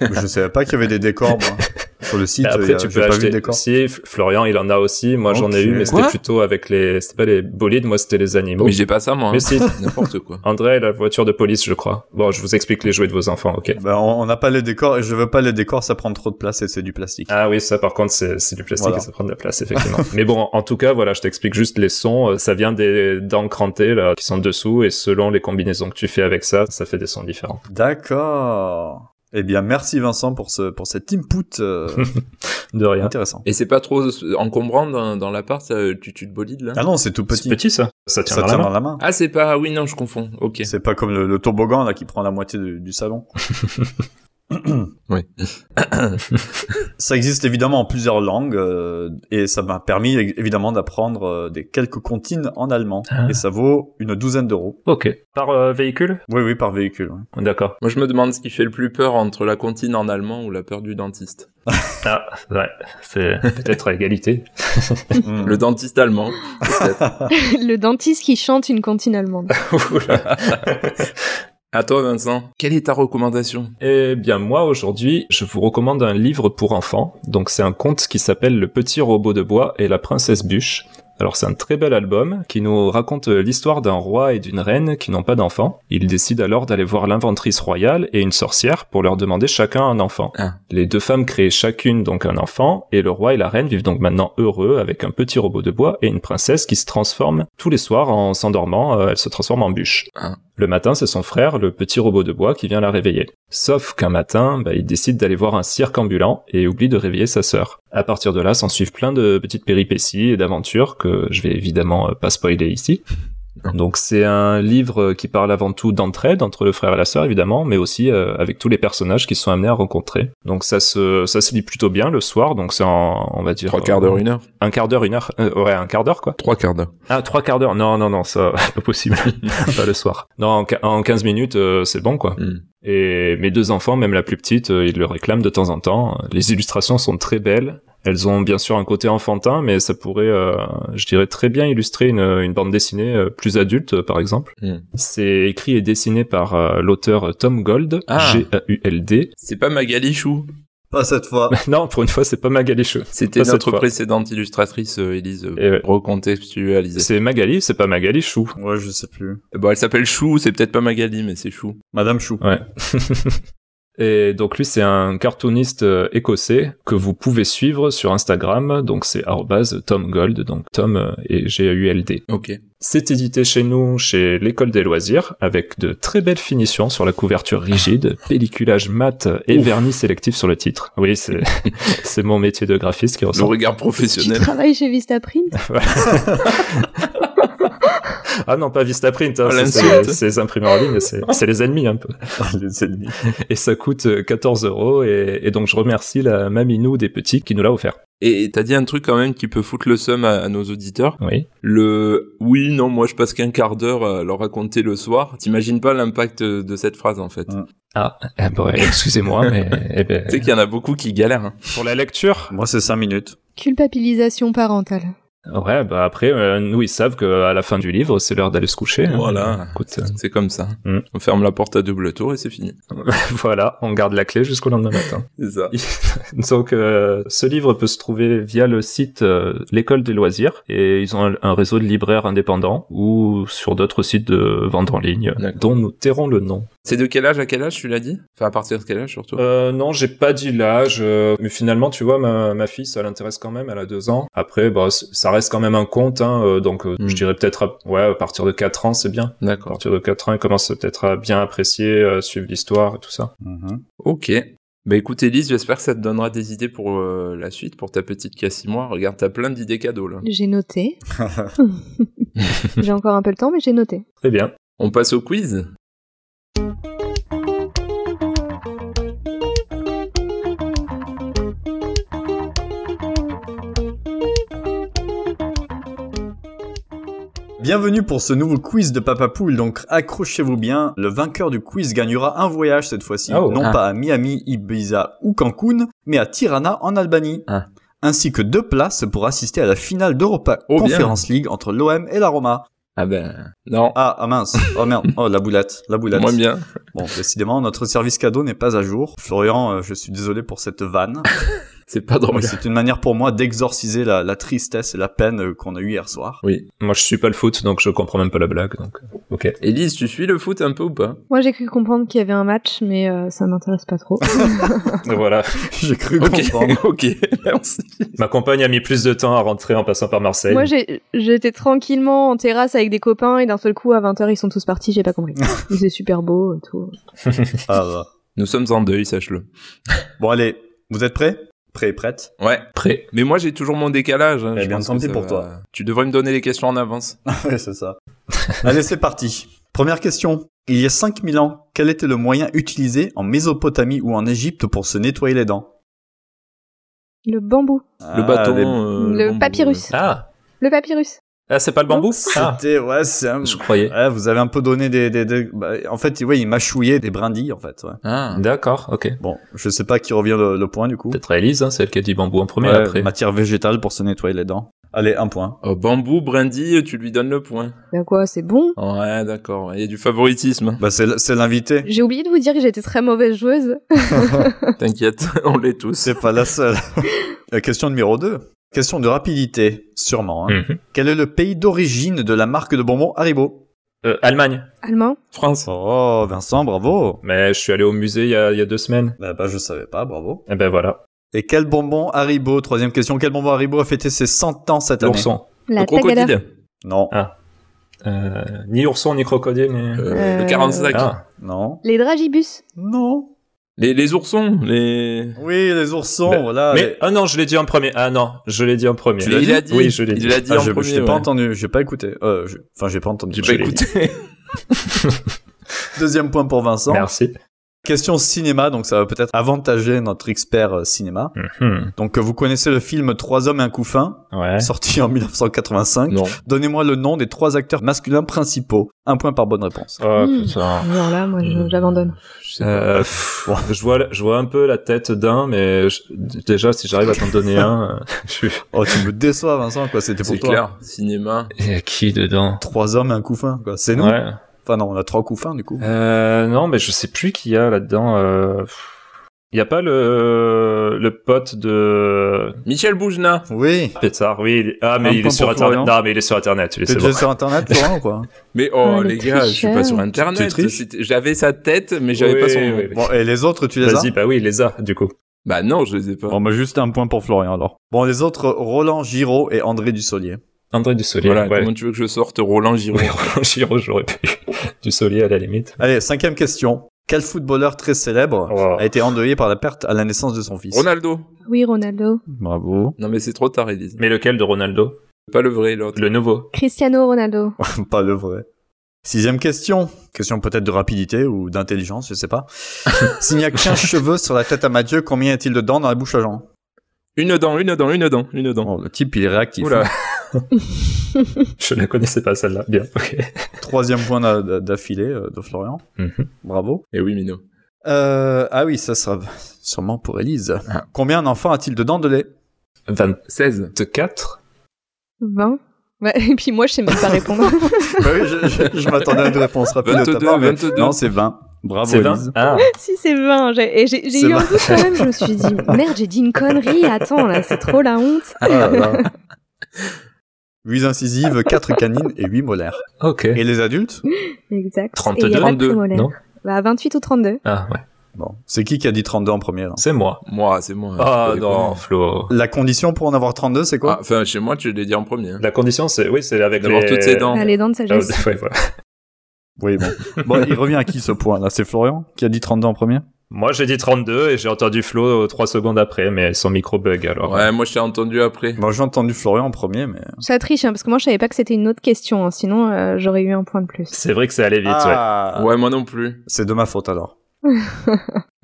Speaker 4: Je savais pas qu'il y avait des décors, moi. Sur le site,
Speaker 5: Et
Speaker 4: il y
Speaker 5: Bah, après,
Speaker 4: a-
Speaker 5: tu
Speaker 4: j'ai
Speaker 5: peux
Speaker 4: pas vu de
Speaker 5: acheter.
Speaker 4: décors.
Speaker 5: Si, F- Florian, il en a aussi. Moi, j'en ai
Speaker 4: Ok.
Speaker 5: eu, mais c'était
Speaker 2: Quoi
Speaker 5: plutôt avec les. C'était pas les bolides, moi, c'était les animaux.
Speaker 2: Mais j'ai pas ça moi.
Speaker 5: Mais
Speaker 2: hein.
Speaker 5: si.
Speaker 2: [LAUGHS] N'importe quoi.
Speaker 5: André, la voiture de police, je crois. Bon, je vous explique les jouets de vos enfants, ok.
Speaker 4: Ben, on on n'a pas les décors, et je veux pas les décors, ça prend trop de place et c'est du plastique.
Speaker 5: Ah oui, ça par contre c'est c'est du plastique
Speaker 4: Voilà.
Speaker 5: et ça prend de la place effectivement. [LAUGHS] Mais bon, en tout cas, voilà, je t'explique juste les sons. Euh, Ça vient des dents crantées là qui sont dessous et selon les combinaisons que tu fais avec ça, ça fait des sons différents.
Speaker 4: D'accord. Eh bien, merci Vincent pour ce, pour cet input,
Speaker 5: [LAUGHS]
Speaker 4: euh,
Speaker 5: De rien.
Speaker 4: intéressant.
Speaker 2: Et c'est pas trop encombrant dans, dans l'appart, ça, tu, tu te bolides là
Speaker 4: Ah non, c'est tout
Speaker 5: C'est
Speaker 4: petit.
Speaker 5: petit ça. Ça tient
Speaker 4: ça
Speaker 5: dans
Speaker 4: tient
Speaker 5: la main.
Speaker 4: dans la main.
Speaker 2: Ah, c'est pas. Oui, non, je confonds. Ok.
Speaker 4: C'est pas comme le, le toboggan, là, qui prend la moitié du, du salon.
Speaker 2: Oui. [LAUGHS]
Speaker 4: ça existe évidemment en plusieurs langues euh, et ça m'a permis é- évidemment d'apprendre euh, des quelques comptines en allemand
Speaker 5: Ah.
Speaker 4: et ça vaut une douzaine d'euros.
Speaker 5: Ok. Par euh, véhicule
Speaker 4: Oui, oui, par véhicule.
Speaker 5: [LAUGHS]
Speaker 4: ouais.
Speaker 5: D'accord.
Speaker 2: Moi, je me demande ce qui fait le plus peur entre la comptine en allemand ou la peur du dentiste.
Speaker 5: Ah, ouais.
Speaker 4: [LAUGHS]
Speaker 5: C'est peut-être à égalité.
Speaker 4: Mm.
Speaker 2: Le dentiste [LAUGHS] allemand.
Speaker 6: [LAUGHS] le dentiste qui chante une comptine allemande.
Speaker 5: Oula.
Speaker 2: À toi, Vincent. Quelle est ta recommandation
Speaker 5: Eh bien, moi, aujourd'hui, je vous recommande un livre pour enfants. Donc, c'est un conte qui s'appelle Le petit robot de bois et la princesse bûche. Alors, c'est un très bel album qui nous raconte euh, l'histoire d'un roi et d'une reine qui n'ont pas d'enfants. Ils décident alors d'aller voir l'inventrice royale et une sorcière pour leur demander chacun un enfant.
Speaker 2: Ah.
Speaker 5: Les deux femmes créent chacune donc un enfant et le roi et la reine vivent donc maintenant heureux avec un petit robot de bois et une princesse qui se transforme tous les soirs en s'endormant, euh, elle se transforme en bûche. Le matin, c'est son frère, le petit robot de bois, qui vient la réveiller. Sauf qu'un matin, bah, il décide d'aller voir un cirque ambulant et oublie de réveiller sa sœur. À partir de là, s'en suivent plein de petites péripéties et d'aventures que je vais évidemment euh, pas spoiler ici. Donc c'est un livre euh, qui parle avant tout d'entraide entre le frère et la sœur évidemment, mais aussi euh, avec tous les personnages qui sont amenés à rencontrer. Donc ça se ça se lit plutôt bien le soir, donc c'est en on va dire
Speaker 2: Trois quarts d'heure, une heure
Speaker 5: un quart d'heure une heure euh, ouais un quart d'heure quoi.
Speaker 2: Trois quarts d'heure.
Speaker 5: Ah, trois quarts d'heure. Non, non, non, ça, [LAUGHS] pas possible. pas le soir. Non, en, qui- en 15 minutes, euh, c'est bon, quoi.
Speaker 2: Mm.
Speaker 5: Et mes deux enfants, même la plus petite, euh, ils le réclament de temps en temps. Les illustrations sont très belles. Elles ont bien sûr un côté enfantin, mais ça pourrait, euh, je dirais, très bien illustrer une, une bande dessinée euh, plus adulte, euh, par exemple.
Speaker 2: Mm.
Speaker 5: C'est écrit et dessiné par euh, l'auteur Tom Gold,
Speaker 2: Ah.
Speaker 5: G-A-U-L-D.
Speaker 2: C'est pas Magali Chou.
Speaker 4: Pas
Speaker 2: [LAUGHS]
Speaker 4: cette fois.
Speaker 5: [LAUGHS] non, pour une fois, c'est pas Magali Chou.
Speaker 2: C'était
Speaker 5: Pas cette
Speaker 2: notre
Speaker 5: fois.
Speaker 2: précédente illustratrice, euh, Élise, euh,
Speaker 5: Eh ouais.
Speaker 2: recontextualisée.
Speaker 5: C'est Magali, c'est pas Magali Chou.
Speaker 4: Ouais, je sais plus.
Speaker 2: Bon, elle s'appelle Chou, c'est peut-être pas Magali, mais c'est Chou. [LAUGHS]
Speaker 4: Madame Chou.
Speaker 5: Ouais. Et donc lui, c'est un cartooniste euh, écossais que vous pouvez suivre sur Instagram. Donc c'est arrobase Tom Gold, donc Tom euh, et G-A-U-L-D.
Speaker 2: Ok.
Speaker 5: C'est édité chez nous, chez l'école des loisirs, avec de très belles finitions sur la couverture rigide, pelliculage mat et
Speaker 2: Ouf.
Speaker 5: vernis sélectif sur le titre. Oui, c'est [LAUGHS] c'est mon métier de graphiste qui
Speaker 2: Le
Speaker 5: ressort.
Speaker 2: regard
Speaker 6: Tu
Speaker 2: professionnel.
Speaker 6: travailles chez Vistaprint
Speaker 5: Ah non, pas Vistaprint, hein,
Speaker 2: Oh,
Speaker 5: c'est- c'est
Speaker 2: l'insulte.
Speaker 5: c'est les imprimeurs en ligne, c'est c'est les ennemis un peu.
Speaker 4: Les ennemis.
Speaker 5: Et ça coûte euh, 14 euros, et, et donc je remercie la Maminou des petits qui nous l'a offert.
Speaker 2: Et t'as dit un truc quand même qui peut foutre le seum à, à nos auditeurs.
Speaker 5: Oui.
Speaker 2: Le oui, non, moi je passe qu'un quart d'heure à leur raconter le soir. T'imagines pas l'impact euh, de cette phrase en fait.
Speaker 4: Mm.
Speaker 5: Ah bon, [LAUGHS] excusez-moi, mais eh ben,
Speaker 2: Tu sais qu'il y en a beaucoup qui galèrent. hein.
Speaker 5: pour la lecture,
Speaker 4: Moi, c'est 5 minutes.
Speaker 6: Culpabilisation parentale.
Speaker 5: ouais, bah après, euh, nous ils savent qu'à la fin du livre, c'est l'heure d'aller se coucher. hein.
Speaker 2: Voilà.
Speaker 5: Écoute, euh, [LAUGHS]
Speaker 2: C'est comme ça.
Speaker 5: Mm.
Speaker 2: On ferme la porte à double tour et c'est fini.
Speaker 5: voilà, on garde la clé jusqu'au lendemain matin. [LAUGHS]
Speaker 2: C'est ça.
Speaker 5: Donc, euh, ce livre peut se trouver via le site euh, l'école des loisirs et ils ont un, un réseau de libraires indépendants ou sur d'autres sites de vente en ligne
Speaker 2: D'accord.
Speaker 5: dont nous tairons le nom.
Speaker 2: C'est de quel âge à quel âge tu l'as dit Enfin, à partir de quel âge surtout
Speaker 5: Euh, non, j'ai pas dit l'âge, euh, mais finalement, tu vois, ma, ma fille, ça l'intéresse quand même, elle a deux ans. Après, bah, c- ça reste quand même un conte, hein, euh, donc euh,
Speaker 2: Mm.
Speaker 5: je dirais peut-être, à, ouais, à partir de quatre ans, c'est bien. À
Speaker 2: D'accord.
Speaker 5: partir de quatre ans, elle commence peut-être à bien apprécier, euh, suivre l'histoire et tout ça.
Speaker 2: Mhm. Ok. Bah écoute Elise, j'espère que ça te donnera des idées pour euh, la suite, pour ta petite qui a six mois. Regarde, t'as plein d'idées cadeaux là.
Speaker 6: J'ai noté. [LAUGHS] j'ai encore un peu le temps, mais j'ai noté.
Speaker 5: Très bien.
Speaker 2: On passe au quiz
Speaker 4: Bienvenue pour ce nouveau quiz de Papa Poule. Donc, accrochez-vous bien. Le vainqueur du quiz gagnera un voyage cette fois-ci,
Speaker 5: Oh,
Speaker 4: non
Speaker 2: ah.
Speaker 4: pas à Miami, Ibiza ou Cancun, mais à Tirana en Albanie.
Speaker 2: Ah.
Speaker 4: Ainsi que deux places pour assister à la finale d'Europa
Speaker 2: Oh, bien.
Speaker 4: Conference League entre l'OM et la Roma.
Speaker 2: Ah ben, non,
Speaker 4: Ah, ah mince.
Speaker 2: [LAUGHS]
Speaker 4: Oh merde. Oh, la boulette. La boulette.
Speaker 2: moins bien.
Speaker 4: Bon, décidément, notre service cadeau n'est pas à jour. Florian, euh, je suis désolé pour cette vanne.
Speaker 2: C'est pas
Speaker 4: Mais
Speaker 2: drôle.
Speaker 4: C'est une manière pour moi d'exorciser la, la tristesse et la peine euh, qu'on a eue hier soir.
Speaker 5: Moi, je suis pas le foot, donc je comprends même pas la blague, donc euh, [LAUGHS] ok.
Speaker 2: Elise, tu suis le foot un peu ou pas
Speaker 6: Moi, j'ai cru comprendre qu'il y avait un match, mais euh, ça m'intéresse pas trop.
Speaker 5: voilà.
Speaker 4: [LAUGHS] J'ai cru
Speaker 2: Ok,
Speaker 4: comprendre.
Speaker 2: [LAUGHS] ok, merci.
Speaker 5: Ma compagne a mis plus de temps à rentrer en passant par Marseille.
Speaker 6: Moi, j'ai- j'étais tranquillement en terrasse avec des copains et d'un seul coup, à 20h, ils sont tous partis, j'ai pas compris. Il faisait super beau et tout.
Speaker 4: [LAUGHS] Ah, bah.
Speaker 2: Nous sommes en deuil, sache-le.
Speaker 4: Bon, allez, vous êtes prêts Prêt et [LAUGHS] prête
Speaker 2: Ouais,
Speaker 5: Prêt.
Speaker 2: mais moi j'ai toujours mon décalage. hein,
Speaker 4: Eh
Speaker 2: je
Speaker 4: bien,
Speaker 2: pense
Speaker 4: tant
Speaker 2: que
Speaker 4: pis
Speaker 2: ça
Speaker 4: pour
Speaker 2: va-
Speaker 4: toi.
Speaker 2: Tu devrais me donner les questions en avance.
Speaker 4: [LAUGHS] Ouais, c'est ça. allez, c'est parti. Première question. Il y a 5000 ans, quel était le moyen utilisé en Mésopotamie ou en Égypte pour se nettoyer les dents
Speaker 6: Le bambou.
Speaker 2: Le bâton.
Speaker 4: Ah, les-
Speaker 2: euh,
Speaker 6: le
Speaker 2: bambou,
Speaker 6: papyrus.
Speaker 5: Ah,
Speaker 6: Le papyrus.
Speaker 5: ah c'est pas le bambou Ah,
Speaker 4: C'était, ouais, c'est un-
Speaker 5: je croyais.
Speaker 4: Ouais, vous avez un peu donné des... des- des- bah, en fait, ouais, il mâchouillait des brindilles, en fait. ouais.
Speaker 2: Ah.
Speaker 5: D'accord, ok.
Speaker 4: Bon, je sais pas qui revient le, le point, du coup.
Speaker 5: Peut-être à Elise, hein, c'est elle qui a dit bambou en premier
Speaker 4: Ouais,
Speaker 5: après.
Speaker 4: Matière végétale pour se nettoyer les dents. Allez, un point.
Speaker 2: Au bambou, brindille, tu lui donnes le point.
Speaker 6: Bah quoi, c'est bon.
Speaker 2: Ouais, d'accord. Il y a du favoritisme.
Speaker 4: Bah, c'est l- c'est l'invité.
Speaker 6: J'ai oublié de vous dire que j'étais très mauvaise joueuse.
Speaker 2: hein.
Speaker 6: [LAUGHS]
Speaker 2: T'inquiète, on l'est tous.
Speaker 4: C'est pas la seule. La question numéro 2. Question de rapidité, sûrement. hein.
Speaker 5: Mhm.
Speaker 4: Quel est le pays d'origine de la marque de bonbons Haribo
Speaker 5: Euh, Allemagne.
Speaker 6: Allemand.
Speaker 2: France.
Speaker 4: Oh, Vincent, bravo
Speaker 5: Mais je suis allé au musée il y a, il y a deux semaines.
Speaker 4: Bah, bah, je savais pas, bravo.
Speaker 5: Et ben voilà.
Speaker 4: Et quel bonbon Haribo Troisième question, quel bonbon Haribo a fêté ses 100 ans cette année
Speaker 5: L'ourson.
Speaker 6: La
Speaker 2: le
Speaker 6: tagada.
Speaker 2: crocodile.
Speaker 4: Non,
Speaker 5: Euh, ni ourson ni crocodile ni.
Speaker 2: Euh,
Speaker 6: Euh,
Speaker 2: Le 45.
Speaker 5: Ah,
Speaker 4: non,
Speaker 6: Les dragibus.
Speaker 4: non.
Speaker 2: Les, les oursons. Les...
Speaker 4: Oui, les oursons,
Speaker 5: Mais-
Speaker 4: voilà.
Speaker 5: mais ah non, je l'ai dit en premier. Ah non, je l'ai dit en premier.
Speaker 2: Tu l'as
Speaker 5: Il a
Speaker 2: dit
Speaker 5: Oui, je l'ai
Speaker 2: Il
Speaker 5: dit.
Speaker 2: l'a dit
Speaker 4: Ah,
Speaker 2: en
Speaker 4: je, je
Speaker 2: premier.
Speaker 4: t'ai pas
Speaker 2: ouais. Bah,
Speaker 4: entendu, j'ai pas écouté. Euh, je- Enfin, j'ai pas entendu.
Speaker 2: J'ai pas
Speaker 5: Je l'ai
Speaker 2: écouté. [LAUGHS]
Speaker 4: Deuxième point pour Vincent.
Speaker 5: Merci.
Speaker 4: Question cinéma, donc ça va peut-être avantager notre expert euh, cinéma.
Speaker 5: Mhm.
Speaker 4: Donc euh, vous connaissez le film Trois hommes et un couffin,
Speaker 5: Ouais.
Speaker 4: sorti en 1985.
Speaker 2: non.
Speaker 4: Donnez-moi le nom des trois acteurs masculins principaux. Un point par bonne réponse.
Speaker 5: Oh,
Speaker 6: Mhm.
Speaker 5: putain.
Speaker 6: Alors là, moi, je-
Speaker 5: Hmm.
Speaker 6: j'abandonne.
Speaker 5: Euh, pff, je vois, je vois un peu la tête d'un, mais je- déjà si j'arrive à t'en donner un, euh, [LAUGHS] je suis-
Speaker 4: Oh, tu me déçois, Vincent, quoi. C'était pour
Speaker 2: C'est
Speaker 4: toi.
Speaker 2: clair. Cinéma.
Speaker 5: Il y a qui dedans
Speaker 4: Trois hommes et un couffin, quoi. C'est nous.
Speaker 5: Ouais.
Speaker 4: Enfin, non, on a trois couffins, du coup.
Speaker 5: Euh, non, mais je sais plus qui y a là-dedans. euh, pff. Il y a pas le le pote de
Speaker 2: Michel Boujna.
Speaker 4: Oui.
Speaker 5: Pétard, oui. il est- Ah, mais
Speaker 4: Un
Speaker 5: il
Speaker 4: point
Speaker 5: est sur
Speaker 4: pour
Speaker 5: internet.
Speaker 4: Florian.
Speaker 5: Non, mais il est sur internet. Il est
Speaker 4: T'es
Speaker 5: c'est
Speaker 4: déjà
Speaker 5: bon.
Speaker 4: sur internet, Florent, ou [LAUGHS] quoi
Speaker 2: Mais
Speaker 6: Ah,
Speaker 2: oh,
Speaker 6: le
Speaker 2: les gars, je suis
Speaker 6: tricheur.
Speaker 2: pas sur internet.
Speaker 4: triches
Speaker 2: C'était- J'avais sa tête, mais j'avais
Speaker 5: Oui,
Speaker 2: pas son
Speaker 5: oui,
Speaker 2: nom.
Speaker 5: oui.
Speaker 4: Bon, et les autres, tu les as
Speaker 5: Vas-y, bah oui, il les a du coup.
Speaker 2: Bah non, je les ai pas.
Speaker 5: Oh,
Speaker 4: Bon, bah, juste un point pour Florian, alors. Bon, les autres, Roland Giraud et André Dussolier.
Speaker 5: André Dussolier.
Speaker 2: voilà,
Speaker 5: ouais.
Speaker 2: comment tu veux que je sorte Roland Giraud
Speaker 5: [LAUGHS] Oui, Roland Giraud, j'aurais pu. Dussolier à la limite.
Speaker 4: Allez, cinquième question. Quel footballeur très célèbre
Speaker 5: Oh.
Speaker 4: a été endeuillé par la perte à la naissance de son fils
Speaker 2: Ronaldo.
Speaker 6: Oui, Ronaldo.
Speaker 4: Bravo.
Speaker 2: Non mais c'est trop tard, Elise.
Speaker 5: Mais lequel de Ronaldo
Speaker 2: Pas le vrai, l'autre.
Speaker 5: Le nouveau.
Speaker 6: Cristiano Ronaldo.
Speaker 4: Pas le vrai. Sixième question. Question peut-être de rapidité ou d'intelligence, je sais [LAUGHS] pas. S'il n'y a qu'un cheveu sur la tête à Mathieu, combien y a-t-il de dents dans la bouche à Jean
Speaker 2: Une dent, une dent, une dent, une dent.
Speaker 5: Oh,
Speaker 4: Bon, le type, il est réactif. hein.
Speaker 2: Oula.
Speaker 5: Je la connaissais pas celle-là. Bien. Ok.
Speaker 4: Troisième point d'a- d'a- d'affilée euh, de Florian.
Speaker 5: Mhm.
Speaker 4: Bravo.
Speaker 2: Et Eh oui, Mino.
Speaker 4: Euh, ah oui, ça sera sûrement pour Elise. Combien un enfant a-t-il de dents de lait
Speaker 2: 16.
Speaker 5: 24
Speaker 6: 20. Ouais, et puis moi, je sais même pas répondre.
Speaker 4: Bah oui, je, je- je m'attendais à une réponse rapide de ta
Speaker 2: 22,
Speaker 4: part, mais
Speaker 2: 22.
Speaker 4: Non, c'est 20. Bravo,
Speaker 5: C'est 20
Speaker 4: Elise.
Speaker 5: Ah,
Speaker 6: si, c'est 20. J'ai et j'ai- j'ai
Speaker 4: C'est
Speaker 6: eu un doute quand même. Je me suis dit, merde, j'ai dit une connerie. Attends, là, c'est trop la honte.
Speaker 4: Ah là là. 8 incisives, 4 canines et 8 molaires.
Speaker 5: ok.
Speaker 4: Et les adultes
Speaker 6: Exact. Et il y a
Speaker 5: 32
Speaker 6: pas de
Speaker 2: 32,
Speaker 6: prémolaire.
Speaker 5: non
Speaker 6: Bah, 28 ou 32.
Speaker 5: Ah, ouais.
Speaker 4: Bon, c'est qui qui a dit 32 en premier là
Speaker 5: C'est moi.
Speaker 2: Moi, c'est moi. hein,
Speaker 5: Ah,
Speaker 2: Je peux
Speaker 5: non,
Speaker 2: répondre.
Speaker 5: Flo.
Speaker 4: La condition pour en avoir 32, c'est
Speaker 2: Ah,
Speaker 4: quoi
Speaker 2: Enfin, chez moi, tu l'as dit en premier. hein.
Speaker 5: La condition, c'est. Oui, c'est avec
Speaker 2: D'avoir
Speaker 5: les...
Speaker 2: toutes ses dents.
Speaker 6: Ah, les dents de
Speaker 5: Ah,
Speaker 6: sagesse.
Speaker 5: ouais, voilà.
Speaker 4: Oui, bon.
Speaker 2: [LAUGHS]
Speaker 4: bon, il revient à qui ce point là C'est Florian qui a dit 32 en premier
Speaker 5: Moi, j'ai dit 32 et j'ai entendu Flo 3 secondes après, mais son micro bug alors.
Speaker 2: Ouais, moi, je t'ai entendu après.
Speaker 4: Bon, j'ai entendu Florian en premier, mais.
Speaker 6: Ça triche, hein, parce que moi, je savais pas que c'était une autre question. hein, Sinon, euh, j'aurais eu un point de plus.
Speaker 5: C'est vrai que c'est allé vite, ouais.
Speaker 4: Ah,
Speaker 2: Ouais, moi non plus.
Speaker 4: C'est de ma faute alors.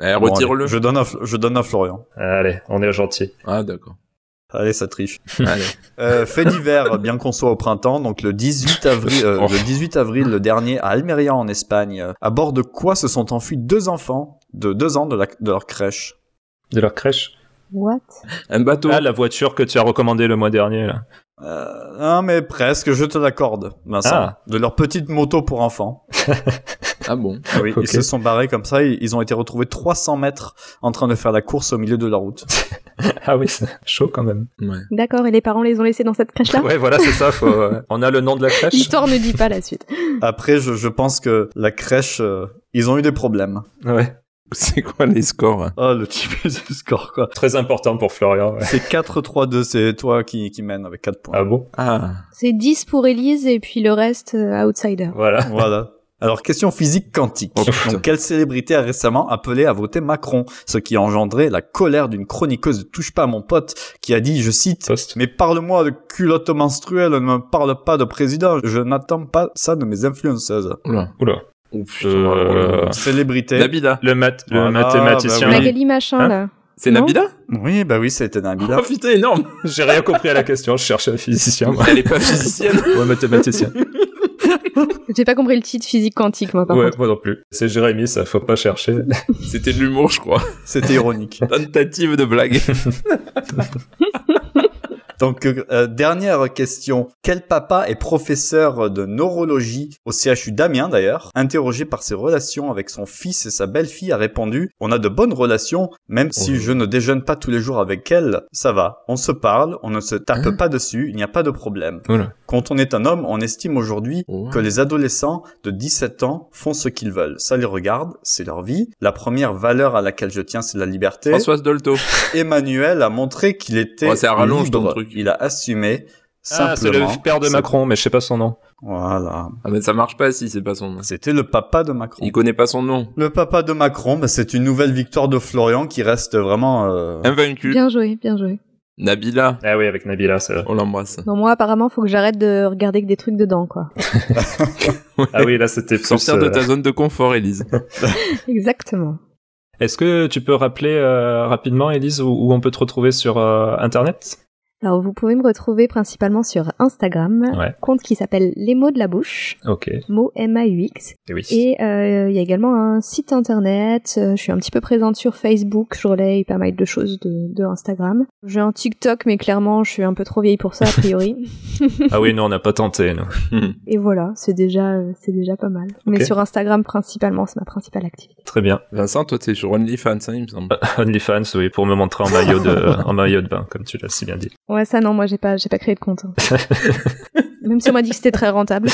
Speaker 2: Eh,
Speaker 4: Bon,
Speaker 2: retire-le.
Speaker 4: allez, je, donne à, Fl- je donne à Florian.
Speaker 5: Allez, on est gentil.
Speaker 2: Ah, d'accord.
Speaker 4: Allez, ça triche.
Speaker 2: [LAUGHS] Allez.
Speaker 4: Euh, fait d'hiver, bien qu'on soit au printemps, donc le 18 avril, euh,
Speaker 2: Oh.
Speaker 4: le 18 avril le dernier à Almeria en Espagne, euh, à bord de quoi se sont enfuis deux enfants de deux ans de, la- de leur crèche
Speaker 5: De leur crèche.
Speaker 6: What?
Speaker 2: Un bateau.
Speaker 5: Ah, la voiture que tu as recommandée le mois dernier, là.
Speaker 4: Euh, non, mais presque, je te l'accorde, Vincent.
Speaker 5: Ah.
Speaker 4: De leur petite moto pour enfants.
Speaker 2: Ah bon.
Speaker 4: Oui,
Speaker 5: Ok.
Speaker 4: Ils se sont barrés comme ça, ils ils ont été retrouvés 300 mètres en train de faire la course au milieu de la route.
Speaker 5: [LAUGHS] Ah oui, c'est chaud quand même.
Speaker 2: Ouais.
Speaker 6: D'accord, et les parents les ont laissés dans cette crèche-là?
Speaker 5: Ouais, voilà, c'est ça. Faut...
Speaker 6: [LAUGHS]
Speaker 5: euh, On a le nom de la crèche.
Speaker 6: L'histoire ne dit pas la suite.
Speaker 4: Après, je, je pense que la crèche, euh, ils ont eu des problèmes.
Speaker 5: Ouais.
Speaker 2: [LAUGHS] C'est quoi les scores hein
Speaker 4: Oh, le type du score, quoi.
Speaker 5: Très important pour Florian. ouais.
Speaker 4: C'est 4-3-2, c'est toi qui, qui mène avec 4 points.
Speaker 5: Ah bon
Speaker 2: Ah.
Speaker 6: C'est 10 pour Elise et puis le reste, euh, outsider.
Speaker 5: Voilà.
Speaker 4: Voilà. Alors, question physique quantique.
Speaker 2: Oh, putain.
Speaker 4: Donc, quelle célébrité a récemment appelé à voter Macron Ce qui a engendré la colère d'une chroniqueuse de Touche pas à mon pote qui a dit, je cite,
Speaker 5: Poste.
Speaker 4: Mais parle-moi de culotte menstruelle, ne me parle pas de président, je n'attends pas ça de mes influenceuses.
Speaker 2: Oula.
Speaker 5: Oula.
Speaker 2: Oh putain.
Speaker 5: Euh,
Speaker 2: oh là là.
Speaker 4: Célébrité.
Speaker 2: Nabila.
Speaker 5: Le, mat
Speaker 4: Voilà,
Speaker 5: le mathématicien.
Speaker 4: bah oui.
Speaker 6: Magali machin
Speaker 5: Ah Hein
Speaker 6: là.
Speaker 2: C'est
Speaker 6: Non.
Speaker 2: Nabila
Speaker 4: Oui, bah oui, c'était
Speaker 2: Oh [LAUGHS]
Speaker 4: Nabila.
Speaker 2: putain, énorme
Speaker 5: J'ai rien compris à la question, je cherche un physicien. moi.
Speaker 2: Elle est pas physicienne.
Speaker 5: Ah, Ouais, mathématicien.
Speaker 6: J'ai pas compris le titre physique quantique moi par
Speaker 5: Ouais,
Speaker 6: contre.
Speaker 5: moi non plus. C'est Jérémy, ça, faut pas chercher.
Speaker 2: C'était de l'humour, je crois.
Speaker 4: C'était ironique.
Speaker 2: Tentative de blague.
Speaker 4: Donc, euh, dernière question. Quel papa est professeur de neurologie au CHU d'Amiens d'ailleurs Interrogé par ses relations avec son fils et sa belle-fille a répondu « On a de bonnes relations, même si
Speaker 5: Oh.
Speaker 4: je ne déjeune pas tous les jours avec elle, ça va. On se parle, on ne se tape pas dessus, il n'y a pas de problème.
Speaker 5: Voilà.
Speaker 4: Quand on est un homme, on estime aujourd'hui
Speaker 2: Oh.
Speaker 4: que les adolescents de 17 ans font ce qu'ils veulent. Ça les regarde, c'est leur vie. La première valeur à laquelle je tiens, c'est la liberté.
Speaker 2: Françoise Dolto.
Speaker 4: Emmanuel a montré qu'il était
Speaker 2: Ouais, c'est à rallonge,
Speaker 4: libre.
Speaker 2: ton truc.
Speaker 4: Il a assumé simplement.
Speaker 5: Ah, c'est le père de
Speaker 4: C'est-
Speaker 5: Macron, mais je sais pas son nom.
Speaker 4: Voilà.
Speaker 2: Ah mais ça marche pas si c'est pas son nom.
Speaker 4: C'était le papa de Macron.
Speaker 2: Il connaît pas son nom.
Speaker 4: Le papa de Macron, bah, c'est une nouvelle victoire de Florian qui reste vraiment. euh,
Speaker 2: Invaincu.
Speaker 6: Bien joué, bien joué.
Speaker 2: Nabila.
Speaker 5: Ah oui, avec Nabila, c'est vrai.
Speaker 2: On l'embrasse.
Speaker 6: Non moi apparemment faut que j'arrête de regarder que des trucs dedans quoi.
Speaker 5: Ah oui, là, c'était plus...
Speaker 2: Sortir de
Speaker 5: euh,
Speaker 2: ta zone de confort, [LAUGHS] Elise.
Speaker 6: [LAUGHS] Exactement.
Speaker 5: Est-ce que tu peux rappeler euh, rapidement, Elise, où, où on peut te retrouver sur euh, Internet
Speaker 6: Alors vous pouvez me retrouver principalement sur Instagram,
Speaker 5: Ouais.
Speaker 6: compte qui s'appelle Les mots de la bouche,
Speaker 5: Ok,
Speaker 6: mots M-A-U-X.
Speaker 5: et oui.
Speaker 6: Et euh, il y a également un site internet, euh, je suis un petit peu présente sur Facebook, je relaye pas mal de choses de, de Instagram. J'ai un TikTok mais clairement je suis un peu trop vieille pour ça a priori.
Speaker 5: Ah oui, nous, on n'a pas tenté, nous.
Speaker 2: Hmm.
Speaker 6: Et voilà, c'est déjà, euh, c'est déjà pas mal. Mais
Speaker 5: Ok.
Speaker 6: sur Instagram principalement, c'est ma principale activité.
Speaker 5: Très bien.
Speaker 2: Vincent, toi t'es sur OnlyFans, hein, il me semble.
Speaker 5: OnlyFans, oui, pour me montrer en maillot de, en maillot de bain, comme tu l'as si bien dit.
Speaker 6: Ouais, ça non, moi j'ai pas, j'ai pas créé de compte. hein. Même si on m'a dit que c'était très rentable.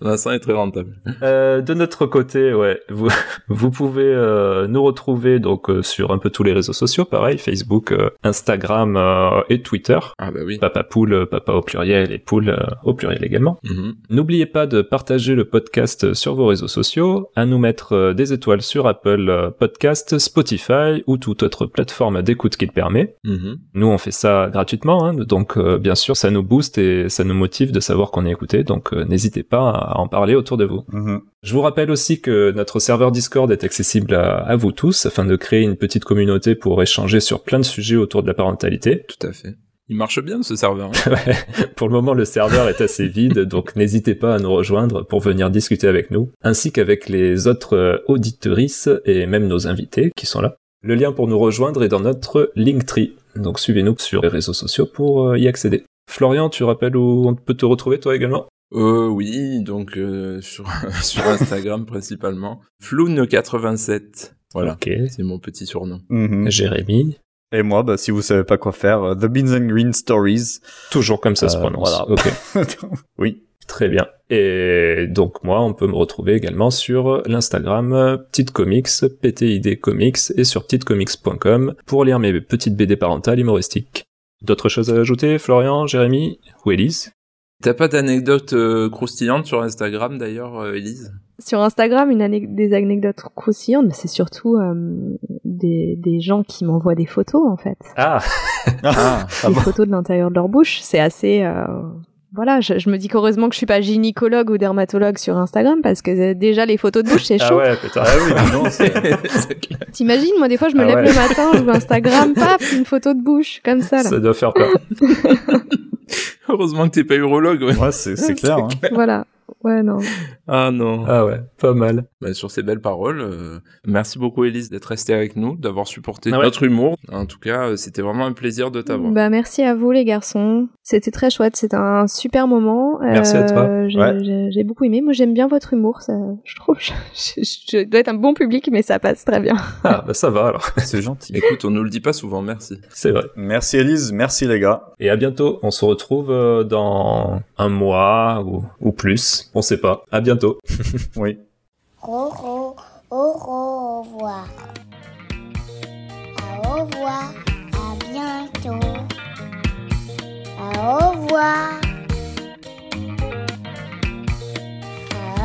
Speaker 2: Vincent est très rentable.
Speaker 5: Euh, de notre côté, ouais, vous, [LAUGHS] vous pouvez euh, nous retrouver donc euh, sur un peu tous les réseaux sociaux, pareil, Facebook, euh, Instagram euh, et Twitter.
Speaker 2: Ah bah oui.
Speaker 5: Papa Poule, euh, Papa au pluriel et Poule euh, au pluriel également.
Speaker 2: Mhm.
Speaker 5: N'oubliez pas de partager le podcast euh, sur vos réseaux sociaux, à nous mettre euh, des étoiles sur Apple euh, Podcast, Spotify ou toute autre plateforme d'écoute qui le permet.
Speaker 2: Mhm.
Speaker 5: Nous, on fait ça gratuitement, hein, donc euh, bien sûr, ça nous booste et ça nous motive de savoir qu'on est écouté, donc euh, n'hésitez pas à en parler autour de vous.
Speaker 4: mhm.
Speaker 5: Je vous rappelle aussi que notre serveur Discord est accessible à, à vous tous afin de créer une petite communauté pour échanger sur plein de sujets autour de la parentalité.
Speaker 2: Tout à fait. Il marche bien ce serveur. hein.
Speaker 5: Ouais, pour le moment, le serveur est assez vide, [LAUGHS] donc n'hésitez pas à nous rejoindre pour venir discuter avec nous, ainsi qu'avec les autres euh, auditrices et même nos invités qui sont là. Le lien pour nous rejoindre est dans notre Linktree, donc suivez-nous sur les réseaux sociaux pour euh, y accéder. Florian, tu rappelles où on peut te retrouver toi également
Speaker 2: Euh, oui, donc euh, sur, [LAUGHS] sur Instagram principalement. Floun87. Voilà.
Speaker 5: Ok.
Speaker 2: C'est mon petit surnom.
Speaker 4: Mhm.
Speaker 5: Jérémy,
Speaker 4: Et moi, bah, si vous savez pas quoi faire, euh, The Beans and Green Stories. [LAUGHS]
Speaker 5: toujours comme ça se
Speaker 4: Euh,
Speaker 5: prononce.
Speaker 4: voilà.
Speaker 5: Ok.
Speaker 4: oui.
Speaker 5: Très bien. Et donc moi, on peut me retrouver également sur l'Instagram euh, Petite Comics, PTID Comics et sur petitecomics.com pour lire mes petites BD parentales humoristiques. D'autres choses à ajouter, Florian, Jérémy ou Élise
Speaker 2: T'as pas d'anecdote euh, croustillante sur Instagram d'ailleurs, euh, Elise
Speaker 6: Sur Instagram, une ane- des anecdotes croustillantes, mais c'est surtout euh, des, des gens qui m'envoient des photos en fait.
Speaker 5: Ah
Speaker 2: Ah,
Speaker 6: des photos de l'intérieur de leur bouche. C'est assez. euh, Voilà, je, je me dis qu'heureusement que je suis pas gynécologue ou dermatologue sur Instagram parce que euh, déjà les photos de bouche c'est
Speaker 5: Ah
Speaker 6: chaud.
Speaker 5: ouais, putain.
Speaker 4: Ah
Speaker 5: [LAUGHS]
Speaker 4: oui, non, c'est...
Speaker 2: [LAUGHS]
Speaker 6: T'imagines, moi des fois je me
Speaker 5: Ah
Speaker 6: lève
Speaker 5: ouais.
Speaker 6: le matin, je
Speaker 5: [LAUGHS]
Speaker 6: vois Instagram, paf, une photo de bouche comme ça. Là.
Speaker 5: Ça doit faire peur.
Speaker 2: heureusement que t'es pas urologue. ouais.
Speaker 4: Ouais, c'est, c'est
Speaker 2: [LAUGHS]
Speaker 4: clair. hein.
Speaker 6: Voilà. Ouais non.
Speaker 2: Ah non.
Speaker 5: Ah ouais, pas mal.
Speaker 2: Bah, sur ces belles paroles, euh, merci beaucoup Elise d'être restée avec nous, d'avoir supporté
Speaker 5: Ah ouais.
Speaker 2: notre humour. En tout cas, euh, c'était vraiment un plaisir de t'avoir.
Speaker 6: Bah merci à vous les garçons. C'était très chouette, c'était un super moment. Euh,
Speaker 5: Merci à toi.
Speaker 6: J'ai
Speaker 4: Ouais.
Speaker 6: j'ai- j'ai beaucoup aimé. Moi j'aime bien votre humour, ça, je trouve. [LAUGHS] Je, je- je dois être un bon public mais ça passe très bien.
Speaker 5: Ah bah ça va alors,
Speaker 4: C'est gentil.
Speaker 2: Écoute, on nous le dit pas souvent, merci.
Speaker 5: c'est vrai.
Speaker 4: Merci Elise, merci les gars.
Speaker 5: Et à bientôt, on se retrouve euh, dans un mois ou, ou plus, on sait pas. À bientôt.
Speaker 4: Oui.
Speaker 1: Au, re- au, re- au revoir. À au revoir, à bientôt. À au revoir.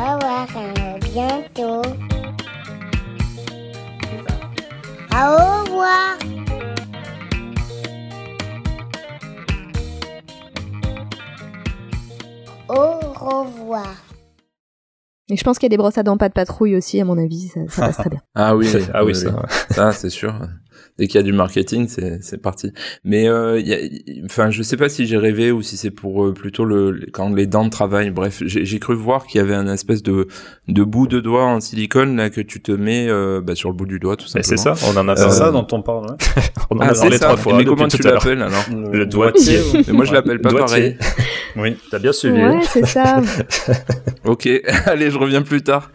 Speaker 1: À au revoir, à bientôt. À au revoir. Au revoir.
Speaker 6: Et je pense qu'il y a des brosses à dents pas de patrouille aussi, à mon avis, ça, ça passe
Speaker 5: [LAUGHS]
Speaker 6: très bien.
Speaker 2: Ah [LAUGHS] oui,
Speaker 5: ah oui, ça.
Speaker 2: Ça, c'est sûr. Dès qu'il y a du marketing, c'est c'est parti. Mais euh, il y a- il- enfin, je sais pas si j'ai rêvé ou si c'est pour euh, plutôt le le- quand les dents travaillent. Bref, j'ai j'ai cru voir qu'il y avait un espèce de de bout de doigt en silicone là que tu te mets euh, bah, sur le bout du doigt tout
Speaker 5: Mais
Speaker 2: simplement.
Speaker 5: c'est ça, on en a
Speaker 4: C'est
Speaker 2: Euh,
Speaker 4: ça dont on parle, ouais.
Speaker 5: on en a
Speaker 2: Ah, c'est
Speaker 5: parlé
Speaker 2: ça.
Speaker 5: trois fois
Speaker 2: Mais
Speaker 5: depuis
Speaker 2: comment tu
Speaker 5: tout à l'heure.
Speaker 2: l'appelles alors
Speaker 5: Le doigtier.
Speaker 2: Mais moi je l'appelle pas
Speaker 5: Doigtier.
Speaker 2: pareil.
Speaker 4: Oui.
Speaker 5: T'as bien suivi.
Speaker 6: Ouais, c'est ça.
Speaker 2: [LAUGHS] Ok, allez, je reviens plus tard.